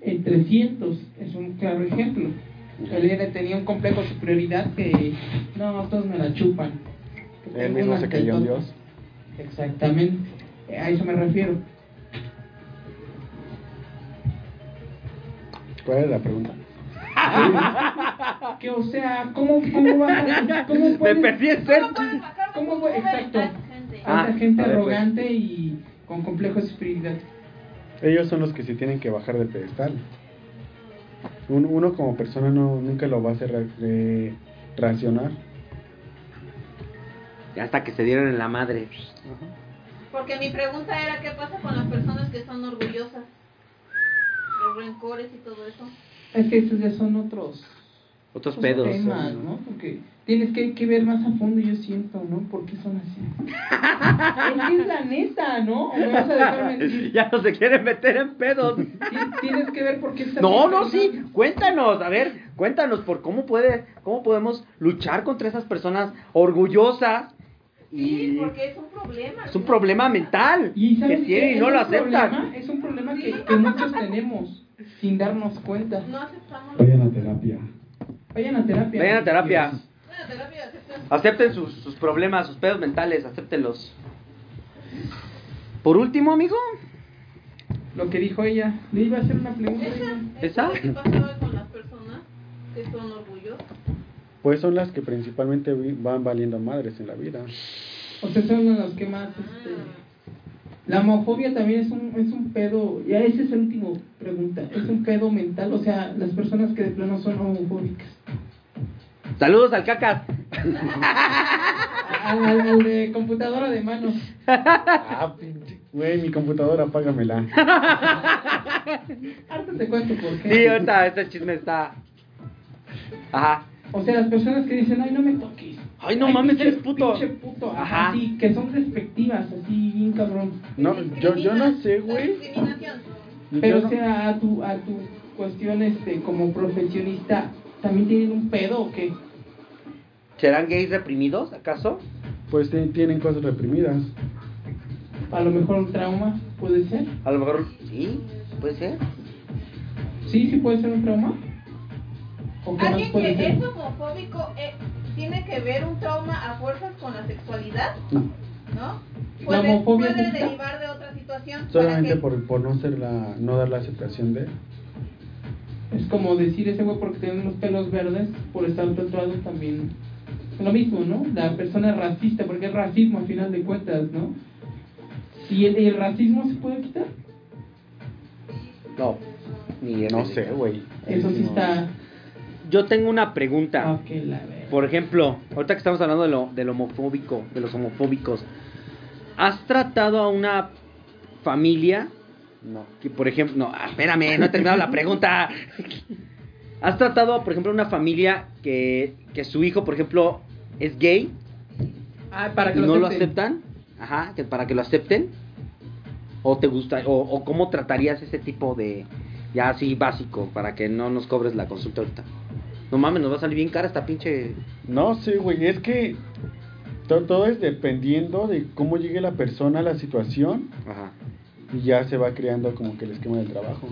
Speaker 1: en 300, es un claro ejemplo. Él era- tenía un complejo de superioridad que no, todos me la chupan. Que
Speaker 3: Él
Speaker 1: tengo
Speaker 3: mismo
Speaker 1: una
Speaker 3: se creyó en
Speaker 1: tetota.
Speaker 3: Dios.
Speaker 1: Exactamente, a eso me refiero.
Speaker 3: ¿Cuál es la pregunta?
Speaker 1: *laughs* Que o sea, ¿cómo, cómo vas a... Cómo
Speaker 4: *laughs* Me
Speaker 1: puedes-
Speaker 4: perdí en ser.
Speaker 6: ¿Cómo pueden sacar
Speaker 1: ¿Cómo
Speaker 6: como
Speaker 1: fue?
Speaker 6: joven a
Speaker 1: Exacto.
Speaker 6: esa gente?
Speaker 4: Ah,
Speaker 1: Hay gente
Speaker 4: a ver, pues.
Speaker 1: arrogante y con complejo de superioridad.
Speaker 3: Ellos son los que se tienen que bajar del pedestal. Un- uno como persona no, nunca lo va a hacer ra- eh, racionar.
Speaker 4: Ya Hasta que se dieron en la madre.
Speaker 6: Porque mi pregunta era: ¿qué pasa con las personas que son orgullosas? Los rencores y todo eso.
Speaker 1: Es que estos ya son otros.
Speaker 4: Otros
Speaker 1: otros
Speaker 4: pedos.
Speaker 1: temas, ¿no? Porque tienes que, que ver más a fondo, yo siento, ¿no? ¿Por qué son así? es que es la neta, ¿no? O me vas a
Speaker 4: *laughs*
Speaker 1: dejar mentir.
Speaker 4: *laughs* ya no se quieren meter
Speaker 1: *laughs*
Speaker 4: en pedos.
Speaker 1: Ti- Tienes que ver por qué esta
Speaker 4: No, no,
Speaker 1: persona-
Speaker 4: sí, cuéntanos, a ver, cuéntanos por cómo puede, cómo podemos luchar contra esas personas orgullosas
Speaker 6: Sí,
Speaker 4: y
Speaker 6: porque es un problema.
Speaker 4: es un problema mental
Speaker 1: ¿Y
Speaker 4: que
Speaker 1: sabes qué?
Speaker 4: tienen y
Speaker 1: Es
Speaker 4: no
Speaker 1: un
Speaker 4: lo aceptan.
Speaker 1: problema- es un problema que, que muchos tenemos sin darnos cuenta.
Speaker 6: No aceptamos.
Speaker 3: Vayan a terapia.
Speaker 1: Vayan a terapia.
Speaker 4: Vayan a terapia,
Speaker 6: Bueno, terapia de
Speaker 1: Ah.
Speaker 6: aceptación.
Speaker 4: acepten sus, sus problemas, sus pedos mentales, acéptenlos. Por último, amigo,
Speaker 1: Lo que dijo ella. Le iba a hacer una pregunta.
Speaker 6: Esa,
Speaker 4: ¿Esa?
Speaker 6: ¿Qué pasaba con las personas que son orgullosas?
Speaker 3: Pues son las que principalmente vi- van valiendo madres en la vida.
Speaker 1: O sea, son uno de los que más. Este, la homofobia también es un, es un pedo. Ya ese es el último pregunta. Es un pedo mental. O sea, las personas que de plano son homofóbicas.
Speaker 4: saludos al cacas.
Speaker 1: Al, al- al de computadora de mano.
Speaker 3: Ah, pinche. *laughs* Güey, mi computadora, apágamela.
Speaker 1: Ahorita te cuento por qué.
Speaker 4: Sí, ahorita este chisme está. Ajá.
Speaker 1: O sea, las personas que dicen, ay, no me toques.
Speaker 4: Ay, no mames,
Speaker 1: pinche-
Speaker 4: eres puto.
Speaker 1: Pinche puto.
Speaker 4: Ajá.
Speaker 1: Ajá. Sí, que son despectivas, así, bien cabrón.
Speaker 3: No, yo, yo no sé,
Speaker 6: La
Speaker 3: güey.
Speaker 6: Discriminación.
Speaker 1: Pero,
Speaker 3: Yo no-
Speaker 1: o sea, a tu, a tu cuestión este, como profesionista, ¿también tienen un pedo o qué?
Speaker 4: ¿Serán gays reprimidos, acaso?
Speaker 3: Pues ti- tienen cosas reprimidas.
Speaker 1: A lo mejor un trauma, ¿puede ser?
Speaker 4: A lo mejor sí, puede ser.
Speaker 1: Sí, sí puede ser un trauma. ¿O qué más
Speaker 6: Alguien
Speaker 1: puede
Speaker 6: que
Speaker 1: ser?
Speaker 6: es homofóbico eh, tiene que ver un trauma a fuerzas con la sexualidad,
Speaker 3: No,
Speaker 6: ¿no?
Speaker 1: ¿La
Speaker 6: Puede,
Speaker 1: homofobia
Speaker 6: puede
Speaker 1: existe?
Speaker 6: derivar de otra situación.
Speaker 3: solamente
Speaker 6: para que-
Speaker 3: por, por no ser la, no dar la aceptación de.
Speaker 1: Es como decir ese güey porque tiene unos pelos verdes por estar tatuado también. Lo mismo, ¿no? La persona es racista, porque es racismo al final de cuentas, ¿no? ¿Y el, el racismo se puede quitar?
Speaker 4: No. Ni en
Speaker 3: No
Speaker 4: el-
Speaker 3: sé, güey.
Speaker 1: Eso sí
Speaker 3: No.
Speaker 1: está...
Speaker 4: Yo tengo una pregunta.
Speaker 1: Ah, que la verga.
Speaker 4: Por ejemplo, ahorita que estamos hablando de lo, del homofóbico, de los homofóbicos, ¿has tratado a una familia
Speaker 3: No.
Speaker 4: que, por ejemplo, no, ah, espérame, no he terminado la pregunta? ¿Has tratado, por ejemplo, a una familia que, que su hijo, por ejemplo, es gay
Speaker 1: Ah, para
Speaker 4: y
Speaker 1: que
Speaker 4: no lo
Speaker 1: acepten.
Speaker 4: aceptan? Ajá, que para que lo acepten. ¿O te gusta, o, o cómo tratarías ese tipo de, ya así básico, para que no nos cobres la consulta ahorita? No mames, nos va a salir bien cara esta pinche...
Speaker 3: No sé, güey, es que to- todo es dependiendo de cómo llegue la persona a la situación
Speaker 4: Ajá.
Speaker 3: y ya se va creando como que el esquema del trabajo.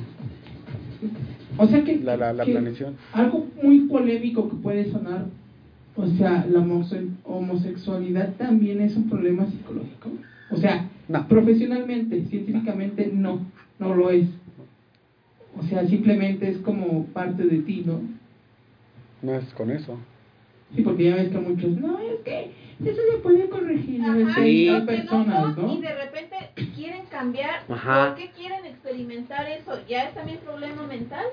Speaker 1: O sea que.
Speaker 3: La- la- la
Speaker 1: que
Speaker 3: planeación.
Speaker 1: Algo muy polémico que puede sonar. O sea, la homose- homosexualidad también es un problema psicológico. O sea,
Speaker 3: No.
Speaker 1: profesionalmente, científicamente, no. No lo es. O sea, simplemente es como parte de ti, ¿no?
Speaker 3: No es con eso.
Speaker 1: Sí, porque ya ves que muchos. No, es que eso se puede corregir. ¿no?
Speaker 6: Ajá,
Speaker 4: Sí.
Speaker 6: y
Speaker 1: Hay
Speaker 6: los que
Speaker 1: personas,
Speaker 6: no son
Speaker 1: ¿no?
Speaker 6: Y de repente quieren cambiar.
Speaker 4: Ajá.
Speaker 6: ¿Por qué quieren experimentar eso? ¿Ya es también problema mental?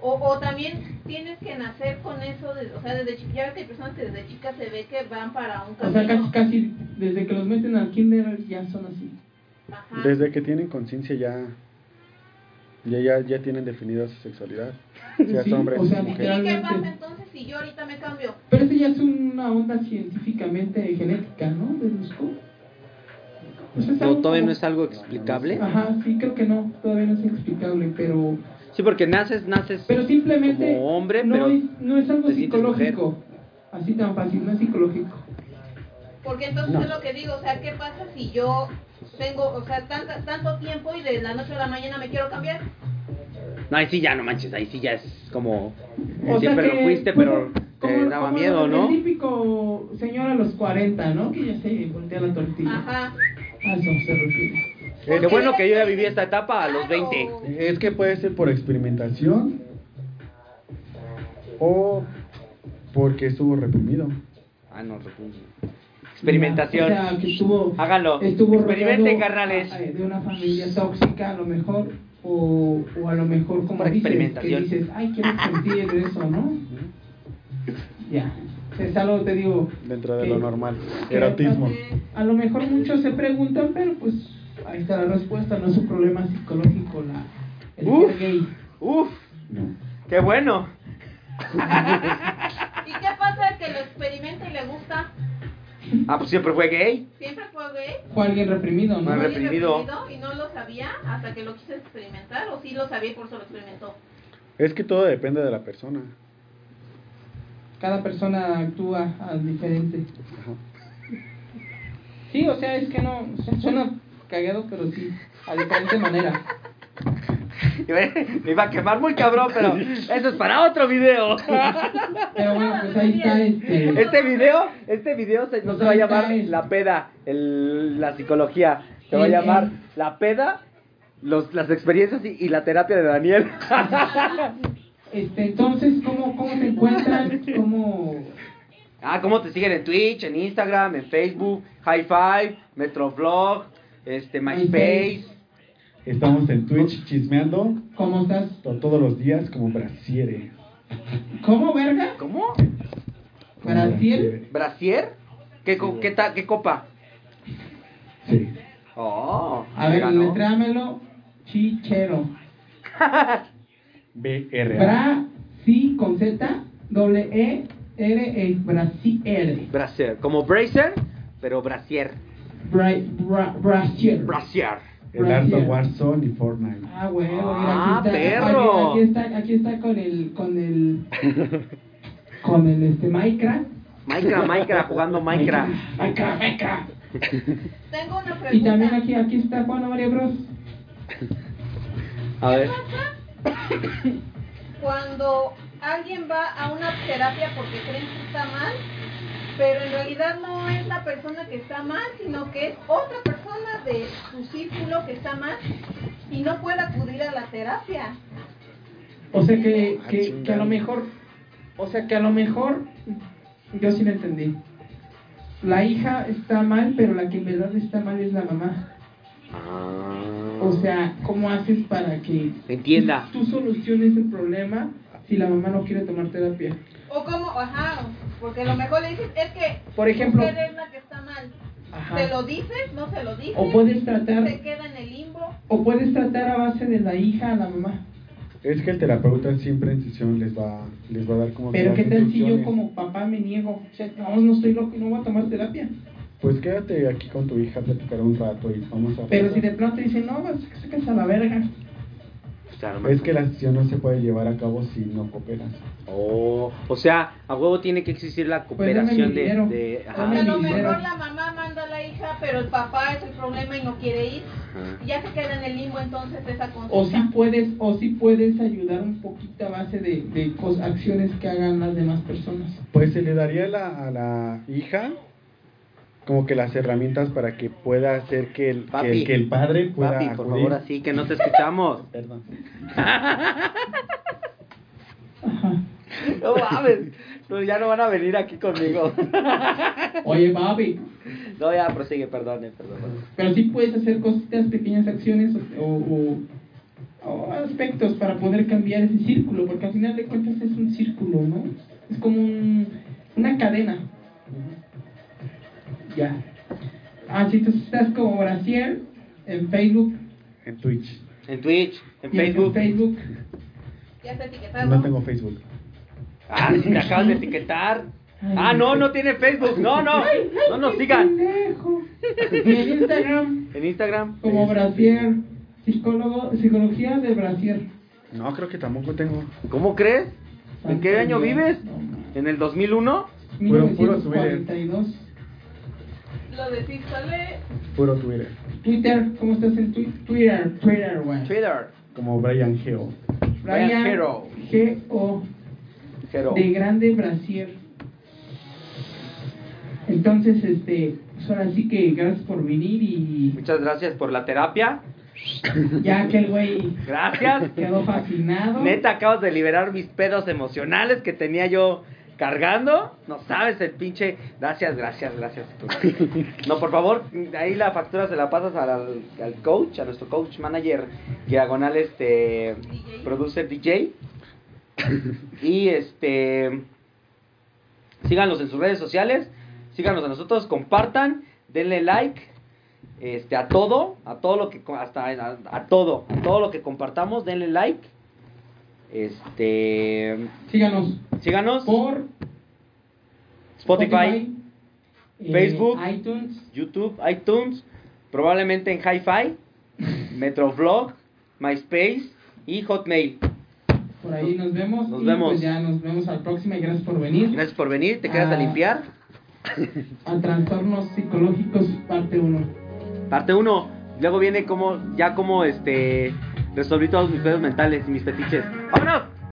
Speaker 6: O, o también tienes que nacer con eso, de- o sea, desde chica, ya ves que hay personas que desde chicas se ve que van para un
Speaker 1: O sea,
Speaker 6: camino.
Speaker 1: casi, casi desde que los meten al kinder ya son así.
Speaker 6: Ajá.
Speaker 1: Ah.
Speaker 3: Desde que tienen conciencia ya, ya, ya, ya tienen definida su
Speaker 1: *laughs*
Speaker 3: sexualidad. Sea
Speaker 1: Sí,
Speaker 3: hombre,
Speaker 1: o sea,
Speaker 3: sea
Speaker 6: ¿Y
Speaker 3: mujer.
Speaker 6: qué
Speaker 1: Realmente.
Speaker 6: pasa entonces si yo ahorita me cambio?
Speaker 1: Pero eso ya es una onda científicamente genética, ¿no? De los co- Pues es
Speaker 4: No,
Speaker 1: algo
Speaker 4: todavía
Speaker 1: como-
Speaker 4: no es algo explicable.
Speaker 1: Ajá, sí, creo que no, todavía no es explicable, pero
Speaker 4: Sí, porque naces, naces.
Speaker 1: pero simplemente
Speaker 4: Como hombre,
Speaker 1: no,
Speaker 4: pero
Speaker 1: es, no es algo
Speaker 4: te sientes
Speaker 1: psicológico, así tan fácil, no es psicológico.
Speaker 6: Porque entonces
Speaker 3: No.
Speaker 6: es lo que digo, o sea, ¿qué pasa si yo tengo, o sea, tanta- tanto tiempo y de la noche a la mañana me quiero cambiar?
Speaker 4: No, ahí sí ya no manches, ahí sí ya es como.
Speaker 1: O sea
Speaker 4: siempre
Speaker 1: que,
Speaker 4: lo fuiste,
Speaker 1: pues,
Speaker 4: pero
Speaker 1: como-
Speaker 4: te daba
Speaker 1: como
Speaker 4: miedo,
Speaker 1: el
Speaker 4: ¿no?
Speaker 1: típico señor a los 40, ¿no? Que ya se voltea la tortilla.
Speaker 6: Ajá.
Speaker 1: A eso se refiere.
Speaker 4: Qué bueno que yo ya viví esta etapa a los 20.
Speaker 3: Es que puede ser por experimentación o porque estuvo reprimido.
Speaker 4: Ah, no, repudio. Experimentación.
Speaker 1: O sea, que estuvo
Speaker 4: Háganlo.
Speaker 1: estuvo
Speaker 4: Experimenten,
Speaker 1: rodeado,
Speaker 4: carnales.
Speaker 1: eh, de una familia tóxica a lo mejor o, o a lo mejor como dices
Speaker 4: Por
Speaker 1: que
Speaker 4: experimentación.
Speaker 1: dices ay quiero sentir eso no ya es algo te digo
Speaker 3: Dentro de
Speaker 1: que-
Speaker 3: lo normal.
Speaker 1: que
Speaker 3: Erotismo.
Speaker 1: a lo mejor muchos se preguntan pero pues ahí está la respuesta no es un problema psicológico la el
Speaker 4: Uf.
Speaker 1: ser gay
Speaker 4: Uf,
Speaker 1: no
Speaker 4: qué bueno.
Speaker 6: ¿Y qué pasa? Que lo experimenta y le gusta.
Speaker 4: Ah, pues siempre fue gay. *laughs*
Speaker 6: Siempre fue gay.
Speaker 1: Fue alguien reprimido, ¿no?
Speaker 4: Mal
Speaker 6: muy
Speaker 4: reprimido.
Speaker 6: Y no lo sabía hasta que lo quise experimentar. O sí lo sabía y por eso lo experimentó.
Speaker 3: Es que todo depende de la persona.
Speaker 1: Cada persona actúa al diferente.
Speaker 3: Ajá.
Speaker 1: Sí, o sea, es que no. su- Suena cagado, pero sí. A diferente manera.
Speaker 4: Me iba a quemar muy cabrón, pero eso es para
Speaker 1: *laughs*
Speaker 4: otro video.
Speaker 1: Pero bueno, pues ahí está este.
Speaker 4: Este video, este video se- no se va a llamar la peda, el- la psicología. Se va a llamar la peda, los, las experiencias y, y la terapia de Daniel.
Speaker 1: este entonces, ¿cómo, ¿cómo te encuentran? ¿Cómo.?
Speaker 4: *laughs* Ah, ¿cómo te siguen en Twitch, en Instagram, en Facebook, High Five, Metrovlog, este, MySpace?
Speaker 3: Estamos en Twitch chismeando
Speaker 1: ¿Cómo estás?
Speaker 3: to- todos los días como Brasiere.
Speaker 1: ¿Cómo, verga?
Speaker 3: Como
Speaker 4: ¿Cómo?
Speaker 1: ¿Brasier?
Speaker 4: ¿Brasier? ¿Qué, co- qué, ta- qué copa?
Speaker 3: Sí.
Speaker 4: Oh,
Speaker 1: A ver,
Speaker 4: ganó.
Speaker 1: letrámelo. Chichero.
Speaker 3: BRA.
Speaker 1: Bra, sí, con Z, doble E, R, E, Brasier.
Speaker 4: Brasier, como Bracer, pero Brasier.
Speaker 1: Bra, bra, brasier.
Speaker 4: Brasier.
Speaker 3: El harto
Speaker 1: Brasier.
Speaker 3: Warzone y Fortnite.
Speaker 1: Ah, güey,
Speaker 4: Ah,
Speaker 1: aquí está,
Speaker 4: perro.
Speaker 1: Aquí, aquí está, aquí está con el, con
Speaker 4: *laughs*
Speaker 1: el, con el, este, Minecraft.
Speaker 4: Minecraft, Minecraft, jugando Minecraft.
Speaker 1: Minecraft, Minecraft.
Speaker 6: Tengo una pregunta.
Speaker 1: Y también aquí, aquí está Juan María Bros.
Speaker 4: A ver.
Speaker 6: *coughs* Cuando alguien va a una terapia porque creen que está mal, pero en realidad no es la persona que está mal, sino que es otra persona de su círculo que está mal y no puede acudir a la terapia.
Speaker 1: O sea que,
Speaker 3: Ah,
Speaker 1: que,
Speaker 3: chingada.
Speaker 1: que a lo mejor, o sea que a lo mejor, yo sí lo entendí. La hija está mal, pero la que en verdad está mal es la mamá. *laughs* O sea, ¿cómo haces para que
Speaker 4: Entienda.
Speaker 1: tú soluciones el problema si la mamá no quiere tomar terapia?
Speaker 6: O como, ajá, porque a lo mejor le dices, es que
Speaker 1: Por ejemplo,
Speaker 6: usted es la que está mal.
Speaker 1: ajá,
Speaker 6: ¿Se lo dices? ¿No se lo dices?
Speaker 1: o puedes tratar,
Speaker 6: Se queda en el limbo.
Speaker 1: o puedes tratar a base de la hija a la mamá.
Speaker 3: Es que el terapeuta siempre en sesión les va, les va a dar como.
Speaker 1: Pero
Speaker 3: todas
Speaker 1: qué
Speaker 3: las
Speaker 1: tal si yo
Speaker 3: instrucciones.
Speaker 1: como papá me niego, o sea, no, no estoy loco y no voy a tomar terapia.
Speaker 3: Pues quédate aquí con tu hija a platicar un rato y vamos a.
Speaker 1: Pero si de pronto dicen, no, vas a sacas a la verga.
Speaker 3: Es que la sesión no se puede llevar a cabo si no cooperas.
Speaker 4: Oh, o sea, a huevo tiene que existir la
Speaker 1: Pues dame mi
Speaker 4: cooperación de-
Speaker 1: dinero.
Speaker 4: de, ajá.
Speaker 1: Dame
Speaker 6: a lo
Speaker 1: mi dinero.
Speaker 6: mejor la mamá manda a la hija, pero el papá es el problema y no quiere ir. Y ya se queda en el limbo entonces esa
Speaker 3: Oh,
Speaker 1: O si
Speaker 6: consulta.
Speaker 1: puedes, o si puedes ayudar un poquito a base de, de cos- acciones que hagan las demás personas.
Speaker 3: Pues se le daría la- a la hija como que las herramientas para que pueda hacer que el, que
Speaker 4: Papi.
Speaker 3: el, que el padre pueda
Speaker 4: Papi, por
Speaker 3: acudir.
Speaker 4: favor, así que no te escuchamos.
Speaker 3: Perdón.
Speaker 1: Ajá.
Speaker 4: *laughs* *laughs* No mames, no, ya no van a venir aquí conmigo.
Speaker 1: Oye, Babi,
Speaker 4: *laughs* No, ya prosigue, perdone, perdón.
Speaker 1: pero sí puedes hacer cositas, pequeñas acciones o, o- o aspectos para poder cambiar ese círculo, porque al final de cuentas es un círculo, ¿no? Es como un- una cadena. Ya. Así tú Ah, estás como Brasier en Facebook.
Speaker 3: En Twitch.
Speaker 4: En Twitch, en
Speaker 1: y
Speaker 4: Facebook.
Speaker 1: Facebook.
Speaker 6: Ya se etiquetado.
Speaker 3: No tengo Facebook.
Speaker 4: Ah, si te acabas de etiquetar. Ah, no, no tiene Facebook. No, no. No nos sigan.
Speaker 1: Pendejo. Y en Instagram.
Speaker 4: En Instagram.
Speaker 1: Como Brasier, psicólogo, psicología de Brasier.
Speaker 3: No, creo que tampoco tengo.
Speaker 4: ¿Cómo crees? ¿En qué
Speaker 1: Santo
Speaker 4: año
Speaker 1: Dios,
Speaker 4: vives?
Speaker 1: no mames.
Speaker 4: ¿En el 2001?
Speaker 3: Puro- puro
Speaker 1: 1942.
Speaker 6: Lo decís, sale.
Speaker 3: Puro Twitter.
Speaker 1: Twitter, ¿cómo estás en Twi- Twitter? Twitter, güey.
Speaker 4: Twitter.
Speaker 3: Como Brian Geo.
Speaker 4: Brian
Speaker 1: Brian
Speaker 4: Hero.
Speaker 1: G.O.
Speaker 4: Hero.
Speaker 1: de Grande Brasier. Entonces, este, pues ahora sí que gracias por venir
Speaker 4: *laughs*
Speaker 1: y
Speaker 4: Muchas gracias por la terapia.
Speaker 1: ya que el güey
Speaker 4: Gracias.
Speaker 1: quedó fascinado.
Speaker 4: Neta, acabas de liberar mis pedos emocionales que tenía yo cargando. No sabes el pinche. Gracias, gracias, gracias. No, por favor, ahí la factura se la pasas al, al coach, a nuestro coach manager, diagonal este.
Speaker 6: DJ.
Speaker 4: Producer DJ. Y este. Síganos en sus redes sociales. Síganos a nosotros, compartan, denle like este a todo, a todo lo que co- hasta a, a todo, a todo lo que compartamos, denle like. Este,
Speaker 1: Síganos
Speaker 4: síganos.
Speaker 1: por
Speaker 4: Spotify,
Speaker 1: eh,
Speaker 4: Facebook.
Speaker 1: iTunes,
Speaker 4: YouTube, iTunes, probablemente en Hi-Fi, Metrovlog, MySpace y Hotmail.
Speaker 1: por ahí nos vemos.
Speaker 4: Nos
Speaker 1: y
Speaker 4: vemos.
Speaker 1: Pues ya nos vemos al próximo y gracias por venir.
Speaker 4: Gracias por venir, te quedas a
Speaker 1: Ah.
Speaker 4: limpiar.
Speaker 1: A Trastornos Psicológicos, parte 1.
Speaker 4: Parte 1, luego viene como ya como este resolví todos mis pedos mentales y mis fetiches. ¡Vámonos!